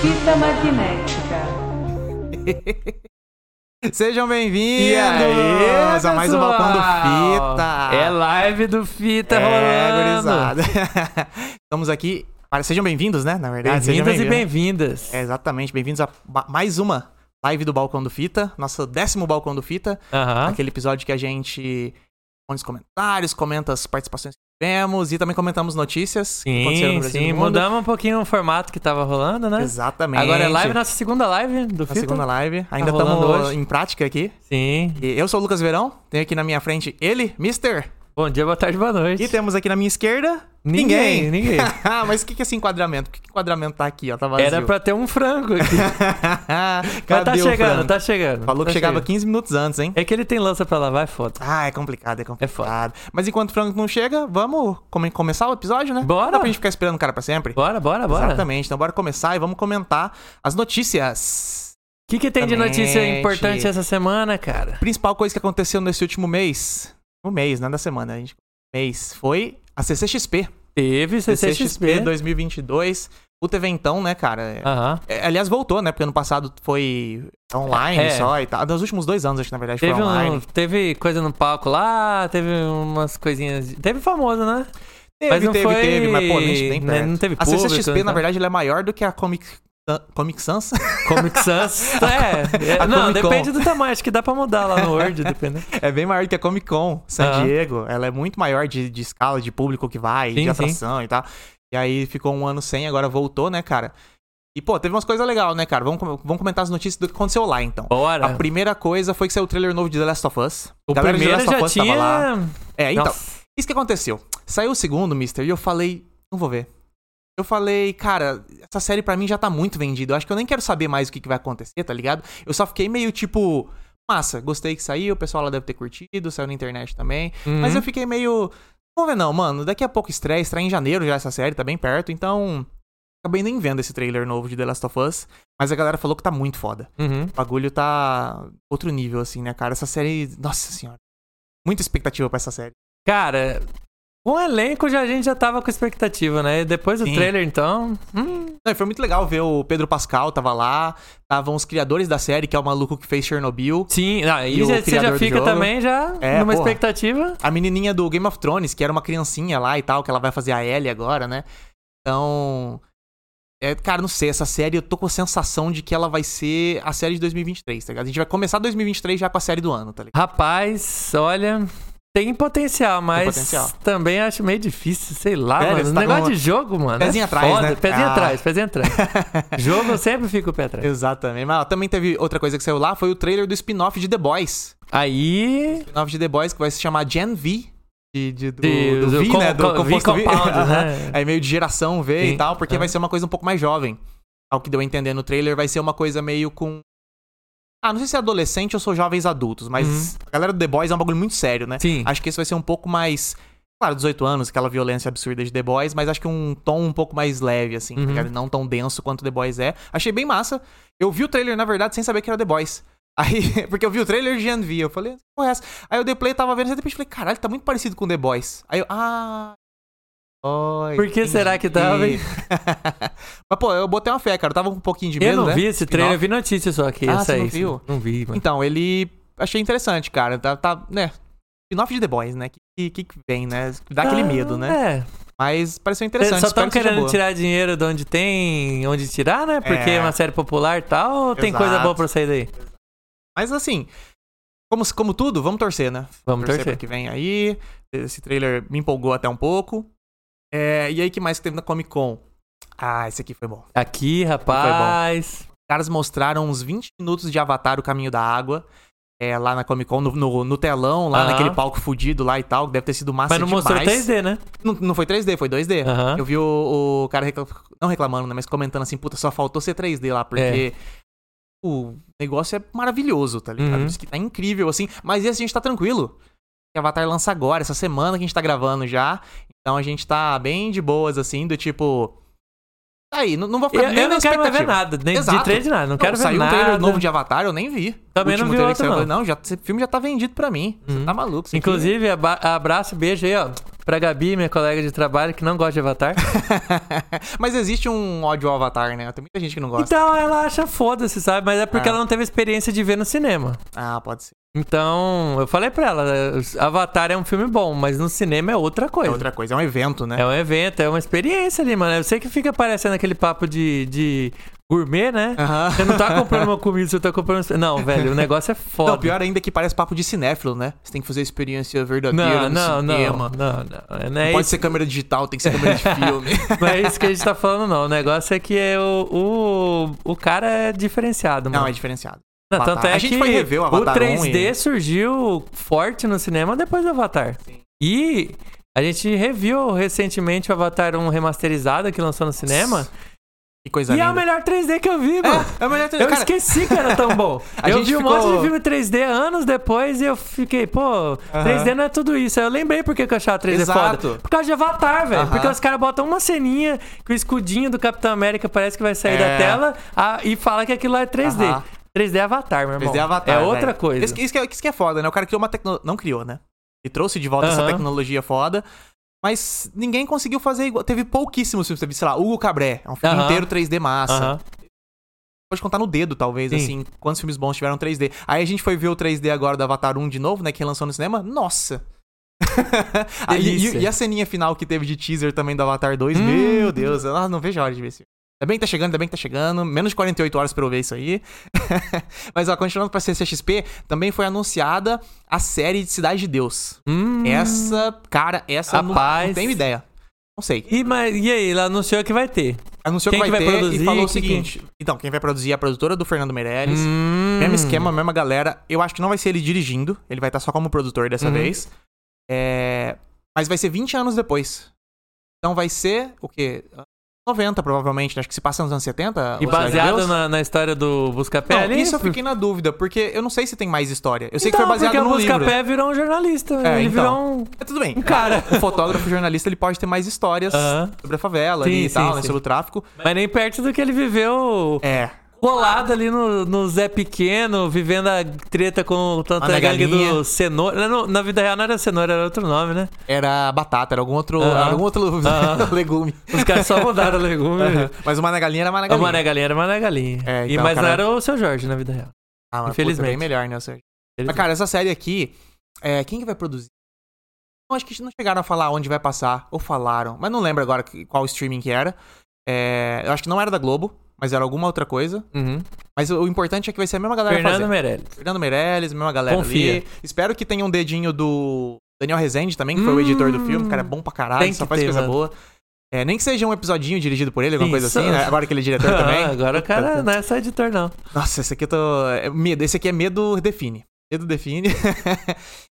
Fita magnética. Sejam bem-vindos E aí, a mais um pessoal? Balcão do Fita. É live do Fita é, rolando. gurizada. Estamos aqui. para- Sejam bem-vindos, né? Na verdade, sejam Bem-vindas e bem-vindos. bem-vindas. É, exatamente, bem-vindos a ba- mais uma live do Balcão do Fita, nosso décimo Balcão do Fita. Aham. Aquele episódio que a gente responde os comentários, comenta as participações que tivemos e também comentamos notícias que aconteceram no Sim, Brasil sim. e no mundo. Mudamos um pouquinho o formato que tava rolando, né? Exatamente. Agora é live, nossa segunda live do Na Fita. Tá segunda live. Ainda rolando estamos hoje. em prática aqui. Sim. E eu sou o Lucas Verão, tenho aqui na minha frente ele, Mister. Bom dia, boa tarde, boa noite. E temos aqui na minha esquerda Ninguém, ninguém. Ah, Mas o que, que é esse enquadramento? Por que, que o enquadramento tá aqui, ó? Tá vazio. Era pra ter um frango aqui. Mas Cadê tá o chegando, frango? tá chegando. Falou tá que chegava chegando. 15 minutos antes, hein? É que ele tem lança pra lavar, é foda. Ah, é complicado, é complicado. foda. Mas enquanto o frango não chega, vamos come- começar o episódio, né? Bora. Não dá pra gente ficar esperando o cara pra sempre. Bora, bora, bora. Exatamente. Então bora começar e vamos comentar as notícias. O que, que tem de notícia Exatamente. importante essa semana, cara? Principal coisa que aconteceu nesse último mês. No mês, não é da semana, a gente. Mês. Foi a CCXP. Teve CCXP CCXP. 2022. O TV então, né, cara? É- Aham. É, aliás, voltou, né? Porque ano passado foi Tá online É. só e tal. Dos últimos dois anos, acho que na verdade Teve, foi online. um, teve coisa no palco lá, teve umas coisinhas. de- Teve famoso, né? Teve, mas não teve, foi- teve, mas pô, nem, nem né, perto. não teve A CCXP, público, na né? verdade, ela é maior do que a Comic, Comic Sans. Comic Sans. é, é, A não, Comic Con. depende do tamanho. Acho que dá pra mudar lá no Word, dependendo. é bem maior do que a Comic Con San Aham. Diego. Ela é muito maior de, de escala, de público que vai, Sim, de sim. atração e tal. E aí ficou um ano sem, agora voltou, né, cara? E, pô, teve umas coisas legais, né, cara? Vamos, com- vamos comentar as notícias do que aconteceu lá, então. A Bora. primeira coisa foi que saiu o trailer novo de The Last of Us. O Galera de The primeiro Last of já Us tava lá. tinha. É, então, Nossa, Isso que aconteceu. Saiu o segundo, Mister, e eu falei, não vou ver. Eu falei, cara, essa série pra mim já tá muito vendida. Eu acho que eu nem quero saber mais o que, que vai acontecer, tá ligado? Eu só fiquei meio tipo, massa, gostei que saiu, o pessoal lá deve ter curtido, saiu na internet também. Mas Uhum. eu fiquei meio. Não vou ver, não, mano. Daqui a pouco estreia, estreia em janeiro já essa série, tá bem perto, então. Acabei nem vendo esse trailer novo de The Last of Us, mas a galera falou que tá muito foda. Uhum. O bagulho tá outro nível, assim, né, cara? Essa série. Nossa senhora. Muita expectativa pra essa série. Cara, com o elenco já, a gente já tava com expectativa, né? E depois do Sim. trailer, então. hum, Não, e foi muito legal ver o Pedro Pascal, tava lá, estavam os criadores da série, que é o maluco que fez Chernobyl, sim, ah, e E o já- você criador já do fica jogo? também já É, numa porra. expectativa. a menininha do Game of Thrones, que era uma criancinha lá e tal, que ela vai fazer a Ellie agora, né? Então, é, cara, não sei, essa série eu tô com a sensação de que ela vai ser a série de 2023, tá ligado? A gente vai começar 2023 já com a série do ano, tá ligado? Rapaz, olha. Tem potencial, mas potencial. também acho meio difícil, sei lá, Sério? mano. Você tá negócio com de jogo, mano. Pezinho é atrás, foda. né? Pezinho Ah. atrás, pezinho atrás. jogo eu sempre fico o pé atrás. Exatamente. Mas ó, também teve outra coisa que saiu lá, foi o trailer do spin-off de The Boys. Aí. spin-off de The Boys que vai se chamar Gen V. De, de- do, De- do do V, com- né? Do com- V composto V. compound, Aham. né? Aí meio de geração V e Sim. tal, porque Aham. vai ser uma coisa um pouco mais jovem. Ao que deu a entender no trailer, vai ser uma coisa meio com. Ah, não sei se é adolescente ou sou jovens adultos, mas a galera do The Boys é um bagulho muito sério, né? Sim. Acho que esse vai ser um pouco mais. Claro, 18 anos, aquela violência absurda de The Boys, mas acho que um tom um pouco mais leve, assim, tá Uhum. ligado? não tão denso quanto The Boys é. Achei bem massa. Eu vi o trailer, na verdade, sem saber que era The Boys. Aí, porque eu vi o trailer de Envy, eu falei, que porra é essa? Aí eu dei play, tava vendo, e de repente eu falei, caralho, tá muito parecido com The Boys. Aí eu, ah. Oi, Por que será que tava, hein? Mas, pô, eu botei uma fé, cara, eu tava com um pouquinho de medo, eu não né? vi esse trailer, eu vi notícia só aqui. Ah, essa você não aí. viu? Não vi, mano. Então, ele. Achei interessante, cara. Tá, tá né? Spin-off de The Boys, né? Que, que, que vem, né? Dá aquele Ah, medo, né? É. Mas pareceu interessante. Só espero estão que seja querendo boa. tirar dinheiro de onde tem, onde tirar, né? Porque É. é uma série popular e tal, ou tem coisa Exato. boa pra sair daí? Mas assim, como, como tudo, vamos torcer, né? Vamos pro torcer. que vem aí. Esse trailer me empolgou até um pouco. É, e aí, que mais que teve na Comic Con? Ah, esse aqui foi bom. Aqui, rapaz. Os caras mostraram uns 20 minutos de Avatar, o Caminho da Água. É, lá na Comic Con, no, no- no telão, lá Aham. naquele palco fudido lá e tal, que deve ter sido massa Mas não mostrou demais. 3D, né? Não, não foi 3D, foi 2D. Aham. Eu vi o, o cara recla- não reclamando, né, mas comentando assim, puta, só faltou ser 3D É. lá, porque o negócio é maravilhoso, tá ligado? Uhum. Isso que tá incrível, assim. Mas esse a gente tá tranquilo. Que Avatar lança agora, essa semana que a gente tá gravando já. Então a gente tá bem de boas, assim, do tipo. Tá aí, não, não vou Eu, ficar eu nem na não quero mais ver expectativa. nada, nem de Exato. trailer de nada, não quero ver saiu nada. um trailer novo de Avatar, eu nem vi. O último Também não vi trailer outro, que saiu, eu falei, não. Uhum. já, esse filme já tá vendido pra mim. Você tá maluco. isso aqui- Inclusive, aba- abraço, beijo aí, ó. Pra Gabi, minha colega de trabalho, que não gosta de Avatar. Mas existe um ódio ao Avatar, né? Tem muita gente que não gosta. então ela acha foda-se, sabe? Mas é porque Ah. ela não teve experiência de ver no cinema. Ah, pode ser. Então, eu falei pra ela, Avatar é um filme bom, mas no cinema é outra É coisa. outra coisa, é um evento, né? É um evento, é uma experiência ali, mano. Eu sei que fica parecendo aquele papo de, de gourmet, né? Aham. Você não tá comprando uma comida, você tá comprando. Não, velho, o negócio é foda. Não, pior ainda é que parece papo de cinéfilo, né? Você tem que fazer a experiência verdadeira não, não, no não, cinema. não, não, não. Não é, Não pode isso, ser câmera digital, tem que ser câmera de filme. não é isso que a gente tá falando, não. O negócio é que é o, o, o cara é diferenciado, mano. Não, é diferenciado. Não, tanto Avatar. é A gente que foi rever o Avatar o 3D 1 e- surgiu forte no cinema depois do Avatar. Sim. E a gente reviu recentemente o Avatar 1 remasterizado que lançou no cinema. Que coisa e é linda. o melhor 3D que eu vi, mano. É, é o melhor Eu Cara, esqueci que era tão bom. A eu gente vi um ficou- monte de filme 3D anos depois e eu fiquei, pô, 3D não é tudo isso. Aí eu lembrei porque que eu achava 3D Exato. foda. Por causa de Avatar, velho. Aham. Porque os caras botam uma ceninha que o escudinho do Capitão América parece que vai sair É. da tela ah, e fala que aquilo lá é 3D. Aham. 3D é Avatar, meu irmão. 3D Avatar. É outra velho. coisa. Isso, que- isso que é, isso que é foda, né? O cara criou uma tecnologia. Não criou, né? Ele trouxe de volta essa Aham. tecnologia foda. Mas ninguém conseguiu fazer igual. Teve pouquíssimos filmes. Teve, sei lá, Hugo Cabré. É um filme Aham. inteiro 3D massa. Aham. Pode contar no dedo, talvez, Sim. assim, quantos filmes bons tiveram 3D. Aí a gente foi ver o 3D agora do Avatar 1 de novo, né? Que lançou no cinema. Nossa! Aí, Delícia. e, e a ceninha final que teve de teaser também do Avatar 2? Hum. Meu Deus, eu não- não vejo a hora de ver esse filme. Ainda bem que tá chegando, ainda bem que tá chegando. Menos de 48 horas pra eu ver isso aí. Mas, ó, continuando pra CCXP, também foi anunciada a série de Cidade de Deus. Hum. Essa, cara, essa eu não- não, Rapaz. tenho ideia. Não sei. E, mas, e aí, ela anunciou que vai ter. Anunciou Quem que vai, que vai ter produzir? e falou o Que- seguinte. Então, quem vai produzir é a produtora do Fernando Meirelles. Hum. Mesmo esquema, mesma galera. Eu acho que não vai ser ele dirigindo. Ele vai estar só como produtor dessa Uhum. vez. É, Mas vai ser 20 anos depois. Então vai ser o quê? 90, provavelmente. né? Acho que se passa nos anos 70. E o Cidade de baseado Deus. na, na história do Buscapé Não, ali? isso eu fiquei na dúvida, porque eu não sei se tem mais história. Eu sei então, que foi baseado porque no o livro. Buscapé virou um jornalista. É, ele então. virou um Mas tudo bem. um cara. O fotógrafo o jornalista, ele pode ter mais histórias Aham. sobre a favela Sim, ali e sim, tal, né, sim. sobre o tráfico. Mas nem perto do que ele viveu É, colado ali no, no Zé Pequeno, vivendo a treta com tanta Ana gangue Galinha. do Cenoura. Não, na vida real não era Cenoura, era outro nome, né? era batata, era algum outro, Aham. era algum outro Aham. legume. Os caras só mudaram É o legume. Aham. Mas o Mané Galinha era Mané O Galinha. Mané Galinha era Mané Galinha. É, e, então, mas não cara- era o seu Jorge na vida real. Ah, mas Infelizmente. puta, bem melhor, né, Sérgio? Mas, cara, essa série aqui, é, quem que vai produzir? Eu acho que não chegaram a falar onde vai passar, ou falaram, mas não lembro agora que- qual streaming que era. É, eu acho que não era da Globo, mas era alguma outra coisa. Uhum. Mas o, o importante é que vai ser a mesma galera Fernando fazendo. Meirelles. Fernando Meirelles, mesma galera Confia. ali. Espero que tenha um dedinho do Daniel Rezende também, que foi Hum, o editor do filme. O cara é bom pra caralho, tem só que faz ter, coisa mano. boa. É, nem que seja um episodinho dirigido por ele, alguma Sim, coisa assim, só- né? Agora que ele é diretor também. Ah, Agora o cara não é só editor, não. Nossa, esse aqui eu tô. é medo- Esse aqui é medo define. Medo define.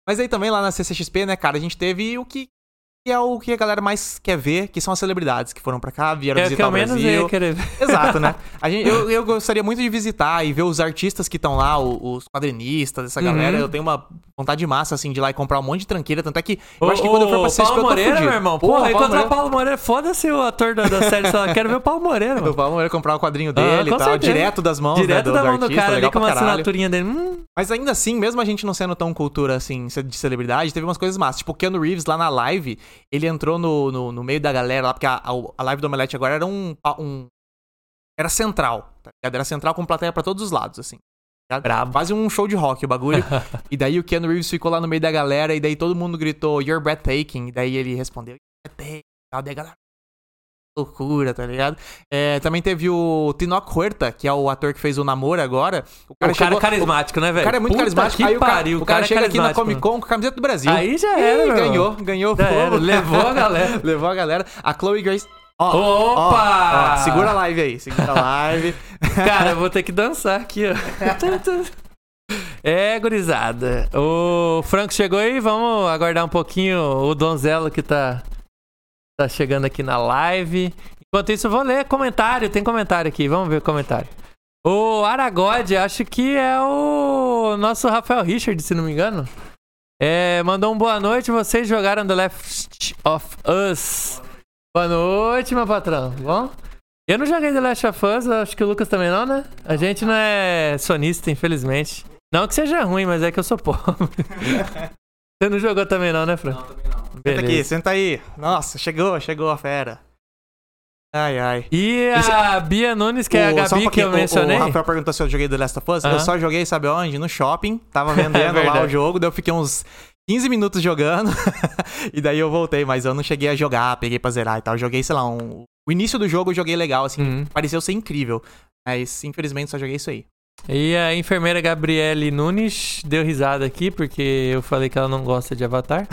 Mas aí também lá na CCXP, né, cara, a gente teve o que, que é o que a galera mais quer ver, que são as celebridades que foram pra cá, vieram É o que visitar eu o menos Brasil. ia querer ver. Exato, né? A gente- eu, eu gostaria muito de visitar e ver os artistas que estão lá, o- os quadrinistas, essa galera. Uhum. Eu tenho uma vontade massa, assim, de ir lá e comprar um monte de tranqueira. Tanto é que eu Ô, acho que quando eu for ô, pra CCXP, Paulo eu tô Moreira, fudido. meu irmão. Pô, Porra, Paulo encontrar Moreira- Paulo Moreira. Foda-se o ator da, da série. Só quero ver o Paulo Moreira, Eu mano. vou Moreira comprar o quadrinho Ah, dele e com tal, certeza. direto das mãos, Direto né, da mão do artista, cara ali legal com pra uma caralho. assinaturinha dele. Hum, Mas ainda assim, mesmo a gente não sendo tão cultura assim ce- de celebridade, teve umas coisas massas. Tipo, o Keanu Reeves lá na live, ele entrou no, no, no meio da galera lá, porque a, a- a live do Omelete agora era um. pa- um- era central, tá ligado? Era central com plateia pra todos os lados, assim. tá ligado? Brabo. Quase um show de rock o bagulho. e daí o Keanu Reeves ficou lá no meio da galera, e daí todo mundo gritou, You're breathtaking. E daí ele respondeu, You're breathtaking. e tal. Daí a galera. Loucura, tá ligado? É, também teve o Tinoco Huerta, que é o ator que fez o Namor agora. O O cara, chegou- é carismático, né, o velho? cara é muito Puta carismático. Que Aí o cara, pariu, o cara, é chega aqui na Comic carismático, Con com a camiseta do Brasil. mano. Aí já era, Ih, meu. ganhou, ganhou o Já povo. era, levou a galera. levou a galera. A Chloe Grace. Ó, ó, Opa! ó, segura a live aí, segura a live. Cara, eu vou ter que dançar aqui, ó. É, gurizada. O Franco chegou aí, vamos aguardar um pouquinho o Donzelo que tá, tá chegando aqui na live. Enquanto isso, eu vou ler comentário, tem comentário aqui, vamos ver o comentário. O Aragod, acho que é o nosso Rafael Richard, se não me engano. É, mandou um boa noite, vocês jogaram The Left of Us. Boa noite, meu patrão, bom? Eu não joguei The Last of Us, acho que o Lucas também não, né? A gente não é sonista, infelizmente. Não que seja ruim, mas é que eu sou pobre. Você não jogou também não, né, Fran? Não, também não. Senta aqui, senta aí. Nossa, chegou, chegou a fera. Ai, ai. E a Bia Nunes, que é a O- só um Gabi que pouquinho, eu o- mencionei. O Rafael perguntou se eu joguei The Last of Us. Aham. Eu só joguei, sabe onde? No shopping. Tava É vendendo lá verdade. o jogo, daí eu fiquei uns 15 minutos jogando. e daí eu voltei, mas eu não cheguei a jogar, peguei pra zerar e tal. Joguei, sei lá, um. O início do jogo eu joguei legal, assim. Uhum. Pareceu ser incrível. Mas infelizmente só joguei isso aí. E a enfermeira Gabriele Nunes deu risada aqui, porque eu falei que ela não gosta de Avatar.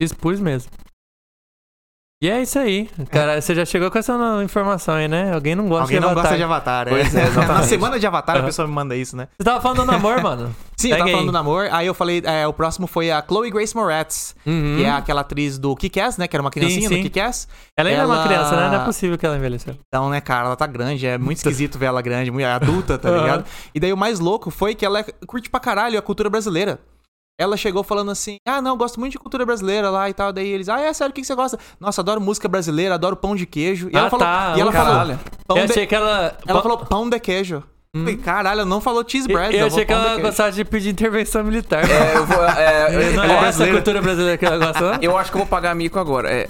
Expus mesmo. E é isso aí. Cara, você já chegou com essa no- informação aí, né? Alguém não gosta Alguém de não Avatar. gosta de Avatar, Pois é, exatamente. Na semana de Avatar a Aham. pessoa me manda isso, né? Você tava falando do namoro, mano. Sim, eu Segue tava aí. falando do namor. Aí eu falei, é, o próximo foi a Chloe Grace Moretz, Uhum. que é aquela atriz do Kick-Ass, né? Que era uma criancinha sim. do Kick-Ass. Ela ainda é uma ela- criança, né? Não é possível que ela envelheceu. Então, né, cara, ela tá grande, é muito esquisito ver ela grande, muito é adulta, tá ligado? E daí o mais louco foi que ela é- curte pra caralho a cultura brasileira. Ela chegou falando assim: Ah, não, eu gosto muito de cultura brasileira lá e tal. Daí eles, ah, é sério, o que que você gosta? Nossa, adoro música brasileira, adoro pão de queijo. E Ah, ela falou, tá, e ela ô, falou caralho. pão eu de- achei que ela. ela falou pão de queijo. Eu Falei, caralho, ela não falou cheese Eu- bread. Eu ela falou achei que pão de ela queijo. gostava de pedir intervenção militar. É, eu vou. é, eu- Não eu, é essa a brasileiro. cultura brasileira que ela gosta, não? eu acho que eu vou pagar mico agora. É.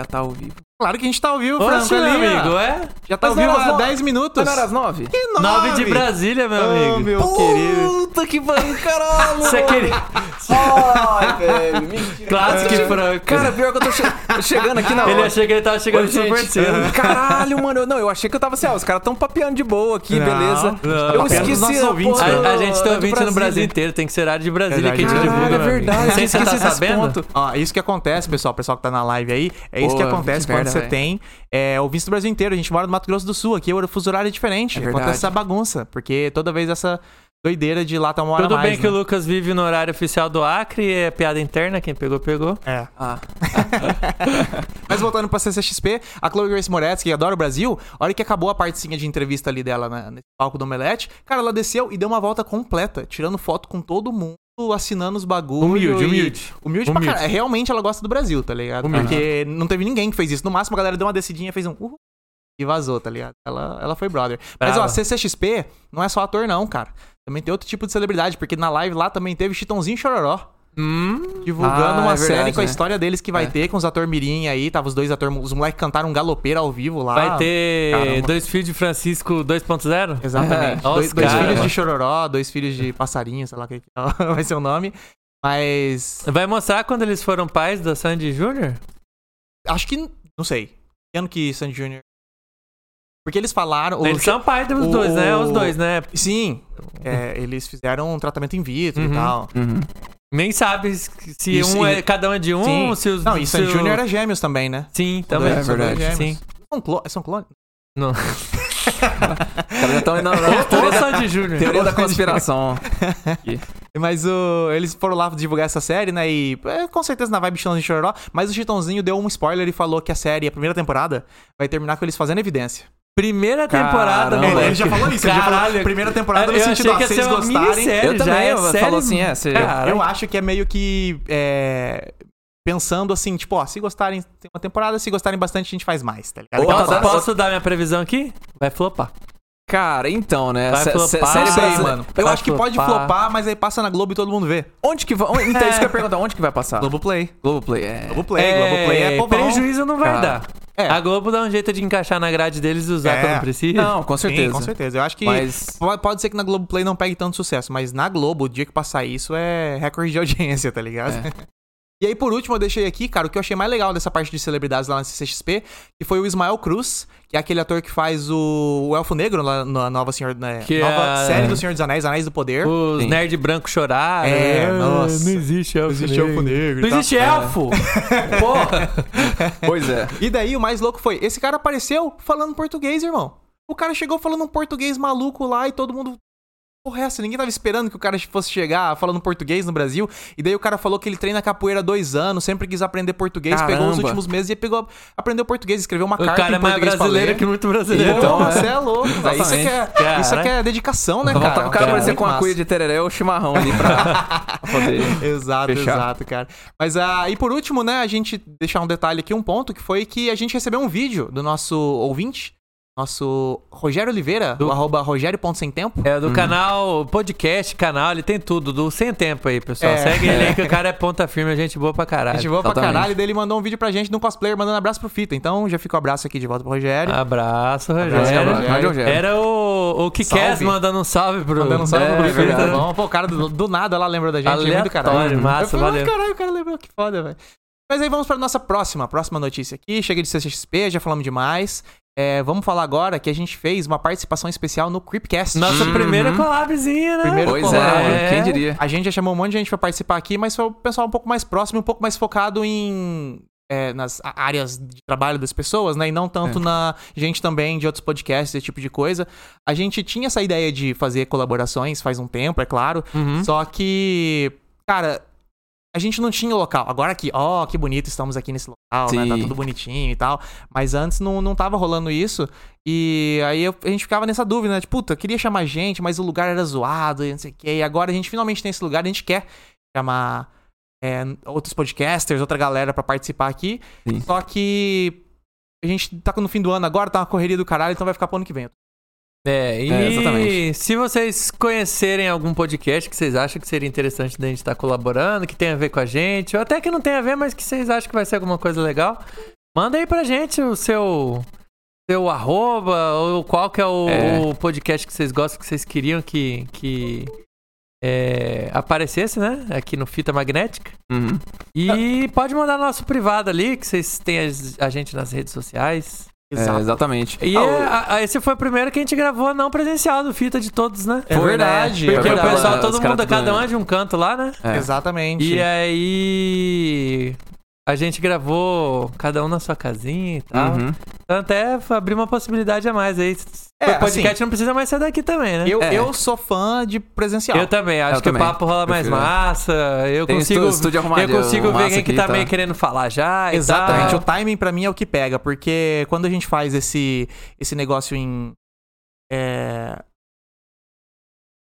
Já tá ao vivo. Claro que a gente tá ao vivo, Ô, Franco, seu ali, ó. amigo, é? Já tá ao Mas não vivo era há as no- 10 minutos. Não era às nove? Que Nove de Brasília, meu Oh, amigo. meu querido. Puta que pariu, caralho! Você é queria. Ai, velho, mentira. Clássico e franco. Cara, pior que eu tô che- tô chegando aqui na hora. ele achei que ele tava chegando Ô, super gente, cedo. Caralho, mano. eu- Não, eu achei que eu tava assim, ah, os caras tão papeando de boa aqui, Não, beleza. não, eu papeando esqueci dos nossos a ouvintes, porra né? do- A, a gente tem do ouvinte no Brasil Brasília. inteiro, tem que ser horário de Brasília Verdade, que a gente verdade. divulga. Caralho, meu é amigo. verdade. Não sei se você tá esqueci desse sabendo. ponto. Ó, é isso que acontece, pessoal, pessoal que tá na live aí, é isso Pô, que acontece que quando merda, você velho. tem é, ouvintes do Brasil inteiro. A gente mora no Mato Grosso do Sul, aqui o fuso horário é diferente. É verdade. acontece essa bagunça, porque toda vez essa doideira de lá tá uma hora a Tudo mais. bem que o né? Lucas vive no horário oficial do Acre, é piada interna, quem pegou, pegou. É. Ah, Mas voltando pra CCXP, a Chloe Grace Moretz, que adora o Brasil, a hora que acabou a partezinha de entrevista ali dela na- nesse palco do Omelete, cara, ela desceu e deu uma volta completa, tirando foto com todo mundo, assinando os bagulhos. Humilde, e- humilde. Humilde, pra Humilde. caralho. É, Realmente ela gosta do Brasil, tá ligado? Humilde. Porque não teve ninguém que fez isso. No máximo, a galera deu uma descidinha, fez um uhul e vazou, tá ligado? Ela, ela foi brother. Mas, ó, Brava. a CCXP não é só ator, não, cara. Também tem outro tipo de celebridade, porque na live lá também teve Chitãozinho e Chororó. Hum, Divulgando Ah, uma é verdade, série com a né? história deles que vai É. ter com os atores mirim aí. Tava os dois atores, os moleques cantaram um galopeiro ao vivo lá. vai ter Ah, caramba. dois filhos de Francisco 2.0? Exatamente. Ó, dois os dois caras. filhos de Chororó, dois filhos de passarinho, sei lá o que que vai ser o nome. Mas Vai mostrar quando eles foram pais da Sandy Júnior? acho que, não sei. Que ano que Sandy Jr. Porque eles falaram... o- Eles são pais dos o- dois, né? Os dois, né? Sim, é, eles fizeram um tratamento in vitro Uhum. e tal. uhum. Nem sabe se Isso, um é, e- cada um é de um, Sim. se os Não, e Sandy se o- Jr. era gêmeos também, né? Sim, também. É verdade. São dois Sim. gêmeos. São, clo... são clones? Não. Os caras já tão indo na Ou teoria, da, Sandy Júnior. teoria da conspiração. Mas o- eles foram lá divulgar essa série, né? E é, com certeza na vibe Chitãozinho e Chororó. Mas o Chitãozinho deu um spoiler e falou que a série, a primeira temporada, vai terminar com eles fazendo evidência. É, Primeira temporada, Caramba. moleque. Ele já falou isso, ele já falou, primeira temporada é Eu no achei sentido, que ó, ia se ser eles uma gostarem... minissérie, Eu já também, é eu série. falo assim, é, você- Cara, Eu acho que é meio que... é, pensando assim, tipo, ó, se gostarem, tem uma temporada, se gostarem bastante, a gente faz mais, tá ligado? Ou Aquela até- posso, base. Nossa. posso dar minha previsão aqui? Vai flopar. Cara, então, né? Vai sé- sé- flopar. série Não sei, brasileira- mano. Eu Vai acho que pode flopar. flopar, mas aí passa na Globo e todo mundo vê. Onde que vai. Então, É. isso que eu ia perguntar, onde que vai passar? Globoplay. Globoplay, é. Globoplay, Globoplay é povão. prejuízo não vai Cara. dar. É. A Globo dá um jeito de encaixar na grade deles e usar É. quando precisa. Não, com Sim, certeza. com certeza. Eu acho que Mas- po- pode ser que na Globoplay não pegue tanto sucesso, mas na Globo, o dia que passar isso é recorde de audiência, tá ligado? É. E aí, por último, eu deixei aqui, cara, o que eu achei mais legal dessa parte de celebridades lá na CCXP, que foi o Ismael Cruz, que é aquele ator que faz o, o Elfo Negro lá na nova, Senhor, né, Que nova é- série do Senhor dos Anéis, Anéis do Poder. Os Sim. nerd branco choraram. É, Ah, nossa. Não existe elfo. Negro. tá? É. Não e tal. existe elfo. Porra. Pois é. E daí o mais louco foi, esse cara apareceu falando português, irmão. O cara chegou falando um português maluco lá e todo mundo. Porra, é essa, ninguém tava esperando que o cara fosse chegar falando português no Brasil. E daí o cara falou que ele treina capoeira há dois anos, sempre quis aprender português, pegou os Caramba. últimos meses e pegou, aprendeu português, escreveu uma O carta cara é em mais português brasileiro que pra ler. muito brasileiro. Então, né? você é louco, velho. Isso, aqui é- Exatamente. isso aqui Cara. é dedicação, né, cara? Faltava o cara É aparecer muito com uma massa. cuia de tereré ou chimarrão ali pra, pra poder. Exato, Fechar. exato, cara. Mas ah, e por último, né, a gente deixar um detalhe aqui, um ponto, que foi que a gente recebeu um vídeo do nosso ouvinte, Nosso Rogério Oliveira, Do- o arroba rogério.semtempo. É, do canal, podcast, canal, ele tem tudo, do Sem Tempo aí, pessoal. É. Segue ele aí É. que o cara é ponta firme, gente boa pra caralho. Gente boa pra totalmente. caralho, daí ele mandou um vídeo pra gente de um cosplayer mandando abraço pro Fita. Então já fica o abraço aqui de volta pro Rogério. Abraço, Abraço, Rogério. Rogério. Era o, o Kikés Salve. mandando um salve pro. Mandando um salve é, pro Fita, verdade. tá bom? Pô, o cara do, do nada lá lembra da gente. é muito Aleatório, caralho. massa, Eu falei, "Ah, valeu." caralho, o cara lembrou, que foda, velho. Mas aí vamos pra nossa próxima, próxima notícia aqui. Chega de CCXP, já falamos demais. É, vamos falar agora que a gente fez uma participação especial no Creepcast. Hum. Nossa primeira collabzinha, né? Primeira Pois colado. é, quem diria? A gente já chamou um monte de gente pra participar aqui, mas foi o pessoal um pouco mais próximo, um pouco mais focado em é, nas a- áreas de trabalho das pessoas, né? E não tanto na gente também de outros podcasts, esse tipo de coisa. A gente tinha essa ideia de fazer colaborações faz um tempo, é claro. Uhum. Só que, cara, a gente não tinha o local. Agora aqui, ó, que bonito, estamos aqui nesse local, né? Tá Sim. tudo bonitinho e tal. Mas antes não, não tava rolando isso. E aí eu- a gente ficava nessa dúvida, né? Tipo, puta, eu queria chamar gente, mas o lugar era zoado e não sei o quê. E agora a gente finalmente tem esse lugar, a gente quer chamar é, outros podcasters, outra galera pra participar aqui. Sim. Só que a gente tá no fim do ano agora, tá uma correria do caralho, então vai ficar pro ano que vem. É, e É, exatamente. se vocês conhecerem algum podcast que vocês acham que seria interessante da gente estar colaborando, que tem a ver com a gente, ou até que não tem a ver, mas que vocês acham que vai ser alguma coisa legal, manda aí pra gente o seu seu arroba, ou qual que é o, É. o podcast que vocês gostam, que vocês queriam que, que é, aparecesse, né? Aqui no Fita Magnética. Uhum. E pode mandar nosso privado ali, que vocês têm as- a gente nas redes sociais. É, exatamente. E Ah, o- é, a- a- esse foi o primeiro que a gente gravou não presencial do Fita de todos, né? É Foi, verdade, né? é Porque o verdade. pessoal, Os todo caras mundo, tudo- cada um é de um canto lá, né? É. Exatamente. E aí. A gente gravou cada um na sua casinha e tal. Uhum. Então até abrir uma possibilidade a mais aí. É, assim, o podcast não precisa mais ser daqui também, né? Eu, É. eu sou fã de presencial. Eu também, acho Eu que também. o papo rola mais Prefiro. massa. Eu Tem consigo, estu- estúdio eu arrumadinho, consigo ver massa quem que aqui, tá, tá. meio querendo falar já. e Exatamente. tal. O timing pra mim é o que pega, porque quando a gente faz esse, esse negócio em. é,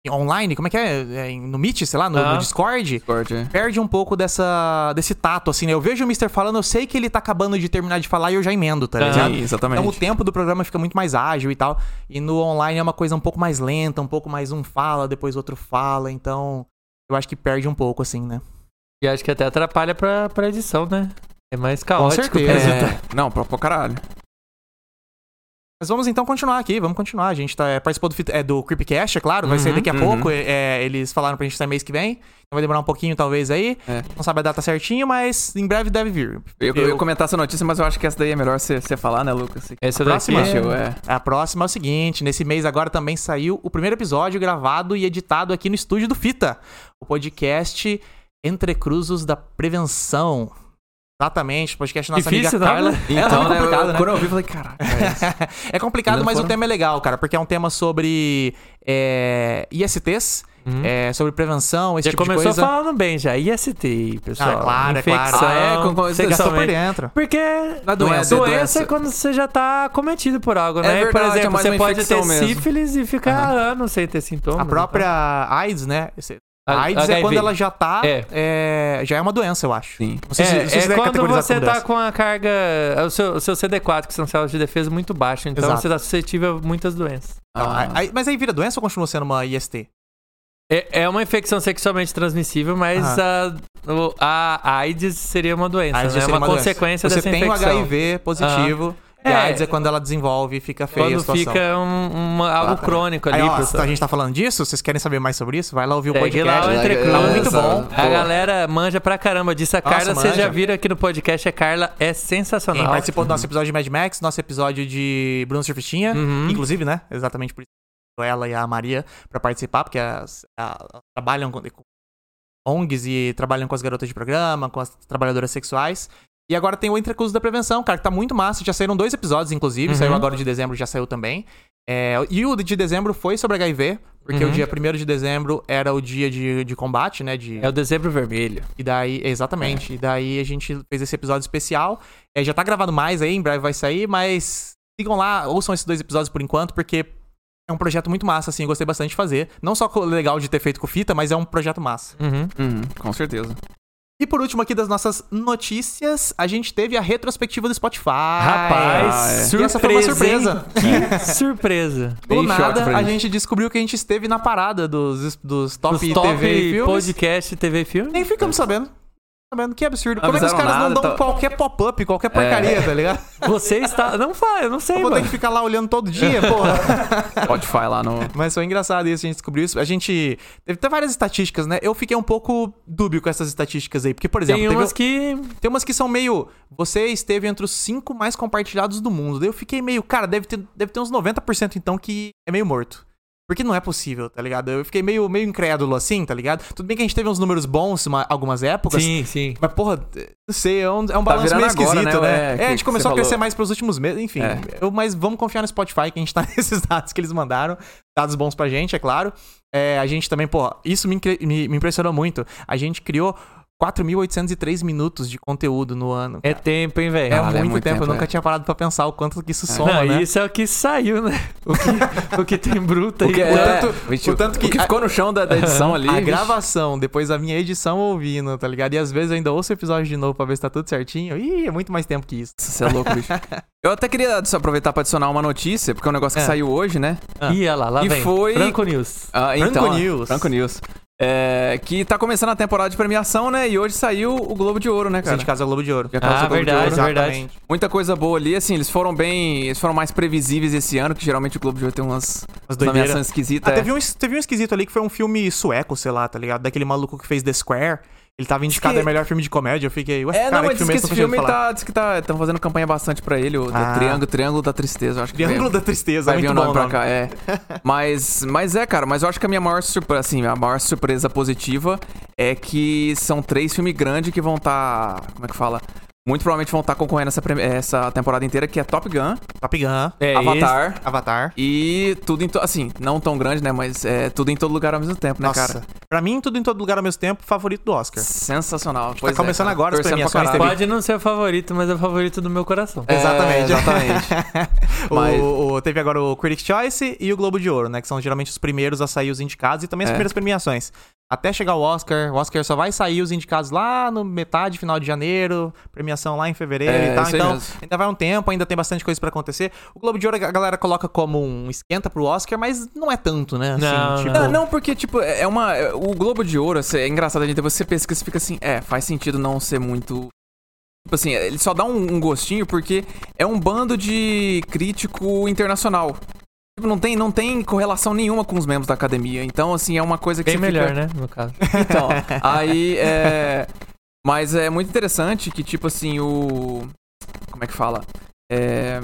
em online, como é que é? É, em- no Meet, sei lá, no, Ah. no Discord. Discord, é. Perde um pouco dessa, desse tato, assim, né? Eu vejo o Mr. falando, eu sei que ele tá acabando de terminar de falar e eu já emendo, tá Tá. ligado? Sim, exatamente. Então o tempo do programa fica muito mais ágil e tal. E no online é uma coisa um pouco mais lenta, um pouco mais um fala, depois outro fala. Então eu acho que perde um pouco, assim, né? E acho que até atrapalha pra, pra edição, né? É mais caótico. né? certeza. pra É, editar. Não, pra, pra caralho. Mas vamos então continuar aqui, vamos continuar. A gente tá, é, participou do, fit- é, do Creepcast, é claro, vai sair Uhum, daqui a uhum. pouco. é, é, eles falaram pra gente sair mês que vem. Então vai demorar um pouquinho, talvez, aí. É. Não sabe a data certinha, mas em breve deve vir. Eu, eu Eu- ia comentar essa notícia, mas eu acho que essa daí é melhor você você falar, né, Lucas? Você- Essa daqui. próxima? Mexeu, é. A próxima é o seguinte: nesse mês agora também saiu o primeiro episódio gravado e editado aqui no estúdio do Fita, o podcast Entre Cruzos da Prevenção. Exatamente, podcast da nossa Difícil, amiga tá? Carla. Então, é né, complicado, eu, né? quando eu vi, eu falei, caralho. é complicado, Não mas o foram. tema é legal, cara, porque é um tema sobre é, ISTs, Uhum. é, sobre prevenção, esse Já tipo de começou coisa. falando bem já. IST, pessoal. Ah, é claro, é claro. Infecção, Ah, é, com- com- você Gastou gastou por dentro. Porque Na doença, doença, é é doença. quando você já tá cometido por algo, né? verdade, por é exemplo, mais você uma pode ter infecção mesmo. sífilis e ficar anos sem ter sintomas. A própria AIDS, né? Esse- então. A AIDS é HIV. quando ela já tá. É. é, já é uma doença, eu acho. Sim. Não sei se- É, não sei se é deve quando categorizar você como tá doença. com a carga. é, O seu, o seu CD4, que são células de defesa, muito baixo. Então Exato. você tá suscetível a muitas doenças. Então, Ah. aí- mas aí vira doença ou continua sendo uma IST? É, é uma infecção sexualmente transmissível, mas a, o- a AIDS seria uma doença, AIDS né? já É seria uma, doença. consequência Você dessa tem um infecção. o HIV positivo. E É. a AIDS é quando ela desenvolve e fica feia a Quando situação. fica um- uma- algo Exatamente. crônico ali, Aí, ó, pessoal. a gente tá falando disso? Vocês querem saber mais sobre isso? Vai lá ouvir o Segue lá podcast. o né? Entre Tá é, Cruzes. muito bom. A galera manja pra caramba disso. A Nossa, Carla, vocês já manja. viram aqui no podcast, a Carla é Quem sensacional. participou do nosso episódio de Mad Max, nosso episódio de Bruno Surfistinha, tipo, Uhum. inclusive, né? Exatamente por isso que ela e a Maria pra participar, porque as- a- elas trabalham com, com ONGs e trabalham com as garotas de programa, com as trabalhadoras sexuais. E agora tem o Entrecurso da Prevenção, cara, que tá muito massa. Já saíram dois episódios, inclusive. Uhum. Saiu agora o de dezembro, já saiu também. É, e o de dezembro foi sobre HIV, porque Uhum. o dia 1 de dezembro era o dia de, de combate, né? De, É o Dezembro Vermelho. e daí, exatamente. E daí a gente fez esse episódio especial. É, já tá gravado mais aí, em breve vai sair, mas sigam lá, ouçam esses dois episódios por enquanto, porque é um projeto muito massa, assim, eu gostei bastante de fazer. Não só co- legal de ter feito com fita, mas é um projeto massa. Uhum. Uhum, com hum, certeza. E E por último aqui das nossas notícias, a gente teve a retrospectiva do Spotify. Rapaz, Ah, é. E essa foi uma surpresa, surpresa. hein? Que surpresa. Do Bem choque nada, pra a gente. gente descobriu que a gente esteve na parada dos, dos top, Os top TV e filmes. podcast, TV e filme. Nem ficamos sabendo. Sabendo que absurdo. Como é que os avisaram caras não nada, dão tá- qualquer pop-up, qualquer porcaria, tá ligado? Você está. Não fala, eu não sei, Eu vou ter mano. que ficar lá olhando todo dia, porra. Spotify lá no. Mas foi engraçado isso, a gente descobriu isso. A gente. Teve até várias estatísticas, né? Eu fiquei um pouco dúbio com essas estatísticas aí. Porque, por exemplo, Tem teve- umas que. Tem umas que são meio. Você esteve entre os cinco mais compartilhados do mundo. Daí eu fiquei meio. Cara, deve ter, deve ter uns 90% então que é meio morto. Porque não é possível, tá ligado? Eu fiquei meio, meio incrédulo assim, tá ligado? Tudo bem que a gente teve uns números bons uma- algumas épocas. Sim, sim. Mas, porra, não sei, é um, é um balanço Tá virando meio agora, esquisito, né? né? É, É, a que- gente que começou você a crescer falou. mais pros últimos meses, enfim. É. eu- mas vamos confiar no Spotify, que a gente tá nesses dados que eles mandaram. Dados bons pra gente, é claro. É, a gente também, pô, isso me, incre- me- me impressionou muito. A gente criou 4.803 minutos de conteúdo no ano. É tempo, hein, velho? É Caralho, muito, é muito tempo, eu tempo, nunca é. tinha parado pra pensar o quanto que isso soma, Não, né? isso é o que saiu, né? O que, o que tem bruto aí. O que, pô. é, tanto- vixe, o tanto que- ficou no chão da, da edição ali. A vixe. gravação, depois a minha edição ouvindo, tá ligado? E às vezes eu ainda ouço o episódio de novo pra ver se tá tudo certinho. Ih, é muito mais tempo que isso. Nossa, Você é louco, bicho. Eu até queria só aproveitar pra adicionar uma notícia, porque é um negócio que É. saiu hoje, né? Ih, olha lá, lá E vem. foi- Franco News. Ah, Franco então, News. Franco News. É, que tá começando a temporada de premiação, né? E hoje saiu o Globo de Ouro, né, Assim cara? de casa Globo de Ouro. Já Ah, causou Globo de verdade, Ouro. verdade. Exatamente. Muita coisa boa ali, assim, eles foram bem. Eles foram mais previsíveis esse ano, que geralmente o Globo de Ouro tem umas, As umas doideiras. nomeações esquisitas. Ah, é. teve, um, es- teve um esquisito ali que foi um filme sueco, sei lá, tá ligado? Daquele maluco que fez The Square. Ele tava indicado que- a melhor filme de comédia. Eu fiquei, ué, É, cara, não, mas que diz filme que é esse? esse Eu não filme tinha ouvido falar. tá. Diz que tá. Estão fazendo campanha bastante pra ele, o Ah. Triângulo, Triângulo da Tristeza, eu acho que Triângulo é. da Tristeza, Vai muito vir o bom nome pra nome. cá, é. Mas, mas é, cara, mas eu acho que a minha maior surpresa, assim, a maior surpresa positiva é que são três filmes grandes que vão estar. como é que fala? Muito provavelmente vão estar concorrendo essa, premi- essa temporada inteira, que é Top Gun, Top Gun, É, Avatar Avatar. e tudo em. To... Assim, não tão grande, né? Mas é tudo em todo lugar ao mesmo tempo, né, Nossa, cara? pra mim, tudo em todo lugar ao mesmo tempo, favorito do Oscar. Sensacional. é, tá começando agora as Torcendo pra premiações, esse- caralho. Pode não ser o favorito, mas é o favorito do meu coração. É, exatamente. O- Mas- o- teve agora o Critics' Choice e o Globo de Ouro, né? Que são geralmente os primeiros a sair os indicados e também as É. primeiras premiações. Até chegar o Oscar, o Oscar só vai sair os indicados lá no metade, final de janeiro, premiação lá em fevereiro É, e tal. isso aí Então, mesmo. ainda vai um tempo, ainda tem bastante coisa pra acontecer. O Globo de Ouro a galera coloca como um esquenta pro Oscar, mas não é tanto, né? Não, tipo, Não, não, porque, tipo, é uma. é- O Globo de Ouro, assim, é engraçado, a gente. Você pesquisa e fica assim, é, faz sentido não ser muito. Tipo assim, ele só dá um, um gostinho porque é um bando de crítico internacional. Tipo, não tem, não tem correlação nenhuma com os membros da academia. Então, assim, é uma coisa que Bem você fica- melhor, né? No caso. então, aí é. Mas é muito interessante que, tipo assim, o. Como é que fala? É.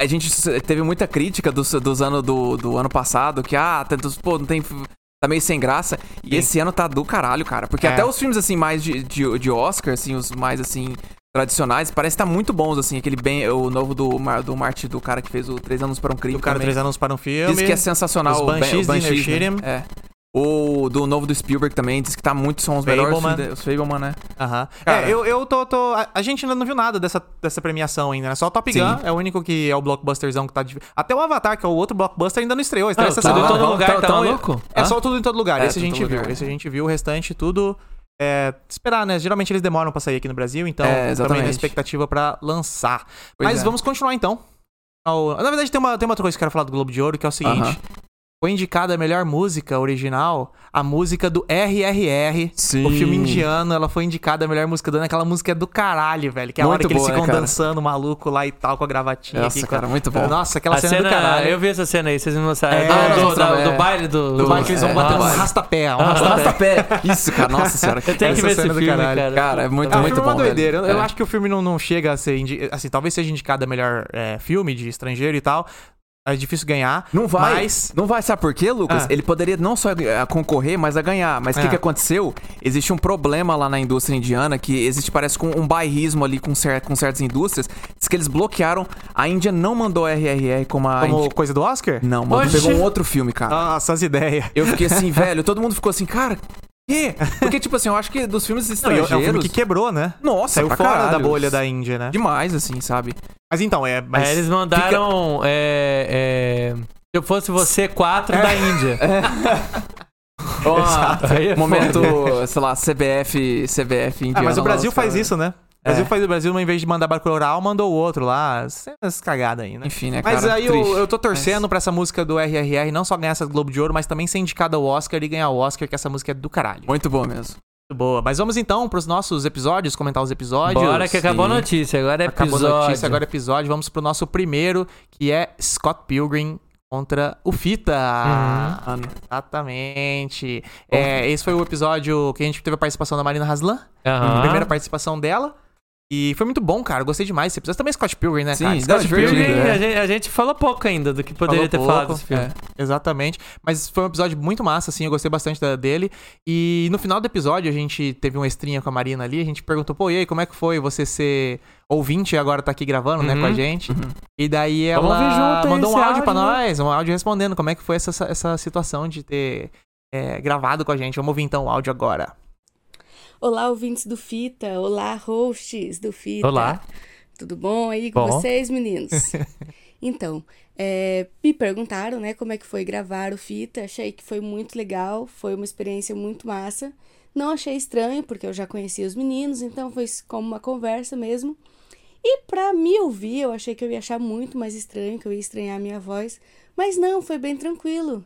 A gente s- teve muita crítica dos, dos anos do, do ano passado, que, ah, tantos, pô, não tem. Tá meio sem graça. E Sim. esse ano tá do caralho, cara. Porque É. até os filmes, assim, mais de, de, de Oscar, assim, os mais assim. Tradicionais, parece que tá muito bons, assim, aquele bem. O novo do, Mar- do Marty, do cara que fez o Três Anos para um Crime. o cara também. três anos para um filme. Diz que é sensacional Os o Ben- Banshees o de Banshees, né? Inisherin. É. O do novo do Spielberg também, diz que tá muito, são os melhores Fableman. filmes de- os Fableman, né? Aham. Cara- É, eu, eu tô. tô- a, a gente ainda não viu nada dessa, dessa premiação ainda, né? Só o Top Sim. Gun é o único que é o blockbusterzão que tá. De... Até o Avatar, que é o outro blockbuster, ainda não estreou. Estreia Ah, essa tudo em semana. Então, todo Tão- lugar, tão- tá tão- maluco? É Hã? só o tudo em todo lugar. É, Esse a tudo em gente todo viu. lugar. Esse a gente viu. O restante, tudo. É, esperar, né? Geralmente eles demoram pra sair aqui no Brasil, então É, também exatamente. na expectativa pra lançar. Pois Mas é. vamos continuar então. Ao- Na verdade, tem uma, tem uma outra coisa que eu quero falar do Globo de Ouro, que é o seguinte: Aham. foi indicada a melhor música original, a música do RRR. Sim. O filme indiano, ela foi indicada a melhor música do ano. Aquela música é do caralho, velho. Que é a Muito hora que eles boa, né, ficam cara? dançando maluco lá e tal, com a gravatinha. Nossa, aqui, cara, muito bom. Nossa, aquela cena, é do caralho. Eu vi essa cena aí, vocês me mostraram. É, É, do, nós do- mostramos, da- do é. baile do. Do Do bar que eles vão É, bater um vai. rastapé. Um Aham. rastapé. Arrastapé. Isso, cara, nossa senhora. Eu tenho que Essa ver esse cena do filme, caralho. cara. Cara, é muito, É, o muito filme é bom. uma doideira. Eu, velho. eu É. acho que o filme não, não chega a ser. indi- Assim, talvez seja indicado a melhor é, filme de estrangeiro e tal. É difícil ganhar. Não vai. Mas. Não vai, sabe por quê, Lucas? Ah. Ele poderia não só a concorrer, mas a ganhar. Mas o Ah. que, que aconteceu? Existe um problema lá na indústria indiana, que existe, parece, com um bairrismo ali com, cer- com certas indústrias. Diz que eles bloquearam. A Índia não mandou RRR como a. Como indi- coisa do Oscar? Não, mano. Oxi. Pegou um outro filme, cara. Nossa, as ideias. Eu fiquei assim, velho, todo mundo ficou assim, cara, quê? Porque, tipo assim, eu acho que dos filmes Não, e é um estrangeiros... filme que quebrou, né? Nossa, Saiu é pra fora caralho. da bolha da Índia, né? Demais, assim, sabe? Mas então, é. Mas... Aí eles mandaram. É, é, se eu fosse você, quatro da Índia. É uma- Aí é momento, foda. sei lá, CBF, CBF Ah, indiano. mas o lá, Brasil os faz caras- isso, né? O Brasil faz o Brasil, em vez de mandar barco oral, mandou o outro lá. Essas cagadas aí, né? Enfim, né, cara? Mas aí eu, Triste. eu tô torcendo pra essa música do RRR não só ganhar essa Globo de Ouro, mas também ser indicada ao Oscar e ganhar o Oscar, que essa música é do caralho. Muito bom mesmo. Muito boa. Mas vamos então pros nossos episódios, comentar os episódios. Bora que acabou a sim. notícia, agora é Acabou episódio. a notícia, agora é episódio. Vamos pro nosso primeiro, que é Scott Pilgrim contra o Fita. Mano. Exatamente. Uhum. É, esse foi o episódio que a gente teve a participação da Marina Haslan. Aham. Primeira participação dela. E foi muito bom, cara. Eu Gostei demais desse episódio. Também Scott Pilgrim, né, Sim, cara? não, Scott divertido. Pilgrim. Pilgrim, né? a, gente, a gente falou pouco ainda do que Falou poderia ter falado pouco, É, desse filme. Exatamente. Mas foi um episódio muito massa, assim. Eu gostei bastante da- dele. E no final do episódio, a gente teve uma estrinha com a Marina ali. A gente perguntou, pô, e aí, como é que foi você ser ouvinte e agora tá aqui gravando, né, Uhum. com a gente? E daí Vamos ela ouvir junto, hein, mandou um esse áudio, pra áudio, né? nós, um áudio respondendo como é que foi essa, essa situação de ter é, gravado com a gente. Vamos ouvir então o áudio agora. Olá, ouvintes do Fita. Olá, hosts do Fita. Olá. Tudo bom aí com Bom. vocês, meninos? então, é, me perguntaram, né, como é que foi gravar o Fita. Achei que foi muito legal, foi uma experiência muito massa. Não achei estranho, porque eu já conhecia os meninos, então foi como uma conversa mesmo. E pra me ouvir, eu achei que eu ia achar muito mais estranho, que eu ia estranhar a minha voz. Mas não, foi bem tranquilo.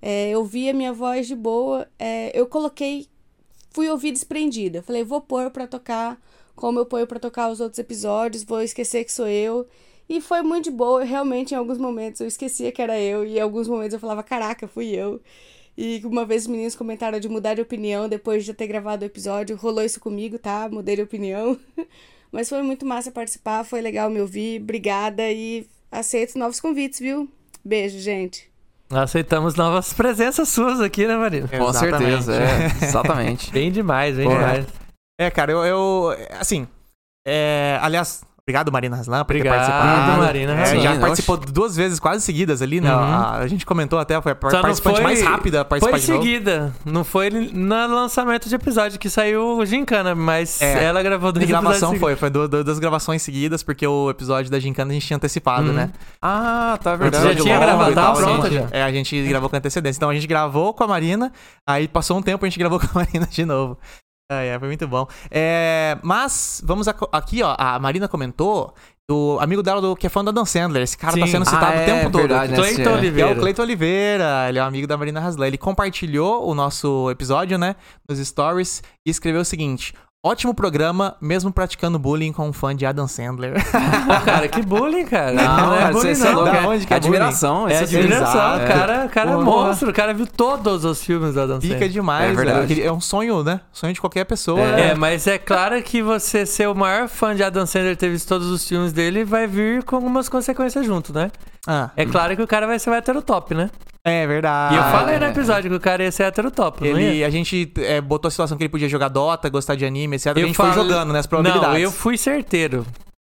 É, eu vi a minha voz de boa. é, eu coloquei fui ouvir desprendida. Falei, vou pôr pra tocar como eu ponho pra tocar os outros episódios, vou esquecer que sou eu. E foi muito de boa, realmente em alguns momentos eu esquecia que era eu, e em alguns momentos eu falava, caraca, fui eu. E uma vez os meninos comentaram de mudar de opinião depois de eu ter gravado o episódio, rolou isso comigo, tá? Mudei de opinião. Mas foi muito massa participar, foi legal me ouvir, obrigada e aceito novos convites, viu? Beijo, gente. Aceitamos novas presenças suas aqui, né, Marina? Com Exatamente. certeza, é. Exatamente. Bem demais, bem Pô, demais. É, cara, eu. eu- assim. é, aliás, obrigado, Marina Haslan, por Obrigado, ter participado. Marina É, Haslan. já Sim, participou duas vezes quase seguidas ali, né? Uhum. A, a gente comentou até, foi a par- Só não participante foi- mais rápida a participar Foi de novo. seguida, não foi no lançamento de episódio que saiu o Gincana, mas É. ela gravou dois De gravação episódios foi, foi du- du- duas gravações seguidas, porque o episódio da Gincana a gente tinha antecipado, Uhum. né? Ah, tá Verdade, verdade. já tinha longo gravado, e tal, tava pronta assim. já. É, a gente gravou com antecedência. Então a gente gravou com a Marina, aí passou um tempo a gente gravou com a Marina de novo. Ah, é, foi muito bom. É, mas, vamos a- aqui, ó, a Marina comentou do amigo dela do, que é fã da Dan Sandler. Esse cara tá Sim. sendo citado Ah, o é, tempo todo. verdade, aqui. seguidos. né? Esse Cleiton Que é é- Oliveira. o Cleiton Oliveira, ele é um amigo da Marina Hasler. Ele compartilhou o nosso episódio, né, nos stories, e escreveu o seguinte: Ótimo programa, mesmo praticando bullying com um fã de Adam Sandler. Pô, cara, que bullying, cara. Não, é bullying, cara, você você é não. louco. Da onde que É é admiração. É esse é admiração, bizarro. o cara, o cara é Porra. monstro, o cara viu todos os filmes da Dan Fica Sandler. demais, É velho. verdade. Aquele- É um sonho, né? Sonho de qualquer pessoa. É, né? mas é claro que você ser o maior fã de Adam Sandler, ter visto todos os filmes dele, vai vir com algumas consequências junto, né? Ah, Hum. É claro que o cara vai ser o hétero top, né? é E verdade. eu falei no é. episódio que o cara ia ser hétero top, não ia? Ele, a gente é, botou a situação que ele podia jogar Dota, gostar de anime, etc. a gente foi falo- jogando, né? As probabilidades. Não, eu fui certeiro.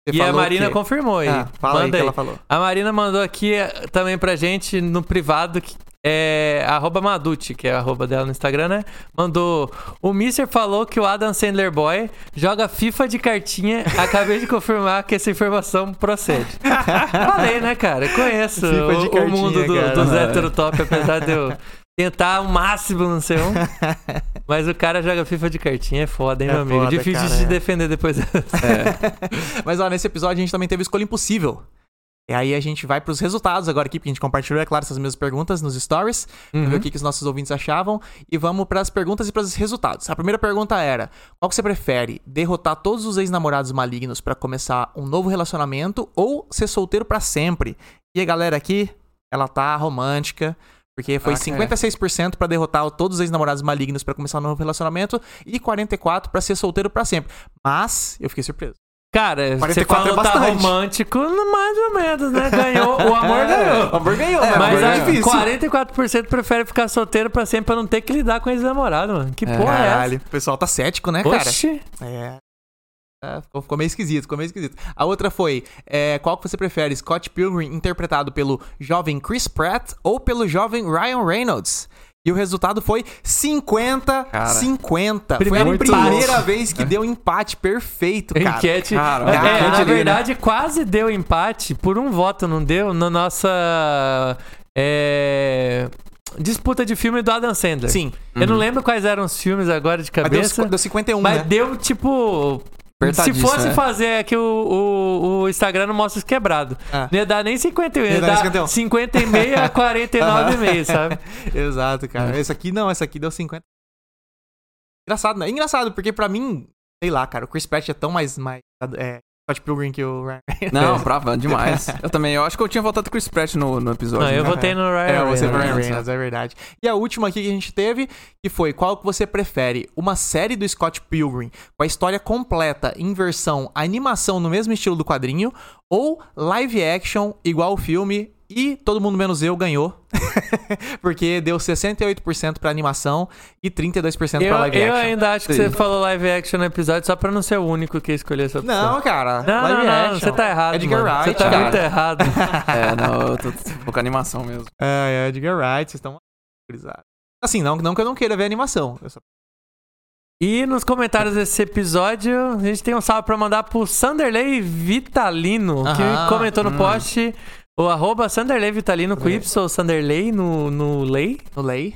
Você e a falou Marina o quê? confirmou aí. Ah, fala aí o Manda que aí. ela falou. A Marina mandou aqui eh, também pra gente no privado, que é arroba Madute, que é a arroba dela no Instagram, né? Mandou. O Mister falou que o Adam Sandler Boy joga FIFA de cartinha. Acabei de confirmar que essa informação procede. Falei, né, cara? Eu Conheço FIFA de o, o cartinha, mundo do, cara. dos Ah. hétero top, apesar de eu tentar o máximo não ser um. Mas o cara joga FIFA de cartinha, é foda, hein, É meu amigo? foda, Difícil cara, de é. defender depois Mas ó, nesse episódio a gente também teve escolha impossível. E aí a gente vai pros resultados agora aqui, porque a gente compartilhou, é claro, essas mesmas perguntas nos stories, pra ver o que, que os nossos ouvintes achavam. E vamos pras perguntas e pros resultados. A primeira pergunta era: qual que você prefere? Derrotar todos os ex-namorados malignos pra começar um novo relacionamento ou ser solteiro pra sempre? E a galera aqui, ela tá romântica. Porque foi Ah, cara. 56% pra derrotar todos os ex-namorados malignos pra começar um novo relacionamento e 44% pra ser solteiro pra sempre. Mas eu fiquei surpreso. Cara, 44 você falou é tá bastante. É, romântico, mais ou menos, né? Ganhou, o amor ganhou. O amor ganhou, mas, É, Mas amor é aí, ganhou. difícil. 44% prefere ficar solteiro pra sempre pra não ter que lidar com ex-namorado, mano. Que porra É. Caralho, o pessoal tá cético, né, é essa? cara? Oxi. É. É, Ficou, ficou meio esquisito, ficou meio esquisito. A outra foi: é, qual que você prefere, Scott Pilgrim interpretado pelo jovem Chris Pratt ou pelo jovem Ryan Reynolds? E o resultado foi 50 Cara, 50. foi a primeiro primeira empate. vez que deu um empate perfeito, cara. Enquete. cara, É, cara, na ali, né? verdade, quase deu empate por um voto, não deu? Na nossa. É. disputa de filme do Adam Sandler. Sim. Uhum. Eu não lembro quais eram os filmes agora de Mas deu, cabeça. cinqu- deu 51, Mas né? deu, tipo. Se Apertadíssimo, fosse né? fazer é que o, o, o Instagram não mostra os quebrados. Ah. Não ia dar nem 51, ia, Ia dar dar 51. 50 e meio a 49 e meio, sabe? Exato, cara. Esse aqui não, esse aqui deu 50. Engraçado, né? Engraçado, porque pra mim, sei lá, cara, o Chris Pratt é tão mais. mais é, Scott Pilgrim que o Ryan. Não, brava, demais. Eu também, eu acho que eu tinha votado Chris Pratt no, no episódio. Não, eu né? votei no Ryan. É, você Reynolds. Ryan Reynolds, é verdade. E a última aqui que a gente teve, que foi qual que você prefere? Uma série do Scott Pilgrim com a história completa em versão animação no mesmo estilo do quadrinho ou live action igual o filme e todo mundo menos eu ganhou. Porque deu 68% pra animação e 32% pra Eu, live eu action. ainda acho que Sim. você falou live action no episódio só pra não ser o único que escolheu essa opção. Não, cara. Não, live não, não, action. você tá errado. Edgar mano. Wright, você tá cara. muito errado. É, não, eu tô tô com animação mesmo. É, é, Edgar Wright, vocês estão Assim, não, não que eu não queira ver animação. Eu só- E nos comentários desse episódio, a gente tem um salve pra mandar pro Sanderley Vitalino, Aham, que comentou no hum. É. post o arroba Sanderley Vitalino com Y, ou Sanderley no, no Lei. No lei.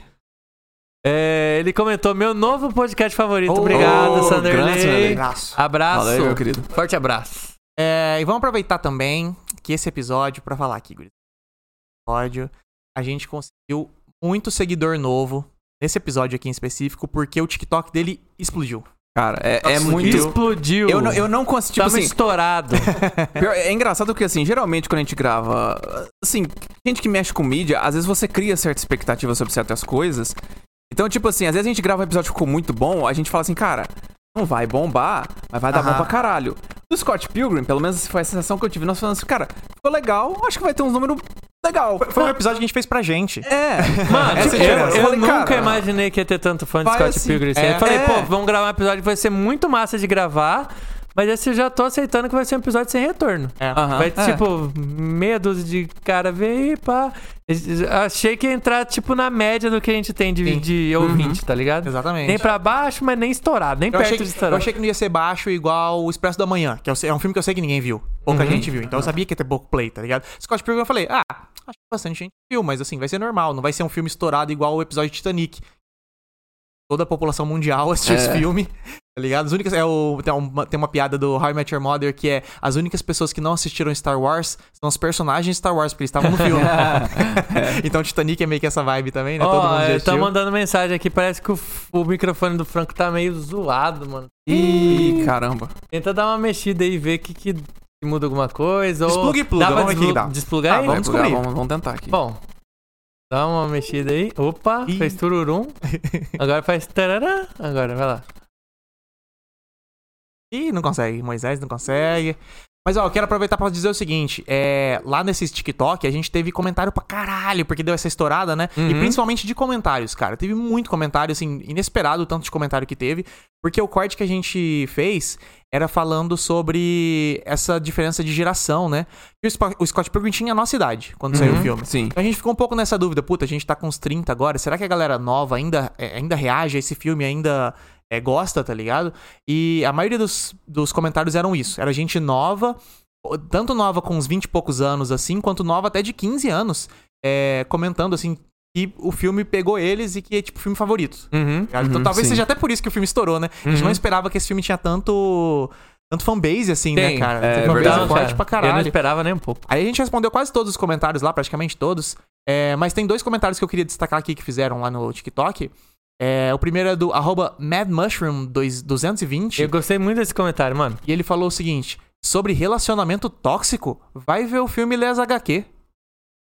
É, ele comentou: meu novo podcast favorito. Oh, Obrigado, oh, grande, Sanderley. Sanderley. Abraço. Abraço. Valeu, meu querido. Forte abraço. É, e vamos aproveitar também que esse episódio, pra falar aqui, gurizada, episódio, a gente conseguiu muito seguidor novo nesse episódio aqui em específico, porque o TikTok dele explodiu. Cara, Tá é, é Nossa, muito. Explodiu. Eu não, eu não consigo. Tipo Tamo assim, estourado. pior- é engraçado que, assim, geralmente quando a gente grava. Assim, gente que mexe com mídia, às vezes você cria certa expectativa sobre certas coisas. Então, tipo assim, às vezes a gente grava um episódio que ficou muito bom, a gente fala assim, cara, não vai bombar, mas vai dar Aham. bom pra caralho. Do Scott Pilgrim, pelo menos foi a sensação que eu tive. Nós falamos assim, cara, ficou legal, acho que vai ter um número legal. Foi um episódio que a gente fez pra gente. É. Mano, Essa eu, é a diferença. eu Falei, nunca cara, imaginei que ia ter tanto fã de vai Scott assim, Pilgrim. assim. é. eu falei, É. pô, vamos gravar um episódio que vai ser muito massa de gravar, mas esse eu já tô aceitando que vai ser um episódio sem retorno. Aham, vai, é. tipo, meia dúzia de cara ver e pá. Achei que ia entrar, tipo, na média do que a gente tem de, Sim. de ouvinte, tá ligado? Exatamente. Nem pra baixo, mas nem estourado, nem Eu perto achei, de que, eu estourado. achei que não ia ser baixo igual o Expresso da Manhã, que eu sei- é um filme que eu sei que ninguém viu. Uhum. Pouca gente viu, então eu sabia que ia ter pouco play, tá ligado? Scott Pilgrim eu falei, ah, acho que bastante gente viu, mas assim, vai ser normal, não vai ser um filme estourado igual o episódio de Titanic. Toda a população mundial assistiu É. esse filme, tá ligado? As únicas, é o, tem, uma, tem uma piada do How I Met Your Mother que é as únicas pessoas que não assistiram Star Wars são os personagens de Star Wars, porque eles estavam no filme. então Titanic é meio que essa vibe também, né? Todo Ó, mundo já eu tô assistiu. mandando mensagem aqui, parece que o, f- o microfone do Franco tá meio zoado, mano. Hum. Ih, caramba. Tenta dar uma mexida aí e ver que, que se muda alguma coisa. Despluga e ou pluga, dá pra vamos ver o que dá. Tá desplugar aí? Vamos Vai bugar, descobrir. Vamos, vamos tentar aqui. Bom, dá uma mexida aí. Opa, Ih. fez tururum. Agora faz tarará. Agora, vai lá. Ih, não consegue. Moisés não consegue. Mas, ó, eu quero aproveitar pra dizer o seguinte: é, lá nesse TikTok a gente teve comentário pra caralho, porque deu essa estourada, né? E Uhum. principalmente de comentários, cara. Teve muito comentário, assim, inesperado o tanto de comentário que teve, porque o corte que a gente fez era falando sobre essa diferença de geração, né? E o, Spo- o Scott Pilgrim tinha a nossa idade quando saiu o Uhum, filme. Sim. Então a gente ficou um pouco nessa dúvida, puta, a gente tá com uns 30 agora, será que a galera nova ainda, é, ainda reage a esse filme, ainda é, gosta, tá ligado? E a maioria dos, dos comentários eram isso, era gente nova, ou- tanto nova com uns 20 e poucos anos assim, quanto nova até de 15 anos, é, comentando assim, que o filme pegou eles e que é tipo o filme favorito. Uhum. tá ligado? então Uhum, talvez sim. seja até por isso que o filme estourou, né? A gente Uhum. não esperava que esse filme tinha tanto... Tanto fanbase, assim, né, Tem, cara? é Teve uma verdade. fanbase forte cara, pra Eu não caralho. esperava nem um pouco. Aí a gente respondeu quase todos os comentários lá, praticamente todos. É, mas tem dois comentários que eu queria destacar aqui que fizeram lá no TikTok. É, o primeiro é do arroba madmushroom220. Eu gostei muito desse comentário, mano. E ele falou o seguinte: sobre relacionamento tóxico, vai ver o filme Les HQ.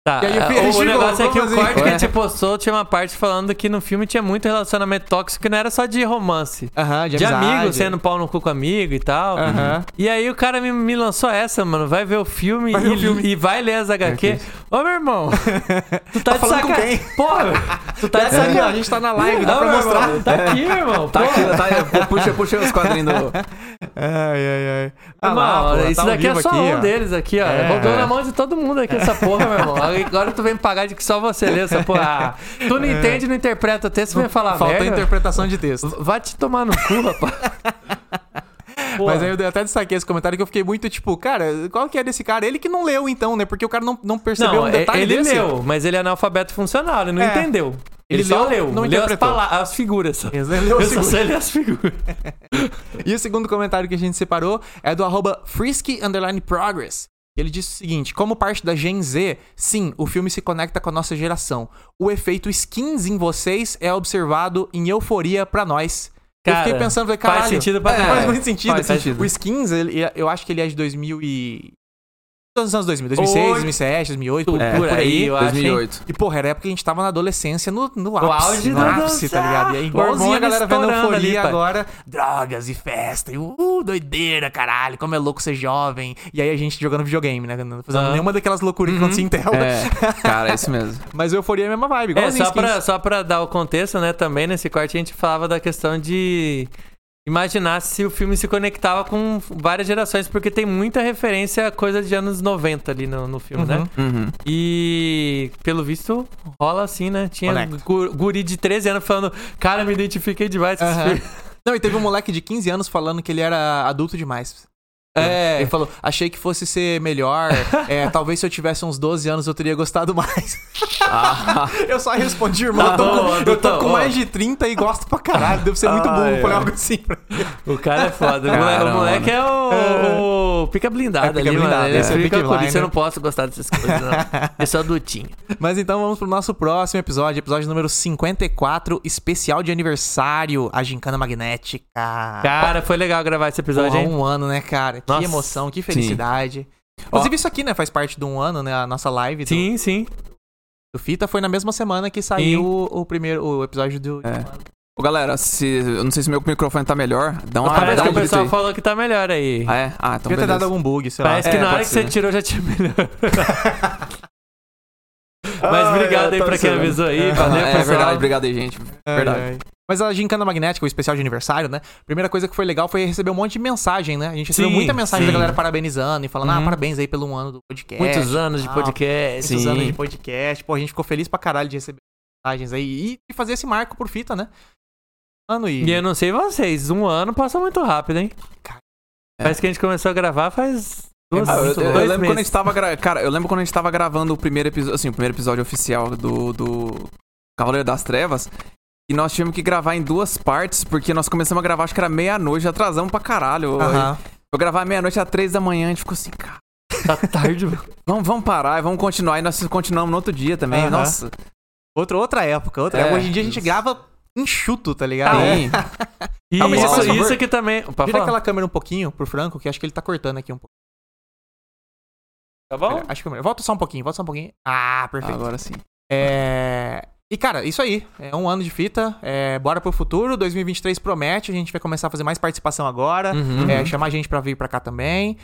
Tá, E aí eu é, fui- ele o, o chegou, negócio é que como o assim? corte que a Ué. gente postou tinha uma parte falando que no filme tinha muito relacionamento tóxico e não era só de romance. Aham, De, amigo, sendo pau no cu com amigo e tal. Aham. E aí o cara me, me lançou essa, mano. Vai ver o filme, Vai ver e, o filme. É e vai ler as HQ. Ô, meu irmão, tu tá, de falando com sacanagem. quem? Porra, tu tá de Essa aqui, ó, a sacanagem. gente tá na live, dá Ô, pra meu mostrar. irmão, tá aqui, irmão. Tá Porra. aqui, tá, puxa, puxa os quadrinhos do. Ai, ai, ai. Ah, Mano, lá, pô, isso tá ao daqui é vivo só aqui, um ó. deles aqui, ó. É. Rodou na mão de todo mundo aqui essa porra, meu irmão. Agora tu vem me pagar de que só você lê essa porra. Ah, tu É. não entende, não interpreta o texto, vem falar Faltou merda. interpretação de texto. Vai te tomar no cu, rapaz. Pô. Mas aí eu até destaquei esse comentário que eu fiquei muito tipo, cara, qual que é desse cara? Ele que não leu então, né? Porque o cara não, não percebeu Não, um é- detalhe ele desse. leu, mas ele é analfabeto funcional, ele não É. entendeu. Ele, Ele só leu, leu, não leu as, interpretou. pala- as figuras. só. Ele leu eu o só segundo. sei ler as figuras. E o segundo comentário que a gente separou é do arroba Frisky Underline Progress. Ele disse o seguinte: como parte da Gen Z, sim, o filme se conecta com a nossa geração. O efeito skins em vocês é observado em euforia pra nós. eu fiquei Cara, pensando, falei, Faz caralho. sentido pra É, caralho. Faz muito sentido. faz sentido. O Skins, ele- eu acho que ele é de 2000 e... Todos os anos 2000. 2006, Oito. 2007, 2008, por, É, por aí. eu acho, hein? 2008. E, porra, era a época que a gente tava na adolescência, no, no No ápice. auge No do ápice, tá dançar. ligado? E aí, Hormônio hormônio, a galera vendo estourando euforia ali, pai. agora. Drogas e festa. E, uh, doideira, caralho. Como é louco ser jovem. E aí a gente jogando videogame, né? Não fazendo Ah. nenhuma daquelas loucuras que aconteciam em tela. É, cara, é isso mesmo. né? Mas euforia é a mesma vibe. É, Igualzinho só Skins. pra, só pra dar o contexto, né, também nesse corte a gente falava da questão de imaginar se o filme se conectava com várias gerações, porque tem muita referência a coisa de anos 90 ali no, no filme, né? Uhum. Uhum. E pelo visto rola assim, né? Tinha Conecta. gu- guri de 13 anos falando, cara, me identifiquei demais com esse Aham. filme. Não, e teve um moleque de 15 anos falando que ele era adulto demais. É. Ele falou, achei que fosse ser melhor. é, talvez se eu tivesse uns 12 anos eu teria gostado mais. Ah. eu só respondi, irmão. Tá eu tô, bom, com, eu tô adultão, com ó. mais de 30 e gosto pra caralho. Devo ser muito Ah, burro. é. Falei algo assim. pra ele. O cara é foda. O moleque, Cara, o moleque é o, o pica É blindado pica ali, mano. blindado, Ele esse é fica pick com isso, eu liner. não posso gostar dessas coisas, não. é Eu sou adultinho. Mas então vamos pro nosso próximo episódio. Episódio número 54, especial de aniversário. A Gincana Magnética. Cara, foi legal gravar esse Porra, episódio, hein? um ano, né, cara? Nossa. Que emoção, que felicidade. Inclusive isso aqui, né, faz parte de um ano, né? A nossa live do- Sim, sim. O Fita foi na mesma semana que saiu o, o primeiro o episódio do. É. Ô, galera, se, eu não sei se meu microfone tá melhor, dá uma Ah, Parece dá que um o grito pessoal aí. falou que tá melhor aí. Ah, é? Ah, então Devia ter dado beleza. algum bug, sei Parece lá. que É, na hora pode que ser, você né? tirou já tinha melhor. Ah, Mas obrigado tá aí pra quem avisou aí. Valeu, é, pessoal. verdade, obrigado aí, gente. É, Verdade. é. Mas a Gincana Magnética, o especial de aniversário, né? Primeira coisa que foi legal foi receber um monte de mensagem, né? A gente recebeu Sim, muita mensagem sim. da galera parabenizando e falando, Uhum. ah, parabéns aí pelo um ano do podcast. Muitos anos de Ah, podcast. Muitos Sim. anos de podcast. Pô, a gente ficou feliz pra caralho de receber mensagens aí e de fazer esse marco por fita, né? Ano e. E é eu não sei vocês, um ano passa muito rápido, hein? Cara. Parece que a gente começou a gravar faz duas, Ah, eu, eu- dois eu lembro quando a meses. gente tava gra... Cara, eu lembro quando a gente tava gravando o primeiro episódio, assim, o primeiro episódio oficial do, do Cavaleiro das Trevas. E nós tivemos que gravar em duas partes, porque nós começamos a gravar, acho que era meia-noite, já atrasamos pra caralho. Aham. Eu gravar meia-noite às três da manhã, a gente ficou assim, cara, Tá tarde. vamos, vamos parar, vamos continuar. E nós continuamos no outro dia também. Aham. Nossa, Outra, outra época, outra É. época. Hoje em dia a gente grava enxuto, tá ligado? Tá, É. hein? E mas por isso, favor. isso aqui também. Opa, Vira fala. aquela câmera um pouquinho pro Franco, que acho que ele tá cortando aqui um pouco. Tá bom? Acho que é melhor. Volta só um pouquinho, volta só um pouquinho. Ah, perfeito. agora sim. É. E, cara, isso aí. É um ano de fita. É, bora pro futuro. 2023 promete. A gente vai começar a fazer mais participação agora. Uhum. É, chamar gente pra vir pra cá também.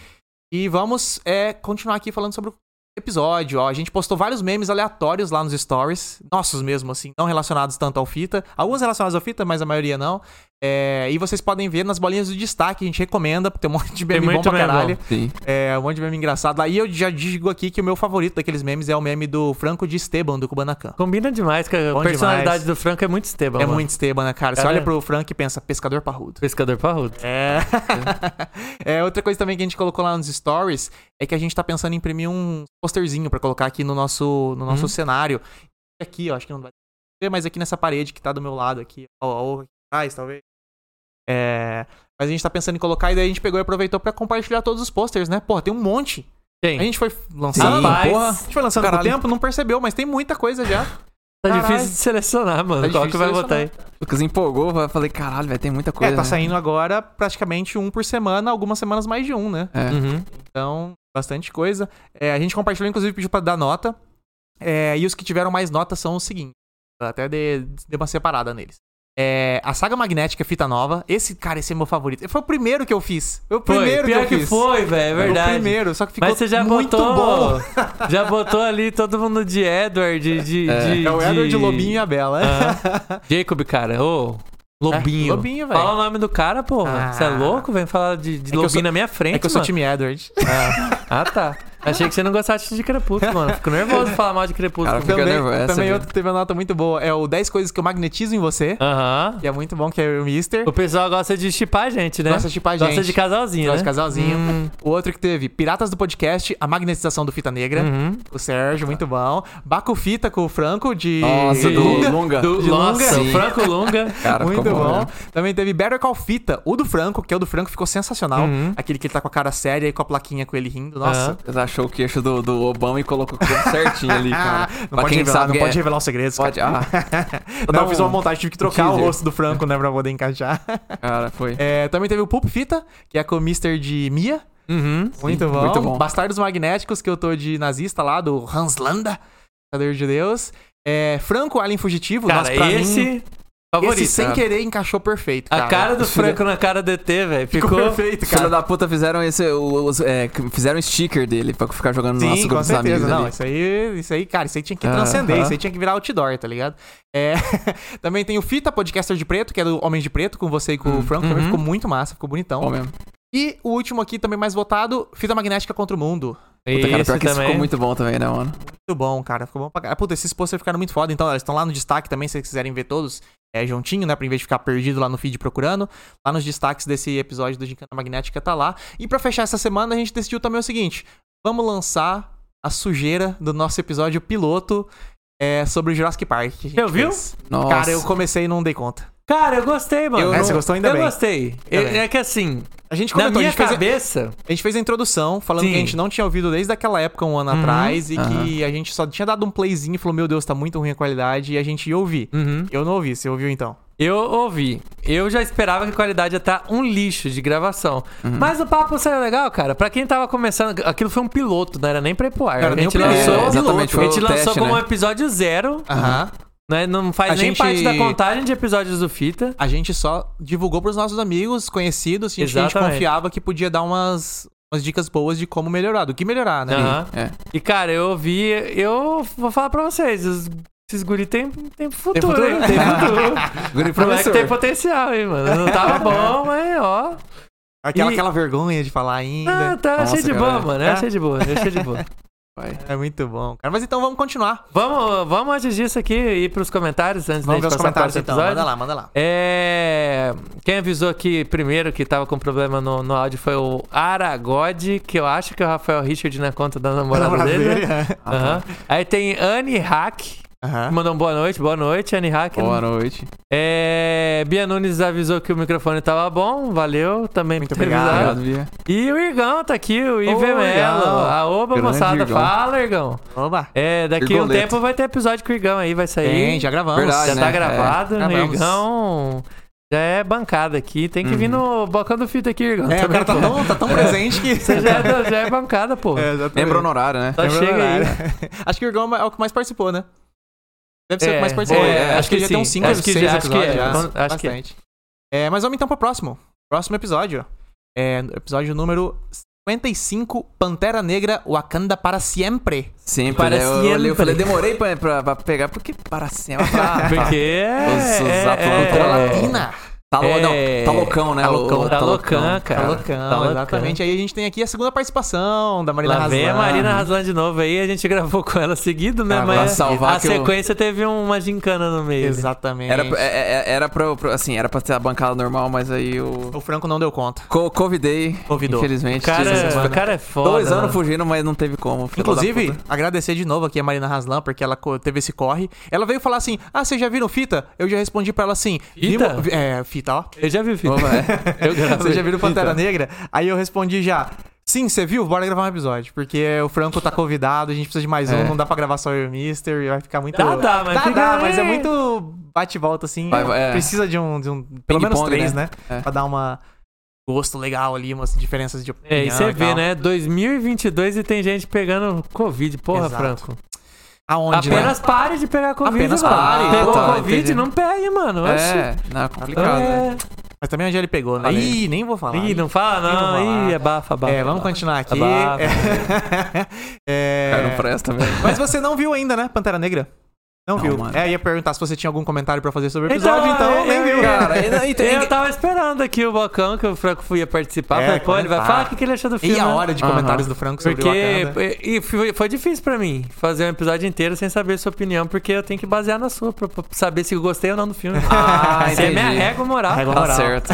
E vamos é, continuar aqui falando sobre o episódio. Ó, a gente postou vários memes aleatórios lá nos stories. Nossos mesmo, assim. Não relacionados tanto ao fita. Alguns relacionados ao fita, mas a maioria não. É, e vocês podem ver nas bolinhas do destaque. A gente recomenda, porque tem um monte de Tem meme bom muito pra meme bom. caralho. Sim. É, um monte de meme engraçado lá. E eu já digo aqui que o meu favorito daqueles memes é o meme do Franco de Esteban, do Kubanacan. Combina demais, que a Bom personalidade demais. do Franco é muito Esteban. É mano. muito Esteban, né, cara? Você Cara, olha é. pro Franco e pensa, pescador parrudo. Pescador parrudo. É. é. Outra coisa também que a gente colocou lá nos stories é que a gente tá pensando em imprimir um posterzinho pra colocar aqui no nosso, no nosso Hum. cenário. Aqui, ó, acho que não vai ver, mas aqui nessa parede que tá do meu lado aqui. Ó, ou aqui atrás, talvez. É. Mas a gente tá pensando em colocar e daí a gente pegou e aproveitou pra compartilhar todos os posters, né? Porra, tem um monte. Tem. A gente foi lançando. Rapaz, A gente foi lançando com o Caralho. tempo, não percebeu, mas tem muita coisa já. tá Caralho. difícil de selecionar, mano. Tá Qual difícil que vai de botar aí? Lucas empolgou, eu falei, caralho, vai ter muita coisa. é, tá né? saindo agora praticamente um por semana, algumas semanas mais de um, né? É. Uhum. Então, bastante coisa. É, a gente compartilhou, inclusive, pediu pra dar nota. É, e os que tiveram mais notas são os seguintes. Eu até dei, dei uma separada neles. É, a saga magnética Fita Nova. Esse, cara, esse é meu favorito. Foi o primeiro que eu fiz. Foi o Foi. primeiro Pior que eu que fiz. foi, velho. É Foi o verdade. primeiro, só que ficou Mas você já muito botou. bom. Já botou ali todo mundo de Edward, de. de, É. de É o Edward de- Lobinho e a Bela. Aham. Jacob, cara. Ô. Lobinho. É, Lobinho, velho. Fala o nome do cara, porra. Ah. Você é louco? Vem falar de, de que eu Lobinho sou- na minha frente. É que eu sou mano. time Edward. Ah, ah, tá. Achei que você não gostasse de Crepúsculo, mano. Fico nervoso de falar mal de Cara, Crepúsculo. fica Também, nervoso, essa é também mesmo. outro que teve uma nota muito boa é o 10 coisas que eu magnetizo em você. Aham. Que é muito bom, que é o Mister. O pessoal gosta de chipar a gente, né? Gosta de chipar a Gosta gente. de casalzinho, Nós né? casalzinho. Hum. O outro que teve Piratas do Podcast, a magnetização do Fita Negra. Uhum. O Sérgio, muito bom. Baco Fita com o Franco de. Nossa, de do Lunga. Lunga. Do, De nossa, Lunga. o Franco Lunga. Cara, Muito ficou bom. né? Também teve Better Call Fita, o do Franco, que é o do Franco, ficou sensacional. Uhum. Aquele que ele tá com a cara séria e com a plaquinha com ele rindo. Nossa. Aham. Você achou o queixo do, do Obama e colocou tudo certinho ali, Ah, cara. não pra pode quem revelar, sabe não quem pode é. revelar os segredos. Pode, cara. não, Dá eu fiz uma um- montagem, tive que um trocar o teaser. rosto do Franco, né, pra poder encaixar. ah, cara, foi. É, também teve o Pulp Fita, que é com o Mr. de Mia. Uhum. Muito bom. muito bom. Bastardos Magnéticos, que eu tô de nazista lá, do Hans Landa, Cadeiro de Deus. É, Franco, Alien Fugitivo. Cara, nossa, pra esse. mim, favorito. esse sem cara. querer encaixou perfeito, cara. A cara do esse filho- Franco na cara do ET, velho. Ficou. ficou perfeito, Filha cara. da puta fizeram esse. o- os- é, que fizeram sticker dele pra ficar jogando no nosso Sim, grupo com dos amigos. certeza. Não, ali. isso aí, isso aí, cara, isso aí tinha que Aham. transcender, isso aí tinha que virar outdoor, tá ligado? É, também tem o Fita, podcaster de preto, que é do Homem de Preto, com você e com o Franco, também ficou muito massa, ficou bonitão. Bom mesmo. E o último aqui, também mais votado, Fita Magnética contra o Mundo. Puta, cara, pior Esse que esse ficou também. muito bom também, né, mano? Muito bom, cara, ficou bom pra caralho. Puta, esses posters ficaram muito foda, então eles estão lá no destaque também, se vocês quiserem ver todos. É, juntinho, né? Pra em vez de ficar perdido lá no feed procurando. Lá nos destaques desse episódio do Gincana Magnética tá lá. E pra fechar essa semana, a gente decidiu também o seguinte: vamos lançar a sujeira do nosso episódio piloto é, sobre o Jurassic Park. que a gente Eu vi? fez. Nossa. Cara, eu comecei e não dei conta. Cara, eu gostei, mano. Eu- É, você gostou? Ainda eu bem. gostei. Ainda É- bem. É que assim, A gente na comentou, a minha gente fez a- cabeça. a gente fez a introdução falando Sim. que a gente não tinha ouvido desde aquela época, um ano Uhum, atrás, e aham. que a gente só tinha dado um playzinho e falou: Meu Deus, tá muito ruim a qualidade, e a gente ia ouvir. Uhum. Eu não ouvi, você ouviu então? Eu ouvi. Eu já esperava que a qualidade ia estar um lixo de gravação. Mas o papo saiu legal, cara. Pra quem tava começando, aquilo foi um piloto, não era nem pra ir pro ar. Cara, a nem gente o primeiro, lançou, um é, exatamente, a foi gente o lançou teste, como né? episódio zero. Aham. né? Não faz A nem gente- parte da contagem de episódios do Fita. A gente só divulgou pros nossos amigos, conhecidos, gente que a gente Exatamente. confiava que podia dar umas, umas dicas boas de como melhorar, do que melhorar, né? Aham. É. E, cara, eu ouvi. Eu vou falar pra vocês. os- Esses guri tem, tem futuro, futuro. hein? Tem futuro. é Guri Moleque professor. tem potencial, hein, mano? Não tava bom, mas ó. Aquela, E- aquela vergonha de falar Ah, ainda. tá, Nossa, achei de cara. boa, mano. Eu achei de boa, eu achei de boa. Vai. É muito bom, cara. Mas então vamos continuar. Vamos, vamos antes disso aqui ir pros comentários antes Vamos ver da os gente passar para comentários o então. episódio. Manda lá, manda lá. É, quem avisou aqui primeiro que tava com problema no, no áudio foi o Aragode, que eu acho que é o Rafael Richard na conta da namorada, dele. né? Aham. Aí tem Anne Hack, que Aham. mandou um boa noite, boa noite, Anne Hack. Boa noite. É, Bia Nunes avisou que o microfone tava bom, valeu também Muito por ter obrigado. avisado. Obrigado, Bia. E o Irgão tá aqui, o Ive Irgão. Melo. Aoba, Grande moçada, Irgão. fala, Irgão. Oba. É, daqui a um Irgoleto. tempo vai ter episódio com o Irgão aí, vai sair. Tem, já gravamos. Verdade, Já né? tá É, gravado, né? gravamos. Irgão. Já é bancada aqui. Tem que vir no balcão do fita aqui, Irgão. É, o Também, cara tá pô. tão, tá tão presente que. Você já é, da- já é bancada, pô. É, exatamente. Lembrou no horário, né? Só Lembra chega no aí. horário. Acho que o Irgão é o que mais participou, né? Deve ser o É, que mais participou. é, É, acho acho que que já tem sim. uns 5 ou Acho que 6 já- acho que episódios. é, já. vamos- acho que é. Bastante. É, mas vamos então pro próximo. Próximo episódio. É, episódio número 55, Pantera Negra, Wakanda para sempre. Sempre, Para né? Eu, eu, olhei, eu sempre. falei, demorei pra, pra, pra pegar, porque para sempre. Ah, Porque é. Os- os é- atletas Cultura é- latina. Tá, lou- É. não, tá loucão, né? Tá o- loucão, o- tá loucão, cara. Tá loucão, tá loucão. exatamente. Aí a gente tem aqui a segunda participação da Marina Lá vem a Haslam. Marina Raslan de novo aí, a gente gravou com ela seguido, né? Cara, Mas pra salvar a que eu- sequência teve uma gincana no meio. né? Exatamente. Era, pra- é- é- era pra, pra- assim, era pra ter a bancada normal, mas aí eu O Franco não deu conta. co- convidei, Convidou. infelizmente. O cara, Jesus, o cara é foda. dois anos mano. fugindo, mas não teve como. filho da Inclusive, puta. agradecer de novo aqui a Marina Haslam, porque ela co- teve esse corre. Ela veio falar assim: Ah, vocês já viram fita? Eu já respondi pra ela assim: Fita? "Vimos- vi- É, fita, ó. Eu já vi o filme. Opa, é. Eu gravei. Então. Vocês já viram Pantera Negra? Aí eu respondi já. Sim, você viu? Bora gravar um episódio. Porque o Franco tá convidado, a gente precisa de mais um, É. não dá pra gravar só eu e o Mister, e vai ficar muito. Dá, dá, mas dá, fica- dá, mas é muito bate-volta, assim. Vai, vai, é. Precisa de um. De um pelo menos Ping-pong, três, né? né? É. Pra dar uma gosto legal ali, umas diferenças de opinião. É, e você vê, tal. né? 2022 e tem gente pegando Covid. Porra, Exato. Franco. Aonde, né? Apenas pare de pegar Covid. Apenas mano. pare. Pegou Puta, Covid, entendi. não pegue, mano. Oxi. É, não, é complicado, né? É. Mas também onde ele pegou, né? Falei. Ih, nem vou falar. Ih, não fala Não vou não. falar. Ih, abafa, abafa. É, vamos continuar aqui. Abafa. É. Cara, não presta mesmo. Mas você não viu ainda, né, Pantera Negra? Não, Não, viu? mano. É, ia perguntar se você tinha algum comentário pra fazer sobre o Então, episódio, então, é, nem é, viu. é. Cara, e- não, e tem- Eu tava esperando aqui o balcão que o Franco ia participar. É, falei, pô, ele vai comentar. falar o que que ele achou do filme. E a né? hora de Aham. comentários do Franco sobre o Wakanda. Porque e, e foi, foi difícil pra mim fazer um episódio inteiro sem saber sua opinião, porque eu tenho que basear na sua pra, pra saber se eu gostei ou não do filme. Ah, Essa é minha entendi. régua moral. Régua Tá moral. certo.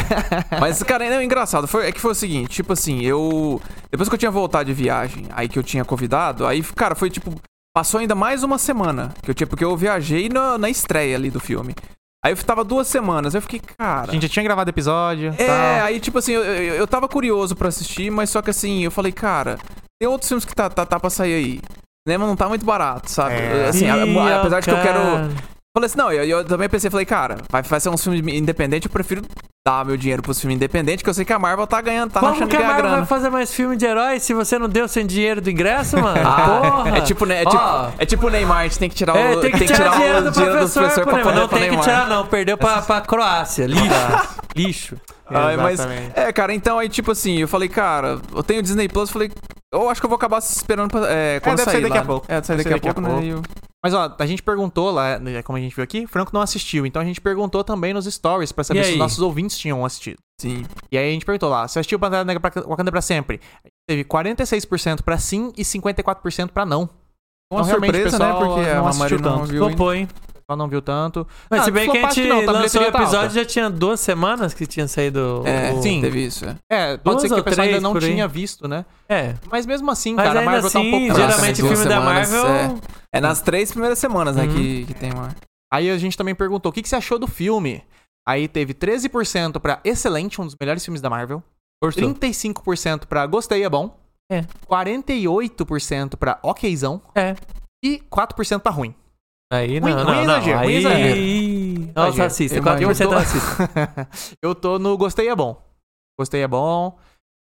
Mas, cara, não, engraçado. Foi, é que foi o seguinte, tipo assim, eu. Depois que eu tinha voltado de viagem, aí que eu tinha convidado, aí, cara, foi tipo. Passou ainda mais uma semana. Que eu tinha, porque eu viajei na, na estreia ali do filme. Aí eu tava duas semanas, aí eu fiquei, cara. A gente tá. já tinha gravado episódio. É, tal. aí tipo assim, eu, eu, eu tava curioso pra assistir, mas só que assim, eu falei, cara, tem outros filmes que tá, tá, tá pra sair aí. Né, mas não tá muito barato, sabe? É. Assim, a- Ih, apesar de que eu cara. quero. Falei assim, não, eu, eu também pensei, falei, cara, vai, vai ser uns filmes independentes, eu prefiro dar meu dinheiro pros filmes independentes, que eu sei que a Marvel tá ganhando, tá Como achando que que a ganha Marvel vai grana. fazer mais filme de herói se você não deu sem dinheiro do ingresso, mano? Ah, Porra! É tipo, né, é, Ó, tipo, é tipo o Neymar, a gente tem que tirar o, é, tem que tirar, o dinheiro do dinheiro professor, pô, pra né, poder Não pra tem que Neymar. tirar, não. Perdeu pra, pra Croácia. Lixo. Lixo. Ai, mas, Exatamente. é, cara, então aí, tipo assim, eu falei, cara, eu tenho Disney Plus, eu falei, eu acho que eu vou acabar esperando pra, é, quando deve sair sair daqui lá. a pouco. É, deve sair daqui, a pouco, né? Mas ó, a gente perguntou lá, né, como a gente viu aqui, Franco não assistiu, então a gente perguntou também nos stories pra E saber se aí? os nossos ouvintes tinham assistido. e eu- Sim. E aí a gente perguntou lá, você assistiu Pantera Negra pra Wakanda pra sempre? Teve 46% pra sim e 54% pra não. Uma Então, realmente, surpresa, né? pessoal, Porque não a assistiu Mari não tanto. viu. ainda. Topou, hein? Só não viu tanto. Mas Ah, se bem que a flopástico gente não, tá, a lançou o bilheteria tá alta. episódio, já tinha duas semanas que tinha saído o- É, o... Sim. teve isso. é. É, pode Duas ser que ou o pessoal ainda três não por aí. tinha visto, né? É. Mas mesmo assim, Mas cara, a ainda Marvel tá um pouco assim, pra trás, né? geralmente o Duas filme da semanas, Marvel... É nas três primeiras semanas, né, Uhum. que, que tem uma... Aí a gente também perguntou o que, que você achou do filme. Aí teve 13% pra excelente, um dos melhores filmes da Marvel. Curtiu. 35% pra gostei, é bom. É. 48% pra okzão. É. E 4% pra tá ruim. Aí não, Ruim- não, ruim é não. exagero, ruim é aí... exagero. Nossa, Exagero. assista. Eu 4% imagino. assista. Eu tô no gostei, é bom. Gostei, é bom.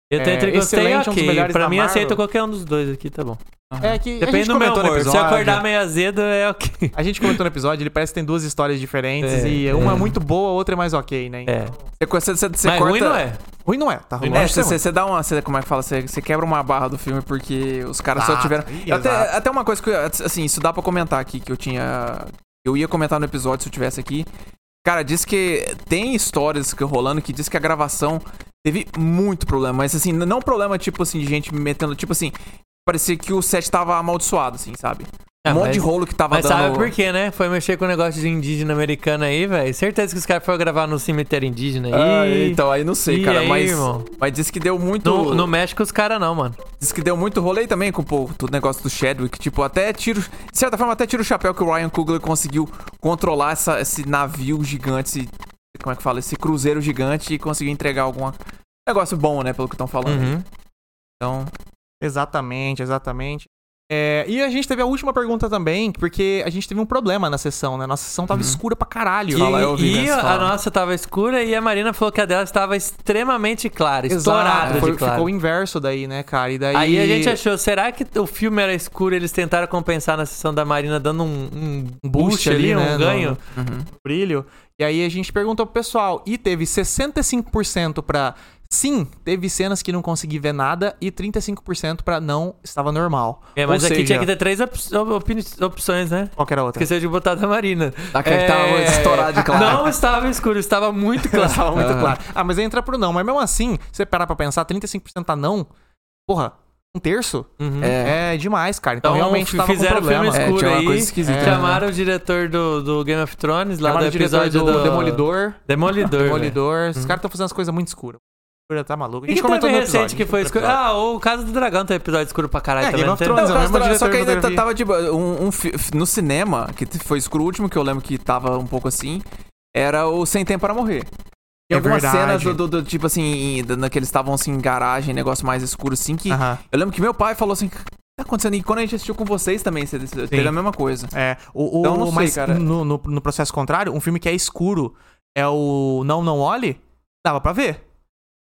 Eu tô É, entre gostei e excelente, um dos ok. melhores Pra da mim, Marvel. aceito qualquer um dos dois aqui, tá bom. É que a Depende gente do meu comentou no humor. Se eu episódio. acordar meio azedo, é ok. A gente comentou no episódio, ele parece que tem duas histórias diferentes É, e uma é. é muito boa, a outra é mais ok, né? É. Você, você, você Mas corta... um ruim não é. Ruim não é, tá ruim. É, você, você dá uma. Você, como é que fala? Você, você quebra uma barra do filme porque os caras só Exato, Ah, tiveram. ih, Até, Ah, exato. até uma coisa que. eu- Assim, isso dá pra comentar aqui que eu tinha. Eu ia comentar no episódio se eu tivesse aqui. Cara, diz que tem histórias que rolando que diz que a gravação teve muito problema. Mas assim, não problema tipo assim de gente metendo. Tipo assim, parecia que o set tava amaldiçoado, assim, sabe? Um Ah, monte mas- de rolo que tava Mas dando. sabe por quê, né? Foi mexer com o negócio de indígena americano aí, velho. Certeza que os caras foram gravar no cemitério indígena Ah, aí. então, aí não sei, Ih, cara. aí, mas, irmão? mas diz que deu muito. Tipo- No, no México, os caras não, mano. Diz que deu muito rolê também com pô, todo o negócio do Chadwick. Tipo, até tiro. De certa forma, até tiro o chapéu que o Ryan Coogler conseguiu controlar essa- esse navio gigante, esse. Como é que fala? Esse cruzeiro gigante e conseguiu entregar algum Negócio bom, né? Pelo que estão falando. Uhum. Então. Exatamente, exatamente. É, e a gente teve a última pergunta também, porque a gente teve um problema na sessão, né? Nossa sessão tava escura pra caralho. Que- Fala, eu ouvi, né, Uhum. e você a falando. nossa tava escura e a Marina falou que a dela estava extremamente clara, estourada Exato, foi- de clara. Ficou o inverso daí, né, cara? E daí. Aí a gente achou, será que o filme era escuro e eles tentaram compensar na sessão da Marina dando um, um Um boost ali, um né, no- ganho? uhum. brilho. E aí a gente perguntou pro pessoal. E teve 65% pra sim, teve cenas que não consegui ver nada. E 35% pra não, estava normal. É, mas Ou aqui seja, tinha que ter três op- op- opções, né? Qual que era a outra? Esqueceu de botar da Marina. É, Daquela que tava estourada de clara. Não estava escuro, estava tá muito claro. Estava muito Ah. claro. Ah, mas aí entra pro não. Mas mesmo assim, você parar pra pensar, 35% tá não? Porra, um terço? Uhum. É. É, demais, cara. Então, Então realmente tava com fizeram o filme problema. É, escuro tinha uma aí, coisa esquisita, chamaram o diretor do, do Game of Thrones, lá Chamaram do o diretor episódio do, do... é. Demolidor. Demolidor, velho. Demolidor. Uhum. Os caras estão fazendo as coisas muito escuras. Escura, Tá maluco. A O que, gente que comentou teve no episódio. recente que foi escuro? Ah, o Casa do Dragão tem episódio escuro pra caralho É, também. Game não of teve? Não, Thrones, é o caso mesmo tra- diretor só que do ainda Davi. t- tava de. Um, um fi- no cinema, que t- foi escuro, o último que eu lembro que tava um pouco assim, era o Sem Tempo para Morrer. E É algumas verdade. cenas do, do- do tipo assim, em- da- na que eles estavam assim em garagem, negócio mais escuro assim, que Aham. Eu lembro que meu pai falou assim, o que tá acontecendo? E quando a gente assistiu com vocês também, você você teve a mesma coisa. É, o, o- Então, não sei, mas cara. No, no, no processo contrário, um filme que é escuro é o Não Não Olhe, dava pra ver.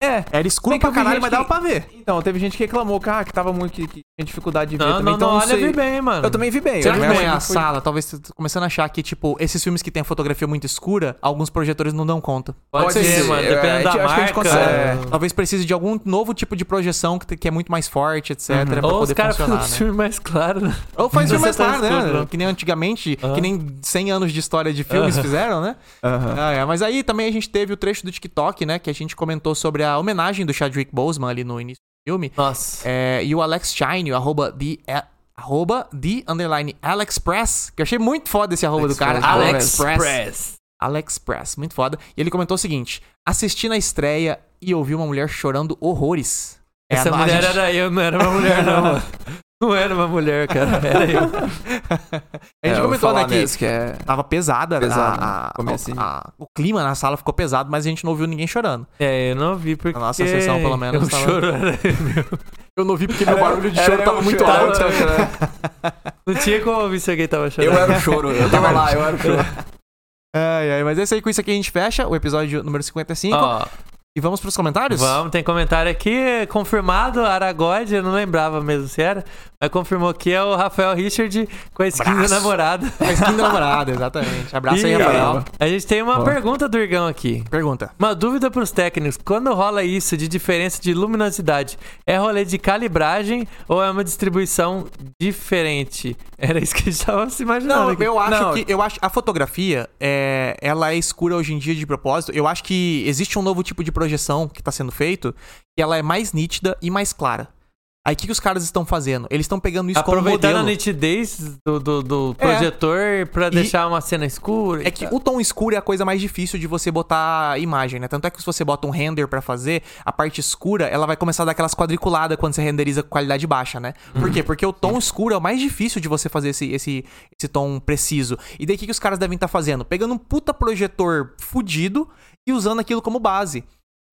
É. Era escuro Bem que pra eu vi caralho, gente mas dava que- pra ver. Então, teve gente que reclamou, cara, que tava muito... Que, que Tem dificuldade de ver Não, também, não, então não, eu não olha, sei. vi bem, mano. Eu também vi bem. Será eu que não também é achei a que foi- sala? Talvez tô começando a achar que, tipo, esses filmes que tem a fotografia muito escura, alguns projetores não dão conta. Pode, Pode ser, ser, mano. é, Dependendo a gente- da acho que a gente marca. É. consegue. Talvez precise de algum novo tipo de projeção que, te- que é muito mais forte, etc. Pra Ou os poder caras funcionar, fazem né? um filme mais claro. né? Ou faz filme Você mais tá tarde, né? escuro, né? Que nem antigamente, Aham. que nem 100 anos de história de filmes fizeram, né? Aham. Ah, é. Mas aí também a gente teve o trecho do TikTok, né? Que a gente comentou sobre a homenagem do Chadwick Boseman ali no início do filme. Nossa. É, e o Alex Shine, o arroba the, é, arroba the underline Alex Press, que eu achei muito foda esse arroba Alex do cara. Press, Alex Press. Press. Alex Press, muito foda. E ele comentou o seguinte: assisti na estreia e ouvi uma mulher chorando horrores. É, Essa a mulher gente- era eu, não era uma mulher, não. mano. Não era uma mulher, cara. Era eu. A gente É, comentou, eu vou né, falar que nisso, que é... tava pesada, Pesado, a- né? a- Comecinho. a- o clima na sala ficou pesado, mas a gente não ouviu ninguém chorando. É, eu não vi porque. Na nossa sessão, pelo menos, Eu tava- choro era meu. Eu não vi porque meu barulho de choro um tava muito chorando. alto. Não tinha como ouvir se alguém tava chorando. Eu era o choro, eu tava lá, eu era o choro. Ai, ai, mas é isso aí, com isso aqui a gente fecha o episódio número 55. Ó, E vamos pros comentários? vamos, tem comentário aqui. Confirmado, Aragod, eu não lembrava mesmo se era, mas confirmou que é o Rafael Richard com a skin da Abraço. namorada. A skin da namorada, exatamente. Abraço aí, E, Rafael. ó, A gente tem uma pergunta do Irgão aqui. Pergunta. Uma dúvida pros técnicos: quando rola isso de diferença de luminosidade, é rolê de calibragem ou é uma distribuição diferente? Era isso que a gente tava se imaginando. Não, aqui. eu acho Não. que eu acho a fotografia é, ela é escura hoje em dia de propósito. Eu acho que existe um novo tipo de projeção que tá sendo feito que ela é mais nítida e mais clara. Aí o que, que os caras estão fazendo? Eles estão pegando isso como Aproveitando a modelo. nitidez do, do- do É. projetor pra deixar uma cena escura. e É que tal. o tom escuro é a coisa mais difícil de você botar imagem, né? Tanto é que se você bota um render pra fazer, a parte escura, ela vai começar a dar aquelas quadriculadas quando você renderiza com qualidade baixa, né? Por Uhum. quê? Porque o tom escuro é o mais difícil de você fazer esse, esse, esse tom preciso. E daí o que, que os caras devem estar fazendo? Pegando um puta projetor fudido e usando aquilo como base.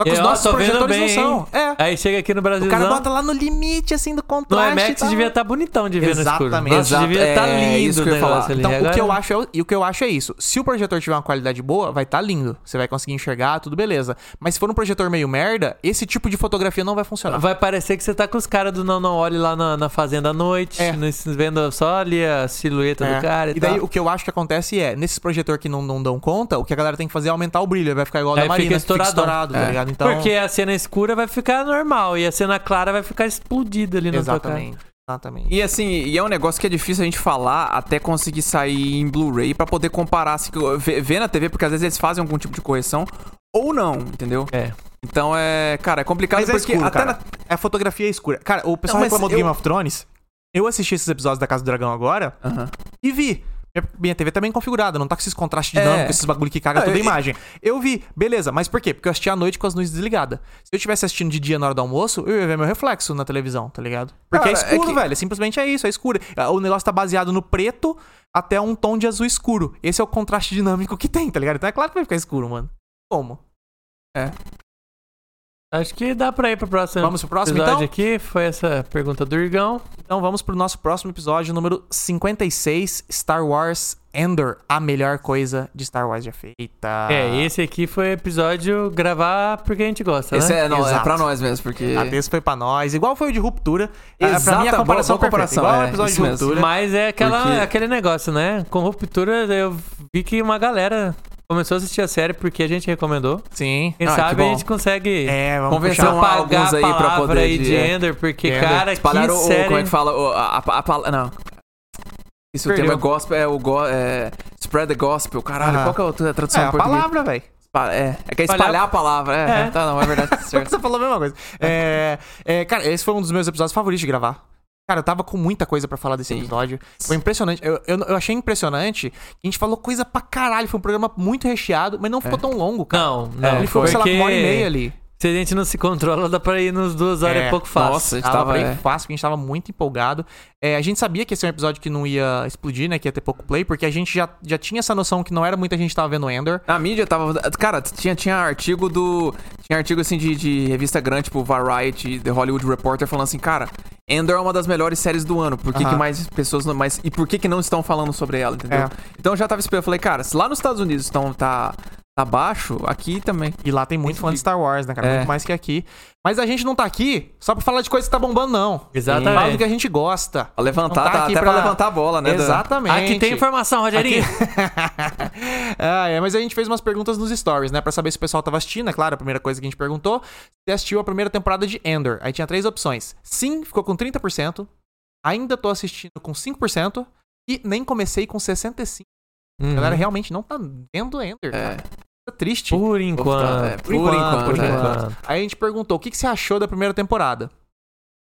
Só que É, os ó, nossos tô vendo projetores não bem, são. É. Aí chega aqui no Brasil. O cara bota lá no limite, assim, do no contraste. e IMAX tal. devia estar bonitão de ver no escuro. Exatamente. Nossa, Exato, devia estar é lindo isso o que eu ia falar. negócio ali. Então, o Agora- que eu acho é, o- e o que eu acho é isso. Se o projetor tiver uma qualidade boa, vai estar lindo. Você vai conseguir enxergar, tudo beleza. Mas se for um projetor meio merda, esse tipo de fotografia não vai funcionar. Vai parecer que você tá com os caras do Não Não Olhe lá na, na fazenda à noite, É. no- vendo só ali a silhueta É. do cara e, e daí tal. o que eu acho que acontece é, nesses projetor que não, não dão conta, o que a galera tem que fazer é aumentar o brilho, vai ficar igual Aí da Marina, que fica fica estouradão. estourado, tá É. ligado? Então, Porque a cena escura vai ficar normal e a cena clara vai ficar explodida ali na exatamente, exatamente. E assim, e é um negócio que é difícil a gente falar até conseguir sair em Blu-ray pra poder comparar, assim, que eu- ver, ver na TV, porque às vezes eles fazem algum tipo de correção ou não, entendeu? tua cara. É. Então é, cara, é complicado Mas é porque escuro, até cara. na É a fotografia escura. Cara, o pessoal Não, mas reclamou do eu- Game of Thrones. Eu assisti esses episódios da Casa do Dragão agora Aham. e vi. Minha- Minha TV tá bem configurada, não tá com esses contrastes dinâmicos, É. esses bagulho que caga Ah, toda a eu- imagem. Eu vi, beleza, mas por quê? Porque eu assisti à noite com as luzes desligadas. Se eu tivesse assistindo de dia na hora do almoço, eu ia ver meu reflexo na televisão, tá ligado? Porque é Cara, é escuro, que- velho. Simplesmente é isso, é escuro. Ah, O negócio tá baseado no preto até um tom de azul escuro. Esse é o contraste dinâmico que tem, tá ligado? Então é claro que vai ficar escuro, mano. Como? É. Acho que dá pra ir pro próximo Vamos pro próximo, episódio então? aqui. Foi essa pergunta do Irgão. Então vamos pro nosso próximo episódio, número 56, Star Wars Endor, a melhor coisa de Star Wars já feita. É, esse aqui foi episódio gravar porque a gente gosta, Esse né? é, não, é Exato. Tá pra nós mesmo, porque. A desse foi pra nós. Igual foi o de Ruptura. É, pra mim, Exata, a comparação, boa- boa perfeita. comparação, Igual o é, episódio isso de mesmo. Ruptura. Mas é aquela, Porque- aquele negócio, né? Com ruptura, eu vi que uma galera começou a assistir a série porque a gente recomendou. Sim. Quem Ah, que sabe a bom. gente consegue É, vamos Convenção puxar. Então, há alguns apagar aí a pra palavra poder aí de de- é. Ender, porque, de Ender. cara, que Espalharam o. série... Como é que fala? O- a, a, a pala- Não. Isso o Perdeu. tema é gospel, é o go, é, Spread the gospel. Caralho, Aham. qual que é a outra tradução É, em a português? palavra, velho. Pa- É, é que é espalhar a palavra. É, É. tá, não, é verdade, certo. Você falou a mesma coisa. É, é, cara, esse foi um dos meus episódios favoritos de gravar. Cara, eu tava com muita coisa pra falar desse Sim. episódio. Foi impressionante. Eu, eu- eu achei impressionante que a gente falou coisa pra caralho. Foi um programa muito recheado, mas não ficou É. tão longo, cara. Não, não. Ele ficou, sei lá, com uma hora e meia ali. Se a gente não se controla, dá pra ir nos duas horas É, e pouco fácil. Ah, nossa, Tava, Tava, bem é. fácil, porque a gente tava muito empolgado. É, a gente sabia que esse é um episódio que não ia explodir, né? Que ia ter pouco play, porque a gente já, já tinha essa noção que não era muita gente que tava vendo Ender. Na mídia tava. Cara, tinha, tinha artigo do. Tinha artigo assim de, de revista grande, tipo Variety, The Hollywood Reporter, falando assim, cara, Endor é uma das melhores séries do ano. Por que, que Aham. mais pessoas não. Mas, e por que, que não estão falando sobre ela, entendeu? É. Então eu já tava esperando. Eu falei, cara, se lá nos Estados Unidos estão, tá, tá baixo, aqui também. E lá tem muito fã de Star Wars, né, cara? É. Muito mais que aqui. Mas a gente não tá aqui só pra falar de coisa que tá bombando, não. Exatamente. Fala do que a gente gosta. Pra levantar, Não tá tá aqui até pra... pra- levantar a bola, né? Dan? Exatamente. Aqui tem informação, Rogerinho. ah, é, mas a gente fez umas perguntas nos stories, né? Pra saber se o pessoal tava assistindo, é claro, a primeira coisa que a gente perguntou. Se assistiu a primeira temporada de Endor. Aí tinha três opções. Sim, ficou com 30%. Ainda tô assistindo com 5%. E nem comecei com 65%. Hum, A Uhum. galera realmente não tá vendo Ender, cara. É, Tá triste. Por enquanto. é, por enquanto, por é. enquanto. Aí a gente perguntou: o que, que você achou da primeira temporada?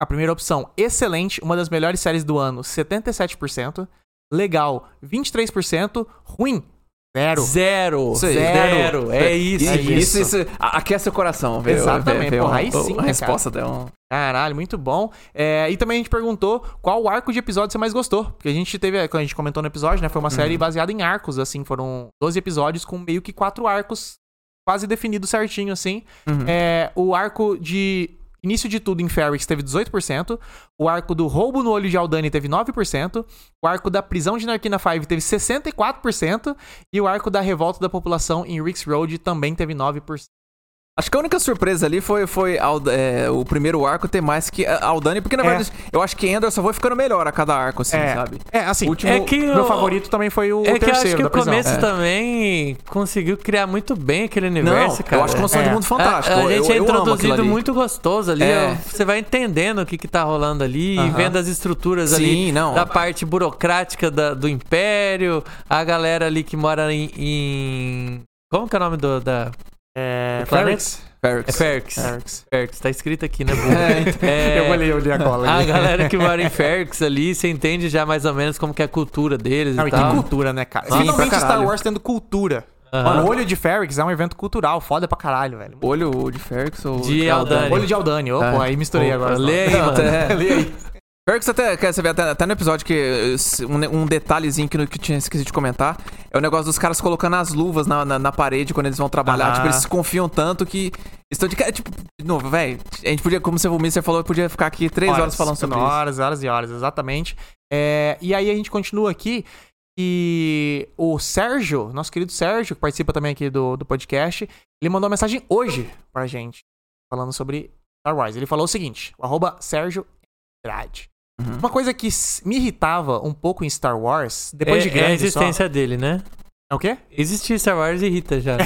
A primeira opção, excelente, uma das melhores séries do ano, 77%. Legal, 23%. Ruim, zero. Zero. Isso aí. Zero. É isso. Isso, é isso, isso, a- aquece o coração, velho. Exatamente, Vê- vê porra, uma- aí sim, né, A cara? resposta deu um. Caralho, muito bom. É, e também a gente perguntou qual arco de episódio você mais gostou. Porque a gente teve, é, quando a gente comentou no episódio, né? Foi uma série baseada em arcos, assim. Foram 12 episódios com meio que quatro arcos quase definidos certinho, assim. É, o arco de início de tudo em Ferrix teve 18%. O arco do roubo no olho de Aldani teve 9%. O arco da prisão de Narquina 5 teve 64%. E o arco da revolta da população em Ricks Road também teve 9%. Acho que a única surpresa ali foi, foi Ald- é, o primeiro arco ter mais que a- Aldani, porque na É. verdade eu acho que Endor só foi ficando melhor a cada arco, assim, sabe? é, assim, Último- é que meu o- favorito também foi o, É o que eu terceiro acho que da o prisão. começo É. também conseguiu criar muito bem aquele universo, cara. eu acho que construção É. de mundo fantástico. A, a gente eu, é eu amo aquilo introduzido ali. muito gostoso ali. É. ó. Você vai entendendo o que, que tá rolando ali, e Aham. vendo as estruturas ali Sim, não. da parte burocrática da- do Império, a galera ali que mora em. em- Como que é o nome do, da. É, O planeta? Ferrix? É Ferrix. Ferx. Ferrix. Ferx, tá escrito aqui, né, Bruno? É, então- É, Eu olhei, eu olhei a cola. A ali. galera que mora em Ferx ali, você entende já mais ou menos como que é a cultura deles Não, e e que tal. cultura, né, cara? Sim, Finalmente pra Star caralho. Wars tendo cultura. Aham. Mano, o Olho de Ferrix é um evento cultural, foda pra caralho, velho. Olho de Ferrix ou. De Aldani. Olho de Aldani, ô, É. pô, aí misturei Pô, agora. lê aí, Não, mano. até- Lê aí. Fergus até, quer saber, até, até no episódio que eh, se- um, ne- um detalhezinho que, no- que eu tinha esquecido de comentar é o negócio dos caras colocando as luvas na, na, na parede quando eles vão trabalhar. Ah. Tipo, eles se confiam tanto que estão de cara. Tipo, de novo, velho. A gente podia, como você o Mister falou, eu podia ficar aqui três horas, falando sobre isso. Horas, horas e horas, exatamente. É, e aí a gente continua aqui e o Sérgio, nosso querido Sérgio, que participa também aqui do, do podcast, ele mandou uma mensagem hoje pra gente, falando sobre Star Wars. Ele falou o seguinte, o arroba Sérgio Andrade. Uhum. Uma coisa que s- me irritava um pouco em Star Wars, depois de é, é a grande só- existência dele, né? É o quê? Existir Star Wars irrita já. Né?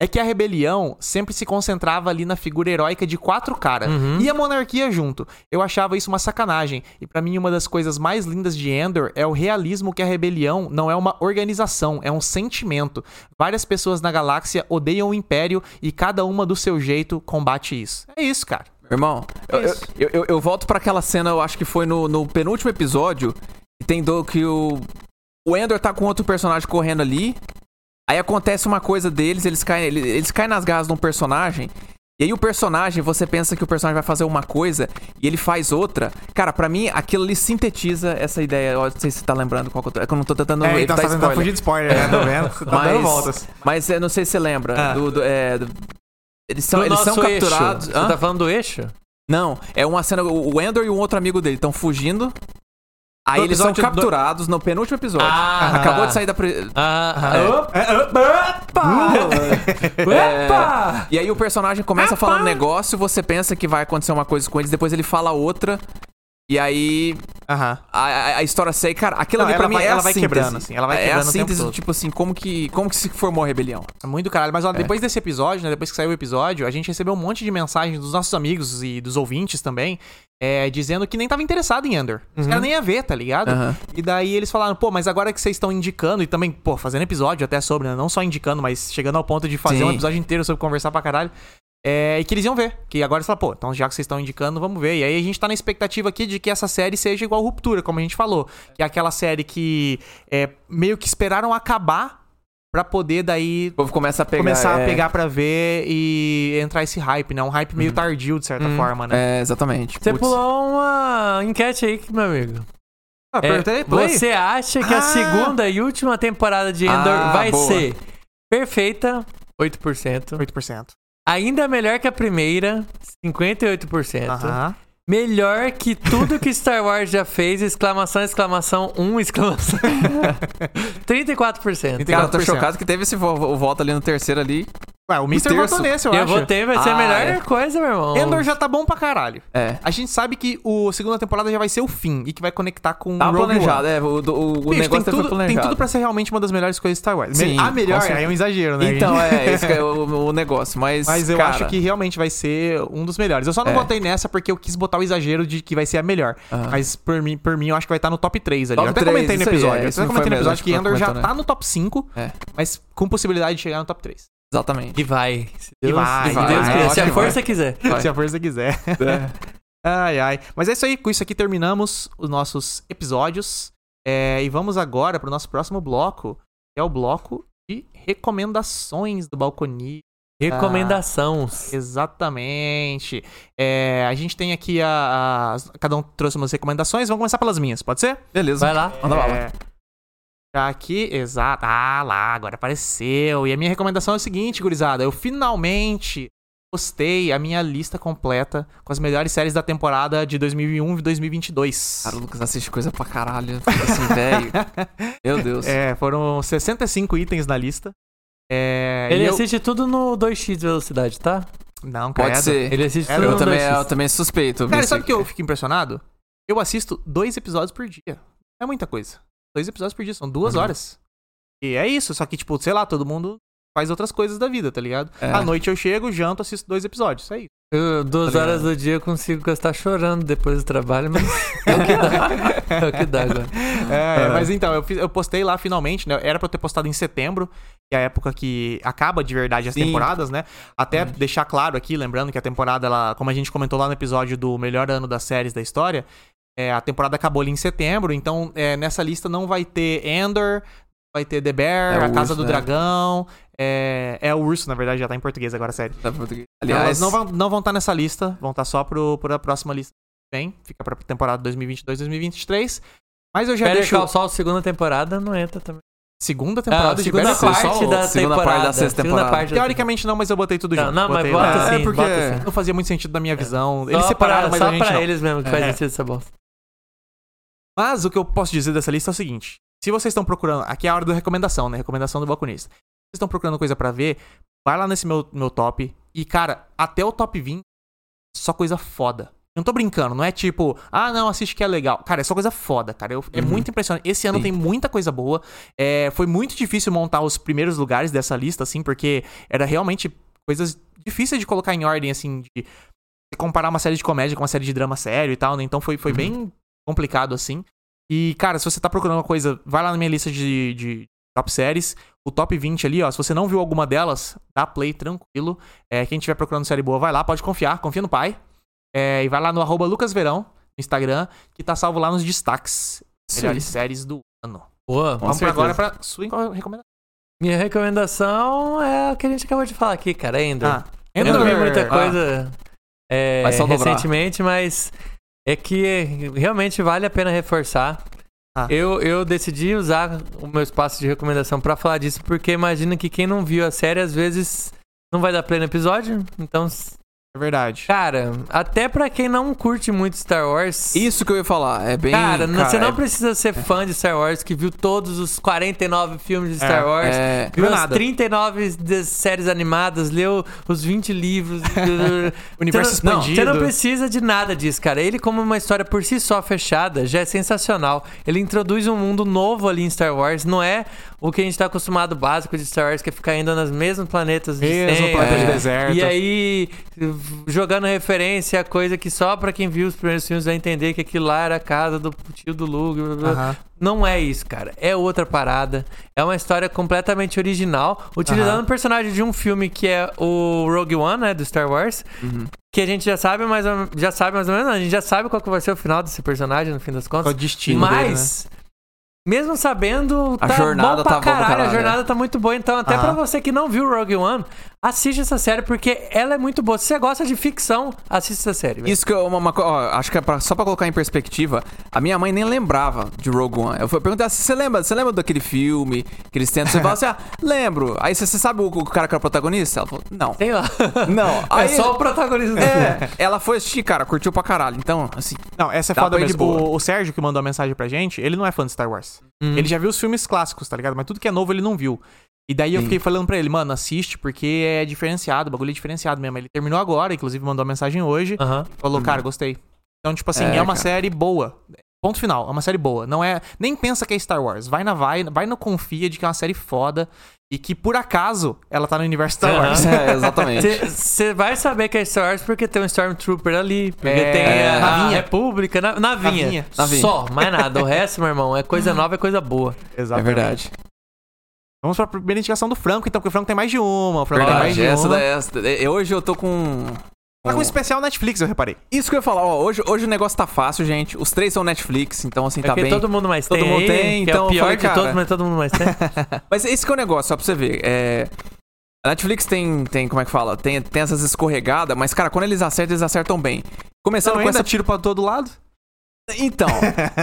é que a rebelião sempre se concentrava ali na figura heróica de quatro caras Uhum. e a monarquia junto. Eu achava isso uma sacanagem e pra mim uma das coisas mais lindas de Endor é o realismo que a rebelião não é uma organização, é um sentimento. Várias pessoas na galáxia odeiam o império e cada uma do seu jeito combate isso. É isso, cara. Meu Irmão, eu, eu, Isso. eu, eu- eu volto pra aquela cena, eu acho que foi no, no penúltimo episódio, que tem do que o. O Endor tá com outro personagem correndo ali. Aí acontece uma coisa deles, eles caem, ele- eles, caem nas garras de um personagem. E aí o personagem, você pensa que o personagem vai fazer uma coisa e ele faz outra. Cara, pra mim, aquilo ali sintetiza essa ideia. Ó, Não sei se você tá lembrando qual que eu tô. é que eu não tô tentando então evitar spoiler. tá de spoiler, né? Tá vendo? Tá Mas, mas é, não sei se você Ah. lembra. do- do- é, do- eles são, Do eles são nosso eixo. capturados. Hã? Você tá falando do eixo? Não, é uma cena. O o Endor e um outro amigo dele estão fugindo. Aí No eles são episódio do- capturados no penúltimo episódio. Ah, Acabou tá. de sair da. Pre... Ah, É. Uhum. é. Opa! E aí o personagem começa a falar um negócio, você pensa que vai acontecer uma coisa com eles, depois ele fala outra. E aí Aham. a, a- a história sai, cara, aquilo Não, ali pra ela mim vai- é ela a vai síntese. quebrando, assim, ela vai É a quebrando o tempo síntese, todo. tipo assim, como que, como que se formou a rebelião. É Muito caralho. Mas ó, depois desse episódio, né? Depois que saiu o episódio, a gente recebeu um monte de mensagens dos nossos amigos e dos ouvintes também, é, dizendo que nem tava interessado em Ender. Os caras nem ia ver, tá ligado? Uhum. Aham. E daí eles falaram, pô, mas agora que vocês estão indicando e também, pô, fazendo episódio até sobre, né? Não só indicando, mas chegando ao ponto de fazer Sim. um episódio inteiro sobre conversar pra caralho. É, e que eles iam ver. Que agora eles falaram, pô, então já que vocês estão indicando, vamos ver. E aí a gente tá na expectativa aqui de que essa série seja igual Ruptura, como a gente falou. Que é aquela série que é, meio que esperaram acabar pra poder daí O povo começa a pegar. começar é, a pegar pra ver e entrar esse hype, né? Um hype meio Uhum. tardio, de certa forma, né? É, exatamente. Você Putz. pulou uma enquete aí, meu amigo. Ah, É, apertei play. Você acha que a Ah! segunda e última temporada de Endor Ah, vai boa. ser perfeita, 8%. 8%. Ainda melhor que a primeira, 58%. Aham. Melhor que tudo que Star Wars já fez, exclamação, exclamação, um, exclamação. 34%. Cara, eu tô 34%. chocado que teve esse vo- vo- voto ali no terceiro ali. Ué, o Mister terço. votou nesse, eu, Eu acho. votei, vai ser a Ah, melhor é. coisa, meu irmão. Endor já tá bom pra caralho. É. A gente sabe que o segunda temporada já vai ser o fim e que vai conectar com Tava Rogue One. planejado, é. O, do- o, o Bicho, negócio tem, foi tudo, planejado. tem tudo pra ser realmente uma das melhores coisas de Star Wars. Sim, a melhor com certeza. aí é um exagero, né? Então, gente? é, esse que é o, o negócio. Mas, Mas eu cara, acho que realmente vai ser um dos melhores. Eu só não É. votei nessa porque eu quis botar o exagero de que vai ser a melhor. Aham. Mas por mim, por mim, eu acho que vai estar no top 3 ali. Top eu até 3, comentei no isso aí, episódio. é, eu isso até não foi comentei no mesmo, episódio acho que que Endor já comentou, né? tá no top 5, É. mas com possibilidade de chegar no top 3. Exatamente. E vai. Se E Deus, vai, se vai, Deus vai, quiser, eu se acho a que força quiser. Vai. Se a força quiser. Ai, ai. Mas é isso aí. Com isso aqui terminamos os nossos episódios. É, e vamos agora pro nosso próximo bloco, que é o bloco de recomendações do Balconi. Recomendações. Exatamente. É, a gente tem aqui a, as- Cada um trouxe umas recomendações. Vamos começar pelas minhas, pode ser? Beleza. Vai lá. Manda bala. É, tá aqui, exato. Ah, lá, agora apareceu. E a minha recomendação é o seguinte, gurizada. Eu finalmente postei a minha lista completa com as melhores séries da temporada de 2001 e 2022. Cara, o Lucas assiste coisa pra caralho. Fica assim, velho. Meu Deus. É, foram 65 itens na lista. É, Ele e eu- assiste tudo no 2x de velocidade, tá? Não, Pode credo. ser. Ele assiste É, tudo Eu no também, 2x. eu também suspeito. Cara, mas- sabe o que eu fico impressionado? Eu assisto dois episódios por dia. É muita coisa. Dois episódios por dia, são duas Uhum. horas. E é isso, só que, tipo, sei lá, todo mundo faz outras coisas da vida, tá ligado? É. À noite eu chego, janto, assisto dois episódios. Isso é isso. Eu, duas Tá ligado. horas do dia eu consigo gastar chorando depois do trabalho, mas é o que dá. É o que dá agora. É, É. mas então, eu, fiz- eu postei lá finalmente, né? Era pra eu ter postado em setembro, que é a época que acaba de verdade as Sim. Uhum. temporadas, né? Até deixar claro aqui, lembrando que a temporada, ela, como a gente comentou lá no episódio do melhor ano das séries da história, é, a temporada acabou ali em setembro, então é, nessa lista não vai ter Endor, vai ter The Bear, É o A Casa urso, do né? Dragão, é, é o Urso, na verdade, já tá em português agora, sério. Dá pra português. Então, Elas Aliás, não vão estar não vão tá nessa lista, vão estar só pro, pra próxima lista que vem, fica pra temporada 2022, 2023. Mas eu já Better deixo Call Saul, segunda temporada, não entra também. segunda Ah, temporada de segunda Better Call Saul. parte da segunda temporada. parte da sexta temporada. Segunda parte da- Teoricamente não, mas eu botei tudo Não, junto. não, mas botei bota lá. É, sim, porque- bota sim. Não fazia muito sentido da minha visão. Eles Eles só separaram, separaram, mas só a gente pra não. eles mesmo que faz É. sentido essa bosta. Mas o que eu posso dizer dessa lista é o seguinte: se vocês estão procurando, aqui é a hora da recomendação, né? Recomendação do balconista. Se vocês estão procurando coisa pra ver, vai lá nesse meu, meu top. E, cara, até o top 20, só coisa foda. Não tô brincando, não é tipo, ah, não, assiste que é legal. Cara, é só coisa foda, cara. Eu- É Uhum. muito impressionante. Esse ano Sim. tem muita coisa boa. É, foi muito difícil montar os primeiros lugares dessa lista, assim, porque era realmente coisas difíceis de colocar em ordem, assim, de comparar uma série de comédia com uma série de drama sério e tal, né? Então foi, foi Uhum. bem complicado, assim. E, cara, se você tá procurando uma coisa, vai lá na minha lista de, de top séries. O top 20 ali, ó. Se você não viu alguma delas, dá play tranquilo. É, quem estiver procurando série boa, vai lá, pode confiar, confia no pai. É, e vai lá no arroba lucasverão, no Instagram, que tá salvo lá nos destaques. Melhores séries do ano. Boa. Vamos pra certeza. agora pra sua enco- recomendação. Minha recomendação é o que a gente acabou de falar aqui, cara, é Ender. Ah, Tá. eu não vi muita Ah, coisa é, Vai só dobrar. recentemente, mas é que realmente vale a pena reforçar. Ah. Eu, eu decidi usar o meu espaço de recomendação pra falar disso, porque imagino que quem não viu a série às vezes não vai dar play no episódio. Então, s- é verdade. cara, até pra quem não curte muito Star Wars, isso que eu ia falar. É bem. cara, n- você não é- precisa ser fã de Star Wars que viu todos os 49 filmes de Star É, Wars. é, Viu Não é as nada. 39 de- séries animadas, leu os 20 livros. Universo Você não- expandido. Não, você não precisa de nada disso, cara. Ele, como uma história por si só fechada, já é sensacional. Ele introduz um mundo novo ali em Star Wars. Não é o que a gente tá acostumado básico de Star Wars, que é ficar indo nos mesmos planetas de Mesmo sempre. planeta de É. deserto. E aí, jogando referência a coisa que só pra quem viu os primeiros filmes vai entender que aquilo lá era a casa do tio do Luke. blá, blá, blá. Aham. Não é isso, cara. É outra parada. É uma história completamente original, utilizando Aham. um personagem de um filme que é o Rogue One, né, do Star Wars, que a gente já sabe, mas já sabe mais ou menos, não, a gente já sabe qual que vai ser o final desse personagem no fim das É o contas. destino dele, né? Mas mesmo sabendo, A tá jornada bom pra tá boa pra caralho, a caralho, jornada tá muito boa, então até Aham. pra você que não viu Rogue One, Assiste essa série porque ela é muito boa. Se você gosta de ficção, assiste essa série. velho. Isso que eu. Uma, uma co- ó, acho que é pra- só pra colocar em perspectiva, a minha mãe nem lembrava de Rogue One. Eu fui perguntar se você lembra, você lembra daquele filme que eles tentam? Você fala assim, ah, lembro. Aí você, você sabe o, o cara que é o protagonista? Ela falou, não. Tem lá. Não, é aí- só o protagonista. É, ela foi assistir, cara, curtiu pra caralho. Então, assim, Não, essa é Dá foda pra ir de mesmo. boa. Uhum. O, o Sérgio que mandou a mensagem pra gente, ele não é fã de Star Wars. Ele já viu os filmes clássicos, tá ligado? Mas tudo que é novo ele não viu. E daí eu Sim. fiquei falando pra ele, mano, assiste porque é diferenciado, o bagulho é diferenciado mesmo. Ele terminou agora, inclusive mandou a mensagem hoje. Aham. Falou, cara, gostei. Então, tipo assim, é, Ah, É, uma cara. série boa. Ponto final, é uma série boa. Não é. Nem pensa que é Star Wars. Vai na vai, vai no confia de que é uma série foda e que por acaso ela tá no universo Star Aham. Wars. é, exatamente. Você vai saber que é Star Wars porque tem um Stormtrooper ali, porque É, tem a, navinha. Ah. a República, na, navinha. Navinha, navinha. Só, mais nada. O resto, meu irmão, é coisa nova, é coisa boa. É Exatamente. verdade. Vamos pra primeira indicação do Franco, então, porque o Franco tem mais de uma. O Franco tem mais Verdade. de Essa, uma. da- essa, é, hoje eu tô com. Tá com com- um especial Netflix, eu reparei. Isso que eu ia falar, ó, hoje, hoje o negócio tá fácil, gente. Os três são Netflix, então assim É tá que bem. todo mundo mais Todo tem. mundo aí, tem, que é então eu o pior falei, de cara- todos, mas todo mundo mais tem. Mas esse que é o negócio, só pra você ver. É... A Netflix tem, tem, como é que fala? Tem, tem essas escorregadas, mas, cara, quando eles acertam, eles acertam bem. Começando Então com ainda essa. tiro pra todo lado? Então.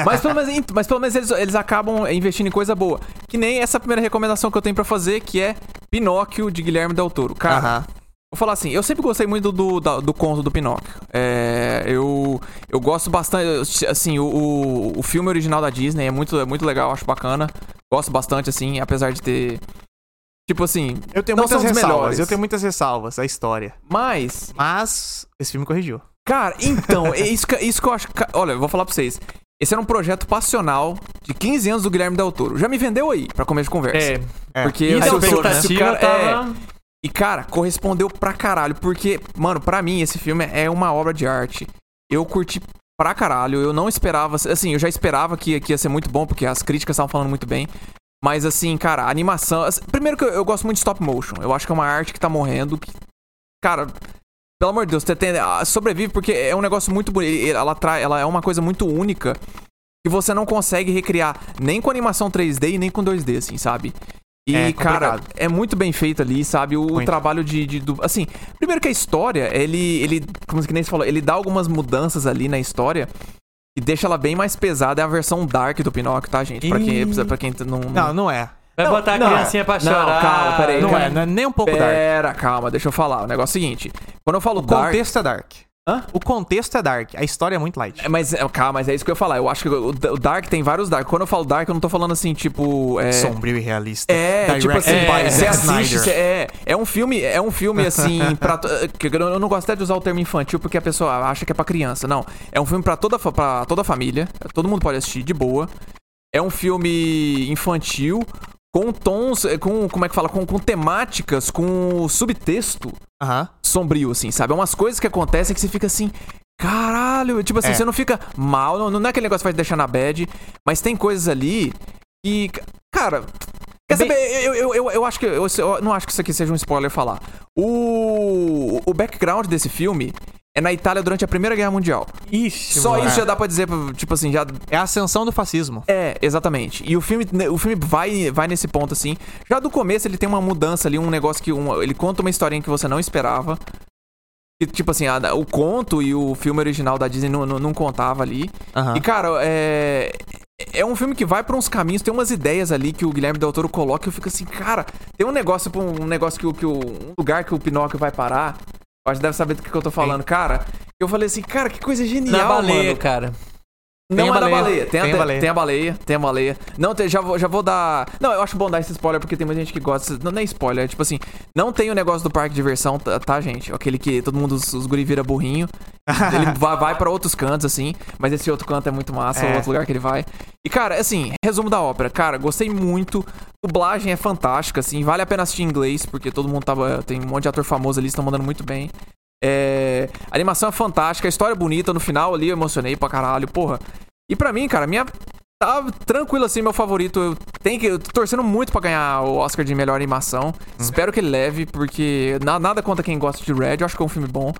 mas pelo menos, ent- mas pelo menos eles, eles acabam investindo em coisa boa. Que nem essa primeira recomendação que eu tenho pra fazer, que é Pinóquio de Guilherme Del Toro. Cara, Aham. Vou falar assim, eu sempre gostei muito do, da- do conto do Pinóquio. É, eu, eu gosto bastante, eu- assim, o, o, o filme original da Disney é muito, é muito legal, acho bacana. Gosto bastante, assim, apesar de ter... Tipo assim, Eu tenho Não muitas são os ressalvas, melhores. eu tenho muitas ressalvas, a história. mas... Mas esse filme corrigiu. Cara, então, é isso que, isso que eu acho... ca- Olha, eu vou falar pra vocês. Esse era um projeto passional de 15 anos do Guilherme Del Toro. Já me vendeu aí, pra começo de conversa. É, É. Porque e a se eu sou- se o expectativa cara- é, tava... E, cara, correspondeu pra caralho, porque, mano, pra mim esse filme é uma obra de arte. Eu curti pra caralho, eu não esperava, assim, eu já esperava que, que ia ser muito bom, porque as críticas estavam falando muito bem. Mas, assim, cara, a animação. assim, primeiro que eu, eu gosto muito de stop motion, eu acho que é uma arte que tá morrendo. que- cara, pelo amor de Deus, você tem- ah, sobrevive porque é um negócio muito bonito, ela, trai, ela é uma coisa muito única. Que você não consegue recriar nem com animação 3D e nem com 2D, assim, sabe? E, É cara, complicado. é muito bem feito ali, sabe? O Muito. trabalho de, de- do- Assim, primeiro que a história, ele. ele como que nem você falou, ele dá algumas mudanças ali na história e deixa ela bem mais pesada. É a versão dark do Pinóquio, tá, gente? Pra quem, Ih. pra quem tá não. Não, não é. Vai Não, botar não, a criancinha pra não, chorar. calma, Hum. peraí, Não cara. é, não é nem um pouco dark. Pera, calma, deixa eu falar. O negócio é o seguinte: quando eu falo O dark. contexto é dark. Hã? O contexto é dark, a história é muito light. É, Mas, é, calma, mas é isso que eu ia falar. Eu acho que o o Dark tem vários Dark. Quando eu falo Dark, eu não tô falando assim, tipo. É, Sombrio e realista. É, Directed tipo assim, by é, você Zack assiste, Snyder. você- é, é um filme, é um filme assim para eu não gosto até de usar o termo infantil porque a pessoa acha que é pra criança. Não, é um filme pra toda para toda a família, todo mundo pode assistir de boa. É um filme infantil com tons, eh, com como é que fala, com, com temáticas, com subtexto Aham. sombrio, assim, sabe? É umas coisas que acontecem que você fica assim. Caralho, tipo assim, É. você não fica mal, não, não é aquele negócio que vai te deixar na bad, mas tem coisas ali que. ca- Cara. Quer bem- saber? Eu, eu, eu, eu acho que. Eu, eu não acho que isso aqui seja um spoiler falar. O. O background desse filme é na Itália durante a Primeira Guerra Mundial. Ixi, Só mano. isso já dá pra dizer, tipo assim, já É a ascensão do fascismo. é, exatamente. E o filme, né, o filme vai, vai nesse ponto, assim. Já do começo ele tem uma mudança ali, um negócio que. um- ele conta uma historinha que você não esperava. E, tipo assim, a- o conto e o filme original da Disney não, não, não contava ali. Aham. E, cara, é. É um filme que vai pra uns caminhos, tem umas ideias ali que o Guilherme Del Toro coloca e eu fico assim, cara, tem um negócio, pra um um negócio que, o- que o. Um lugar que o Pinóquio vai parar. Eu acho que deve saber do que, que eu tô falando, cara. Eu falei assim, cara, que coisa genial, Na baleia, mano. cara. Não Tem a é da baleia. baleia. Tem, Tem a a te- baleia. tem a baleia, tem a baleia. Não, tem- já, vou, já vou dar. Não, eu acho bom dar esse spoiler porque tem muita gente que gosta. Não, não é spoiler, é tipo assim. Não tem o negócio do parque de diversão, tá, tá, gente? Aquele que todo mundo, os, os guri vira burrinho. ele vai, vai pra outros cantos, assim. Mas esse outro canto é muito massa, É. o outro lugar que ele vai. E, cara, assim, resumo da ópera. Cara, gostei muito. Dublagem é fantástica, assim. Vale a pena assistir em inglês porque todo mundo tava. Tem um monte de ator famoso ali, estão mandando muito bem. É, a animação é fantástica, a história é bonita. No final ali eu emocionei pra caralho, porra. E pra mim, cara, minha. Tá tranquilo assim, meu favorito. Eu, tenho que, eu tô torcendo muito pra ganhar o Oscar de melhor animação. Uhum. Espero que ele leve, porque na- nada contra quem gosta de Red. Eu acho que é um filme bom.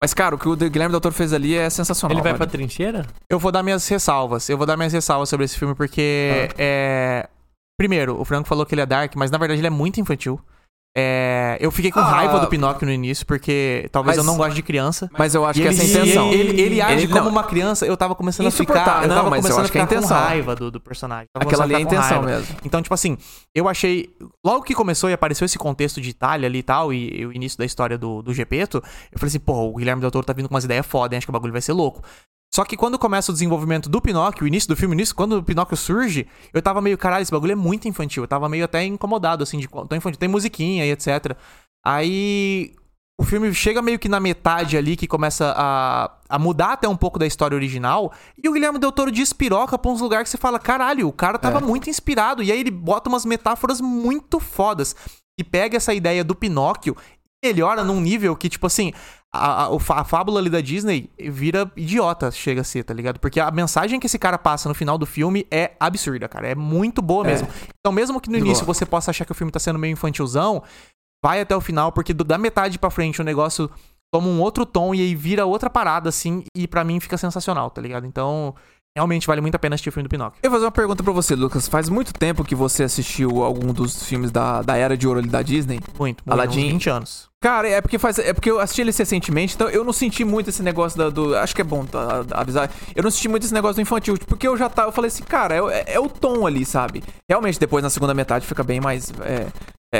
Mas, cara, o que o Guilherme Doutor fez ali é sensacional. Ele vai pra velho. trincheira? Eu vou dar minhas ressalvas. Eu vou dar minhas ressalvas sobre esse filme Ah. porque é. Primeiro, o Franco falou que ele é dark, mas na verdade ele é muito infantil. É, eu fiquei com Ah. raiva do Pinóquio no início, porque talvez Mas- eu não goste de criança. Mas eu acho que essa é a se- intenção. Ele, ele, ele age Ele- como não. uma criança, eu tava começando a Insuportável. ficar. Eu Não, tava mas eu começando acho a que é a ficar com intenção. raiva do, do personagem. Tava Aquela ali é a começando ficar intenção tá com raiva. mesmo. Então, tipo assim, eu achei. Logo que começou e apareceu esse contexto de Itália ali e tal, e, e o início da história do, do Gepeto, eu falei assim, porra, o Guilherme Del Toro tá vindo com umas ideias foda, hein? Acho que o bagulho vai ser louco. Só que quando começa o desenvolvimento do Pinóquio, o início do filme, o início, quando o Pinóquio surge, eu tava meio, caralho, esse bagulho é muito infantil. Eu tava meio até incomodado, assim, de quanto é infantil. Tem musiquinha e etc. Aí o filme chega meio que na metade ali, que começa a, a mudar até um pouco da história original. E o Guilherme Del Toro despiroca pra uns lugares que você fala, caralho, o cara tava muito inspirado. E aí ele bota umas metáforas muito fodas. E pega essa ideia do Pinóquio e melhora num nível que, tipo assim, a, a, o fa- a fábula ali da Disney vira idiota, chega a ser, tá ligado? Porque a mensagem que esse cara passa no final do filme é absurda, cara. É muito boa mesmo. Então, mesmo que no Muito início boa. você possa achar que o filme tá sendo meio infantilzão, vai até o final, porque do- da metade pra frente o negócio toma um outro tom e aí vira outra parada, assim, e pra mim fica sensacional, tá ligado? Então, realmente vale muito a pena assistir o filme do Pinóquio. Eu vou fazer uma pergunta pra você, Lucas. Faz muito tempo que você assistiu algum dos filmes da, da Era de Ouro ali da Disney? Muito, muito. Aladdin. uns 20 anos. Cara, é porque faz. É porque eu assisti eles recentemente, então eu não senti muito esse negócio da- do. Acho que é bom tá, avisar. Eu não senti muito esse negócio do infantil, porque eu já tava. Eu falei assim, cara, é, o- é- é o tom ali, sabe? Realmente, depois na segunda metade fica bem mais. É,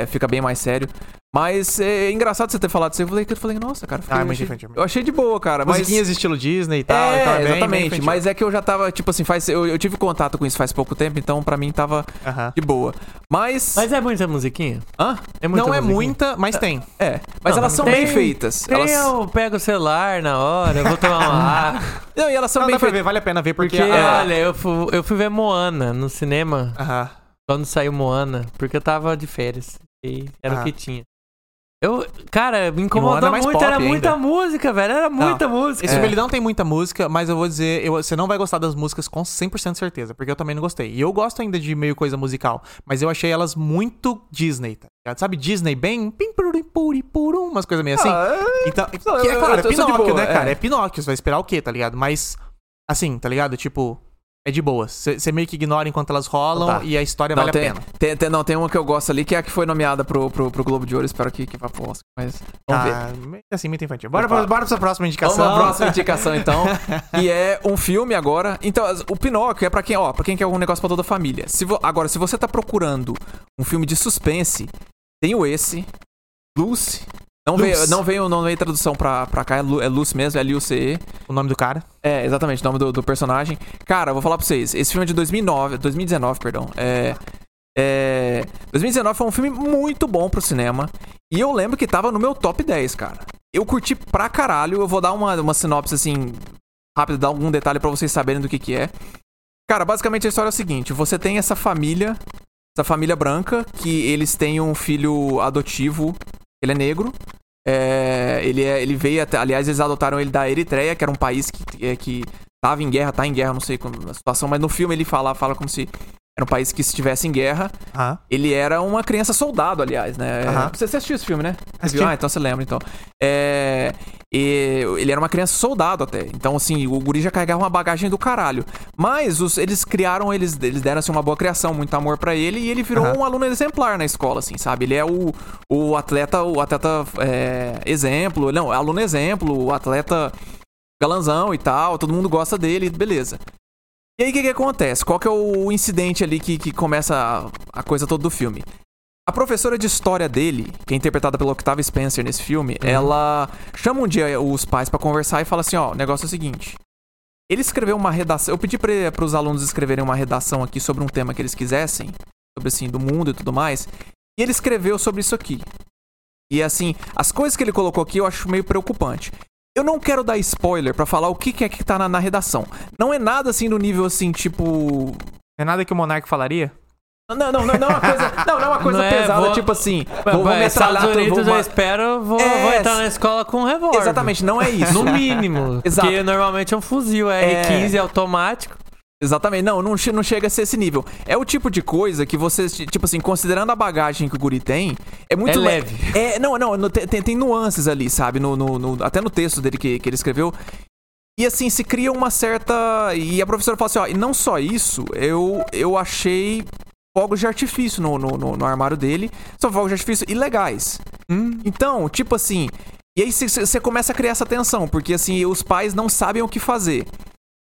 é, fica bem mais sério. Mas é engraçado você ter falado isso. Eu falei, eu falei, nossa, cara, fiquei- Ah, é eu muito achei- infantil. Eu achei de boa, cara. Mas... Musiquinhas estilo Disney e tal. é, então é bem- bem exatamente. infantil. mas é que eu já tava, tipo assim, faz, eu, eu tive contato com isso faz pouco tempo, então pra mim tava Aham. de boa. Mas. Mas é muita musiquinha? Hã? É Não é musiquinha? muita, mas tem. É. Mas Não, elas são tem- bem feitas. Tem, Elas... um- Eu pego o celular na hora, eu vou tomar uma água. Não, e elas são Não, bem dá pra feitas. ver, vale a pena ver, porque... Porque, a- é- olha, eu fui, eu fui ver Moana no cinema Aham. quando saiu Moana, porque eu tava de férias. E era Ah. o que tinha. Eu, cara, me incomodou é mais muito, pop era muita ainda. música, velho. Era muita música. É. Esse filme ele não tem muita música, mas eu vou dizer, eu- você não vai gostar das músicas com 100% de certeza, porque eu também não gostei. E eu gosto ainda de meio coisa musical, mas eu achei elas muito Disney, tá ligado? Sabe Disney bem? Pim, pururim, puri, purum, umas coisas meio assim. Então, Ah, não, que é eu- claro, é eu- eu sou de Pinóquio, boa, né, cara? é. É. Pinóquio, você vai esperar o quê, tá ligado? Mas, assim, tá ligado? Tipo, é de boa. Você você meio que ignora enquanto elas rolam Tá. e a história Não, vale tem, a pena. tem- tem- não, tem uma que eu gosto ali, que é a que foi nomeada pro, pro, pro Globo de Ouro. Espero que, que vá pro Oscar, mas vamos ver. Ah, meio assim, muito infantil. Bora, pra, bora pra sua próxima indicação. Vamos pra próxima indicação, então. e é um filme agora. Então, as- o Pinóquio é pra quem, ó, pra quem quer um negócio pra toda a família. Se vo- agora, se você tá procurando um filme de suspense, tem o esse, Lucy. Não Lucy. veio, não veio, não veio tradução pra, pra cá, é Lu- é Lucy mesmo, é L-U-C-E. O nome do cara. É, exatamente, o nome do, do personagem. Cara, eu vou falar pra vocês. Esse filme é de 2009, 2019, perdão. É, é, 2019 foi um filme muito bom pro cinema. E eu lembro que tava no meu top 10, cara. Eu curti pra caralho. Eu vou dar uma, uma sinopse, assim, rápida, dar algum detalhe pra vocês saberem do que que é. Cara, basicamente a história é o seguinte. Você tem essa família, essa família branca, que eles têm um filho adotivo. Ele é negro. É, ele, é- ele veio até. Aliás, eles adotaram ele da Eritreia, que era um país que, é, que tava em guerra, tá em guerra, não sei como a situação, mas no filme ele fala, fala como se era um país que estivesse em guerra. Aham. Ele era uma criança soldado, aliás, né? Aham. Você, você assistiu esse filme, né? Você Assisti. viu? Ah, então você lembra, então. É, e ele era uma criança soldado até. Então, assim, o guri já carregava uma bagagem do caralho. Mas os- eles criaram, eles, eles deram assim, uma boa criação, muito amor pra ele, e ele virou Aham. um aluno exemplar na escola, assim, sabe? Ele é o, o atleta, o atleta é, exemplo, não, aluno exemplo, o atleta galanzão e tal, todo mundo gosta dele, beleza. E aí o que, que acontece? Qual que é o incidente ali que, que começa a, a coisa toda do filme? A professora de história dele, que é interpretada pela Octavia Spencer nesse filme, ela chama um dia os pais pra conversar e fala assim, ó, o negócio é o seguinte. Ele escreveu uma redação. Eu pedi para os alunos escreverem uma redação aqui sobre um tema que eles quisessem, sobre assim, do mundo e tudo mais. E ele escreveu sobre isso aqui. E assim, as coisas que ele colocou aqui eu acho meio preocupante. Eu não quero dar spoiler pra falar o que, que é que tá na, na redação. Não é nada assim do nível assim, tipo. Não é nada que o Monark falaria? Não, não, não, não é uma coisa, não, não é uma coisa Não é, pesada, vou- tipo assim. Vai, vou, vou vai, metralhar Estados todo- Unidos vou eu ma- espero, vou, É, vou entrar na escola com um revólver. Exatamente, não é isso. No mínimo. Exato. Porque normalmente é um fuzil, é É. R15 automático. Exatamente, não, não, che- não chega a ser esse nível. É o tipo de coisa que você, tipo assim, considerando a bagagem que o guri tem, é muito É le- leve. É, não, não, no- tem, tem nuances ali, sabe? No, no- no- até no texto dele que, que ele escreveu. E assim, se cria uma certa. E a professora fala assim: ó, e não só isso, eu, eu achei fogos de artifício no, no, no- no armário dele. São fogos de artifício ilegais. Então, tipo assim. E aí você começa a criar essa tensão, porque assim, os pais não sabem o que fazer.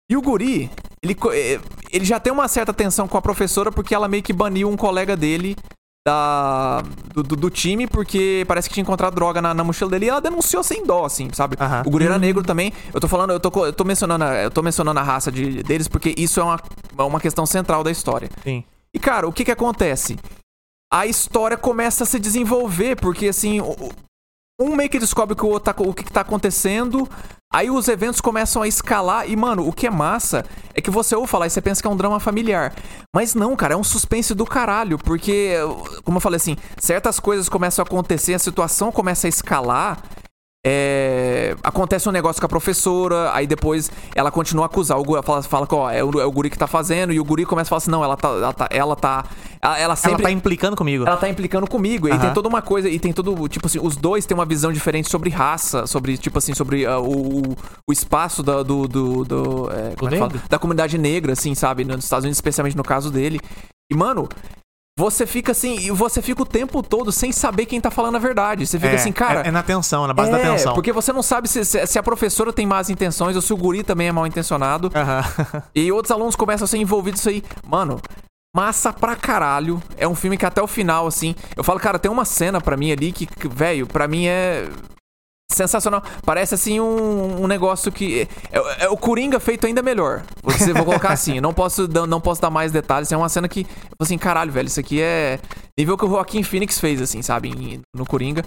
E o guri, ele, co- eh, ele já tem uma certa tensão com a professora, porque ela meio que baniu um colega dele da, do, do- do time, porque parece que tinha encontrado droga na, na mochila dele e ela denunciou sem dó, assim, sabe? Aham. O guri era negro também. Eu tô falando, eu tô, co- eu tô mencionando, a- eu tô mencionando a raça de- deles, porque isso é uma, é uma questão central da história. Sim. E, cara, o que que acontece? A história começa a se desenvolver, porque, assim, o- o- um meio que descobre que o, outro tá co- o que, que tá acontecendo, aí os eventos começam a escalar, e, mano, o que é massa é que você ouve falar e você pensa que é um drama familiar. Mas não, cara, é um suspense do caralho, porque, como eu falei assim, certas coisas começam a acontecer, a situação começa a escalar, é, acontece um negócio com a professora, aí depois ela continua a acusar o guri, fala, fala que ó, é o, é o guri que tá fazendo, e o guri começa a falar assim, não, ela tá, ela tá, ela tá, ela, ela Ela tá sempre, implicando comigo. ela tá implicando comigo, e Aham. tem toda uma coisa, e tem todo, tipo assim, os dois têm uma visão diferente sobre raça, sobre, tipo assim, sobre ah, o, o- o espaço da, do, do, do, é, como é que fala? negro? da comunidade negra, assim, sabe, nos Estados Unidos, especialmente no caso dele, e mano... Você fica assim, e você fica o tempo todo sem saber quem tá falando a verdade. Você fica assim, cara. É, é na tensão, na base da É, tensão. Porque você não sabe se, se- se a professora tem más intenções ou se o guri também é mal intencionado. Aham. E outros alunos começam a ser envolvidos nisso aí. Mano, massa pra caralho. É um filme que até o final, assim. Eu falo, cara, tem uma cena pra mim ali que, que, velho, pra mim é. Sensacional. Parece assim um, um negócio que. É, é o Coringa feito ainda melhor. Você vou colocar assim. Não posso, dar- não posso dar mais detalhes. É uma cena que. eu falo Assim, caralho, velho, isso aqui é. Nível que o Joaquim Phoenix fez, assim, sabe? em- No Coringa.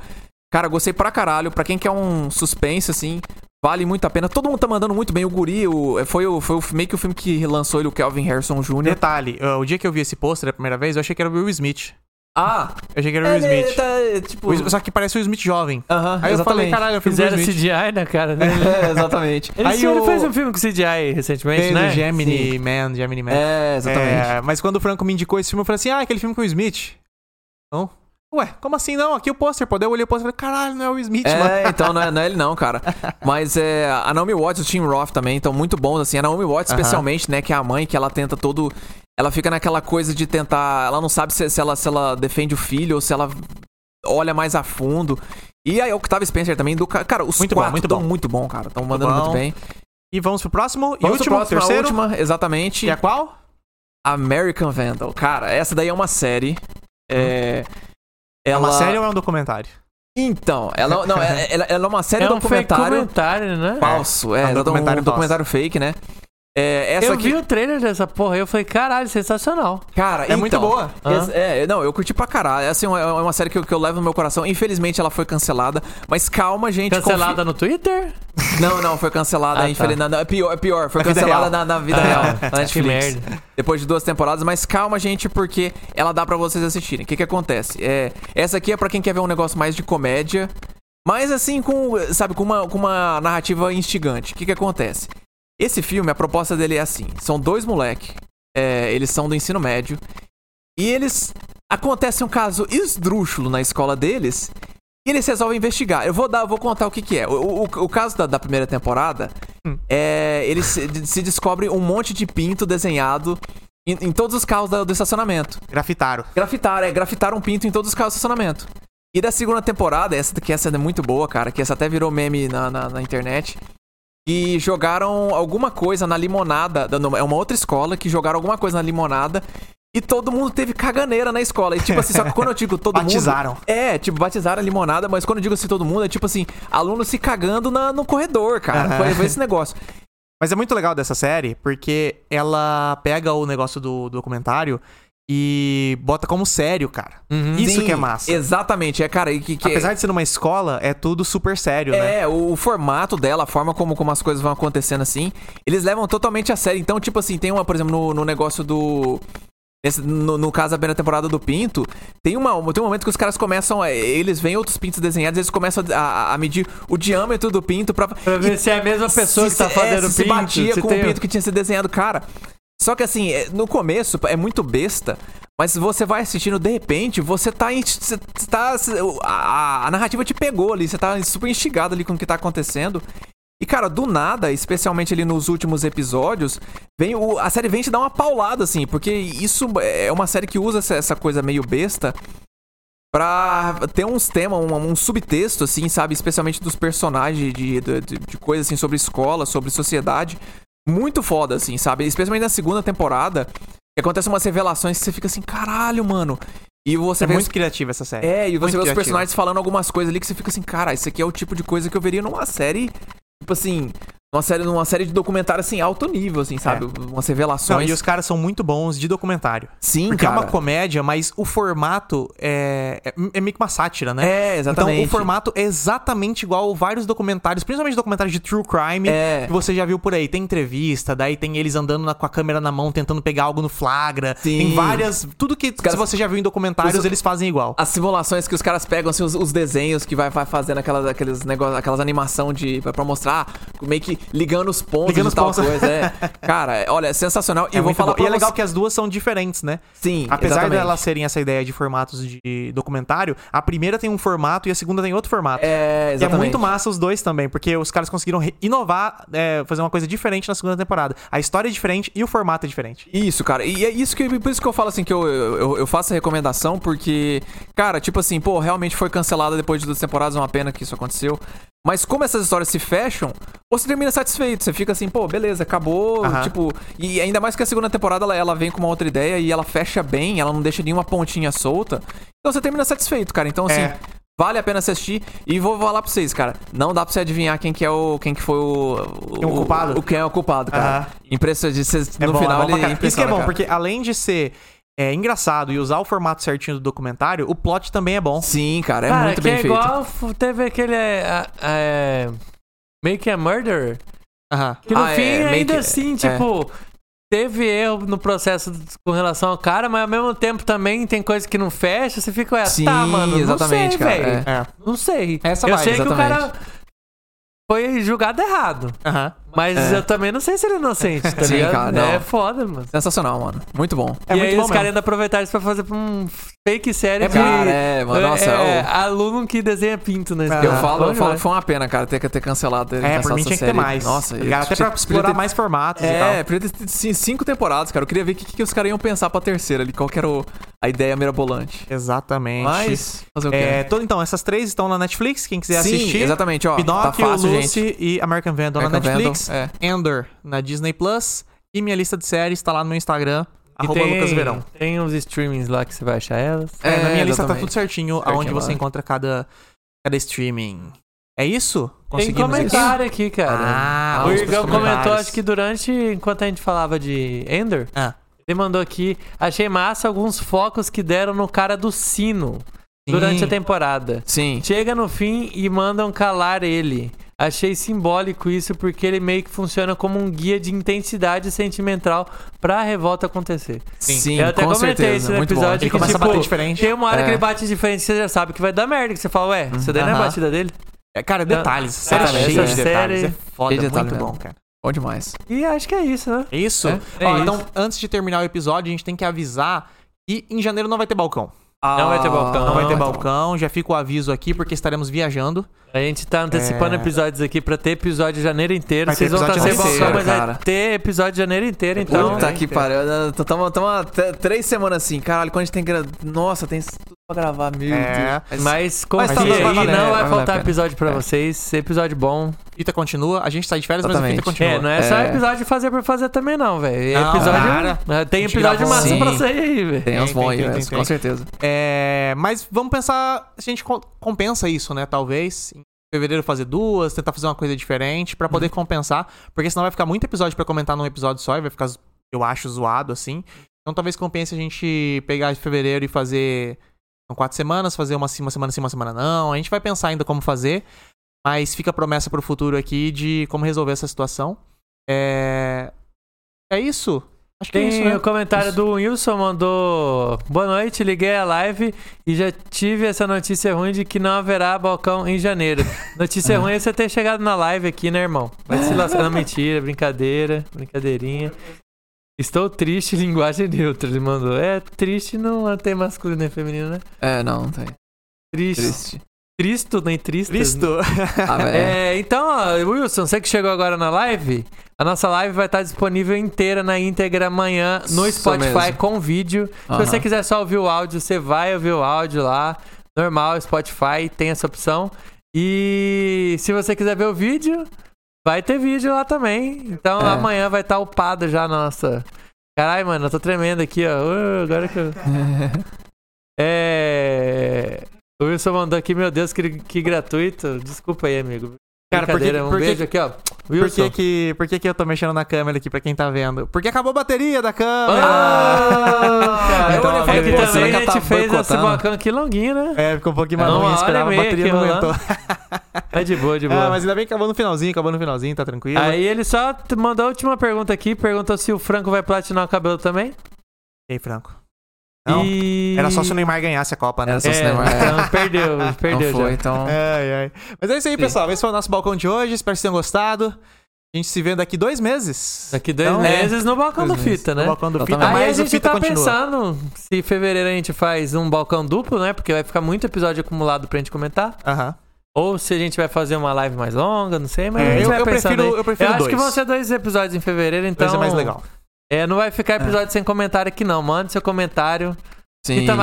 Cara, gostei pra caralho. Pra quem quer um suspense, assim, vale muito a pena. Todo mundo tá mandando muito bem. O Guri, o- é, foi, o, foi o, meio que o filme que lançou ele, o Kelvin Harrison Jr. Um Detalhe, eu- o dia que eu vi esse pôster a primeira vez, eu achei que era o Will Smith. Ah! Eu achei que era o Will Smith. tá, tipo... O Will- Só que parece o Will Smith jovem. Aham, Aí eu falei, exatamente. caralho, eu fiz o Will Fizeram Smith. CGI na cara dele. É, exatamente. Ele, Aí sim, ele o- fez um filme com CGI recentemente, Tem né? do Gemini Man, Gemini Man. É, exatamente. É, mas quando o Franco me indicou esse filme, eu falei assim: ah, aquele filme com o Smith. Não? Ué, como assim não? Aqui o pôster, pô. Daí eu olhei o pôster e falei: caralho, não é o Will Smith, mano. É, então não é, não é ele não, cara. Mas é, a Naomi Watts e o Tim Roth também estão muito bons, assim. A Naomi Watts, Aham. especialmente, né, que é a mãe, que ela tenta todo... Ela fica naquela coisa de tentar... Ela não sabe se, se ela, se ela defende o filho ou se ela olha mais a fundo. E aí, o Octavio Spencer também, do ca- cara, os Muito bom, quatro muito tão bom. muito bom, cara. Estão mandando bom. muito bem. E vamos pro próximo. e Vamos pro último, próximo, a terceiro. última, exatamente. Que é qual? American Vandal. Cara, essa daí é uma série. É. É Ela... uma série ou é um documentário? Então, ela, não, ela, ela- ela é uma série É um documentário fake comentário, né? falso. É, É um ela é um documentário, documentário fake, né? É, essa Eu aqui. vi o trailer dessa porra e eu falei, caralho, sensacional. Cara, É muito boa. Essa- É, não, eu curti pra caralho. É, assim, é uma série que eu, que eu levo no meu coração. Infelizmente ela foi cancelada. Mas calma, gente. Cancelada no Twitter? confi- Não, não, foi cancelada, Ah, tá. infelizmente. É pior, é pior, foi Na vida cancelada real. na, na vida Ah, real. que tá Na Netflix. merda. depois de duas temporadas, mas calma, gente, porque ela dá pra vocês assistirem. O que que acontece? É, essa aqui é pra quem quer ver um negócio mais de comédia, mas assim com, sabe, com uma, com uma narrativa instigante. O que que acontece? Esse filme, a proposta dele é assim: são dois moleque, é, eles são do ensino médio e eles acontece um caso esdrúxulo na escola deles e eles resolvem investigar. Eu vou dar, eu vou contar o que que é. O, o- o caso da, da primeira temporada é eles se, se descobrem um monte de pinto desenhado em, em todos os carros da- do estacionamento. Grafitaro. Grafitaram, é, grafitaram um pinto em todos os carros do estacionamento. E da segunda temporada, essa que essa é muito boa, cara, que essa até virou meme na, na, na internet. E jogaram alguma coisa na limonada. da- não, É uma outra escola que jogaram alguma coisa na limonada. E todo mundo teve caganeira na escola. E tipo assim, só que quando eu digo todo Batizaram. mundo. É, tipo, batizaram a limonada, mas quando eu digo assim todo mundo, é tipo assim, aluno se cagando na- no corredor, cara. Aham. Foi, foi esse negócio. Mas é muito legal dessa série porque ela pega o negócio do do documentário e bota como sério, cara. Isso Uhum. Sim, que é massa. Exatamente, é, cara, e que, que Apesar de ser numa escola, é tudo super sério, né? É, o, o formato dela, a forma como, como as coisas vão acontecendo assim, eles levam totalmente a sério. Então, tipo assim, tem uma, por exemplo, no, no negócio do. nesse- no, no caso da primeira temporada do Pinto, tem, uma, tem um momento que os caras começam. a- Eles veem outros pintos desenhados, eles começam a, a- a medir o diâmetro do pinto pra. Pra ver se é a mesma pessoa que tá fazendo é, o se pinto. batia se com tem- o pinto que tinha sido desenhado, cara. Só que assim, é, no começo é muito besta, mas você vai assistindo, de repente, você tá. em- Você tá a, a- a narrativa te pegou ali, você tá super instigado ali com o que tá acontecendo. E, cara, do nada, especialmente ali nos últimos episódios, vem o- a série vem te dar uma paulada, assim, porque isso é uma série que usa essa, essa coisa meio besta pra ter uns temas, um, um subtexto, assim, sabe? Especialmente dos personagens, de, de, de- de coisas, assim, sobre escola, sobre sociedade. Muito foda, assim, sabe? Especialmente na segunda temporada, que acontece umas revelações que você fica assim, caralho, mano. E você É vê os muito criativa essa série. é, e você Muito vê os criativa. personagens falando algumas coisas ali que você fica assim, cara, isso aqui é o tipo de coisa que eu veria numa série, tipo assim, numa série, numa série de documentário assim, alto nível, assim, sabe? Umas É. Não, revelações. e os caras são muito bons de documentário. Sim, Porque é cara. uma comédia, mas o formato é, é, é meio que uma sátira, né? É, exatamente. Então o formato é exatamente igual vários documentários, principalmente documentários de true crime, É. que você já viu por aí. Tem entrevista, daí tem eles andando na- com a câmera na mão, tentando pegar algo no flagra. Sim. Tem várias. Tudo que caras- Ah, se você já viu em documentários, Os- eles fazem igual. As simulações que os caras pegam, assim, os, os desenhos que vai, vai fazendo aquelas, aqueles negócios, aquelas animação de. pra pra mostrar, meio que ligando os pontos Ligando de os tal pontos. coisa. É. Cara, é- olha, é sensacional. É e vou muito falar bom. pra E é legal você- que as duas são diferentes, né? Sim, Apesar exatamente. delas serem essa ideia de formatos de documentário, a primeira tem um formato e a segunda tem outro formato. É, E é exatamente. muito massa os dois também, porque os caras conseguiram re- inovar, é, fazer uma coisa diferente na segunda temporada. A história é diferente e o formato é diferente. Isso, cara. E é isso que por isso que eu falo assim que eu, eu, eu faço a recomendação, porque, cara, tipo assim, pô, realmente foi cancelada depois de duas temporadas, é uma pena que isso aconteceu. Mas como essas histórias se fecham, você termina satisfeito, você fica assim, pô, beleza, acabou, Aham. tipo, e ainda mais que a segunda temporada ela, ela vem com uma outra ideia e ela fecha bem, ela não deixa nenhuma pontinha solta. Então você termina satisfeito, cara. Então assim, É. vale a pena assistir e vou falar pra vocês, cara, não dá pra você adivinhar quem que é o quem que foi o Quem é o culpado? O, quem é o culpado, cara. Aham. Impressionante, vocês É no bom, é final bom pra ele caralho. Isso que é impressiona, bom, cara. porque além de ser é, engraçado e usar o formato certinho do documentário, o plot também é bom. Sim, cara, é Cara, muito que bem é feito. igual f- teve aquele. É, a- é, Make a Murderer. Aham. Que no Ah, é, fim, Make- ainda assim, tipo. Teve erro no processo com relação ao cara, mas ao mesmo tempo também tem coisa que não fecha, você fica, ué, Sim, tá, mano, exatamente, exatamente, não cara, sei, velho. é. É. Não sei. Essa eu vibe, sei que o exatamente. cara foi julgado errado, Aham. mas É. eu também não sei se ele é inocente, tá Sim, ligado? cara, não. É foda, mano. Sensacional, mano. Muito bom. É muito e aí bom os mesmo. caras ainda aproveitaram isso pra fazer um fake série de... Cara, é, mano, nossa, é, ô. aluno que desenha pinto, né? É. Eu Ah, falo, eu bom falo demais. que foi uma pena, cara, ter, ter cancelado ter É, cancelado por mim essa tinha que ter série. mais. Nossa, tá eu ligado? Até tinha- pra explorar podia ter- mais formatos e tal. É, podia ter cin- cinco temporadas, cara. Eu queria ver o que, que os caras iam pensar pra terceira ali. Qual que era o- a ideia mirabolante. Exatamente. Mas, fazer o quê? É, todo- então, essas três estão na Netflix, quem quiser Sim, assistir. exatamente, ó. tá Pinóquio, fácil, gente. Lucy e American Vandal na American Netflix. Vandal, é. Ender na Disney Plus. E minha lista de séries tá lá no meu Instagram, E arroba Lucas Verão. Tem uns streamings lá que você vai achar elas. É, na minha lista tá exatamente. tudo certinho, Certinho aonde você lá. encontra cada, cada streaming. É isso? Tem isso? comentário aqui, cara. Ah, o os Igão comentários. comentou, acho que durante, enquanto a gente falava de Ender, Ah. ele mandou aqui, achei massa alguns focos que deram no cara do sino durante Sim. a temporada. Sim. Chega no fim e mandam calar ele. Achei simbólico isso porque ele meio que funciona como um guia de intensidade sentimental pra revolta acontecer. Sim, Eu até com comentei certeza. isso no muito bom. episódio Ele que, começa tipo, a bater diferente. Tem uma hora É. que ele bate de frente, você já sabe que vai dar merda, que você fala, ué, você daí não é a Aham. batida dele. É, Cara, detalhes. Cara, Série cheia essa de detalhes. É série- foda, cheia de detalhe muito mesmo. bom, cara. Bom demais. E acho que é isso, né? É Isso? É, é Ó, isso. Então, antes de terminar o episódio, a gente tem que avisar que em janeiro não vai ter balcão. Não vai ter balcão. Ah, Não vai ter tá bom. balcão, já fica o aviso aqui, porque estaremos viajando. A gente tá antecipando É. episódios aqui pra ter episódio janeiro inteiro. Vai ter Vocês vão estar episódio sem janeiro balcão, mas inteiro, vai cara. ter episódio janeiro inteiro, então. Puta que pariu. né? Tô- Tamo tamo há t- três semanas assim. Caralho, quando a gente tem. gra- Nossa, tem isso tudo pra gravar, meu É. Mas Deus. Mas confia tá bom, aí, vai valer, não vai valer vai a faltar pena. episódio pra É. vocês. Episódio bom. Fita continua, a gente sai de férias, mas a Exatamente. fita continua. É, não é só É. episódio fazer por fazer também, não, velho. É Não, episódio. cara. Tem A gente episódio gravou. massa Sim. pra sair aí, velho. Tem uns Tem, bons tem, aí, tem, né? tem, com tem. certeza. É, mas vamos pensar se a gente co- compensa isso, né? Talvez. Em fevereiro fazer duas, tentar fazer uma coisa diferente pra poder compensar. Porque senão vai ficar muito episódio pra comentar num episódio só e vai ficar, zo- eu acho, zoado assim. Então talvez compense a gente pegar de fevereiro e fazer. São quatro semanas, fazer uma, se- uma semana sim, uma semana não. A gente vai pensar ainda como fazer. Mas fica a promessa pro futuro aqui de como resolver essa situação. É. É isso? Acho que é isso, Tem né? o comentário do Wilson, mandou boa noite, liguei a live e já tive essa notícia ruim de que não haverá balcão em janeiro. Notícia ruim é você ter chegado na live aqui, né, irmão? Vai se lascar, Não, mentira, brincadeira, brincadeirinha. Estou triste, linguagem neutra, ele mandou. É, triste não tem masculino nem feminino, né? É, não, não tem. Triste. Triste. Tristo, nem triste. Visto. Ah, velho. É, então, ó, Wilson, você que chegou agora na live, a nossa live vai estar disponível inteira na íntegra amanhã no Isso Spotify mesmo. com vídeo. Aham. Se você quiser só ouvir o áudio, você vai ouvir o áudio lá. Normal, Spotify tem essa opção. E se você quiser ver o vídeo, vai ter vídeo lá também. Então É. amanhã vai estar upado já a nossa. Caralho, mano, eu tô tremendo aqui, ó. Uh, agora que eu. É. O Wilson mandou aqui, meu Deus, que, que gratuito. Desculpa aí, amigo. Cara, por que- Brincadeira, um por que- beijo aqui, ó. Por que Wilson. que, por que que eu tô mexendo na câmera aqui pra quem tá vendo? Porque acabou a bateria da câmera! Ah! Cara, eu então, olhei e falei, amigo, "Pô, será também que a gente tá fez esse boicotando?" balcão aqui longuinho, né? É, ficou um pouquinho É, mais uma longe, hora e esperava a meia bateria aqui não rolando. aguentou. É de boa, de boa. Ah, mas ainda bem que acabou no finalzinho, acabou no finalzinho, tá tranquilo. Aí ele só t- mandou a última pergunta aqui, perguntou se o Franco vai platinar o cabelo também. E aí, Franco? Não, E- Era só se o Neymar ganhasse a Copa, né? Era só É, se lembrar. então perdeu, perdeu Não foi, já. então. Ai, ai. Mas é isso aí, Sim. pessoal. Esse foi o nosso balcão de hoje. Espero que vocês tenham gostado. A gente se vê daqui dois meses. Daqui dois Então, meses no balcão dois do Fita, No né? balcão do Fita, Exatamente. Aí a mas o gente Fita tá continua. pensando se em fevereiro a gente faz um balcão duplo, né? Porque vai ficar muito episódio acumulado pra gente comentar. Aham. Ou se a gente vai fazer uma live mais longa, não sei, mas É, a gente eu- vai eu pensando prefiro- aí. eu prefiro acho que dois. vão ser dois episódios em fevereiro, então... Então... é mais legal. É, não vai ficar episódio sem comentário aqui não. Mande seu comentário. Sim. Uhum.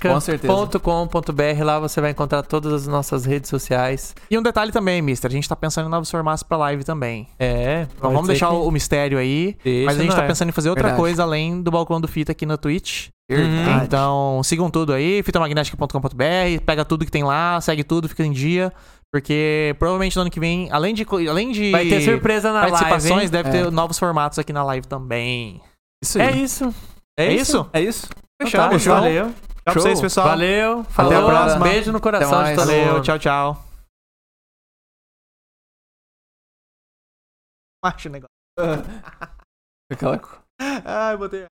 Com certeza. fitamagnética.com.br Lá você vai encontrar todas as nossas redes sociais. E um detalhe também, Mister. A gente tá pensando em novos formatos pra live também. É. Então vamos deixar o mistério aí. Mas a gente tá pensando em fazer outra Verdade. coisa além do balcão do Fita aqui na Twitch. Verdade. Então sigam tudo aí, fitamagnética.com.br, pega tudo que tem lá, segue tudo, fica em dia. Porque provavelmente no ano que vem, além de. co- Além de Vai ter surpresa na live, participações, hein? deve ter É. novos formatos aqui na live também. Isso É aí. isso. É isso? É isso? Fechamos, então. Então tá, Valeu. Tchau pra Show. vocês, pessoal. Valeu. Falou. a próxima. Beijo no coração Até de mais. todo Valeu, mundo. tchau, tchau. Macho o negócio. Aquela co- Ai, botei.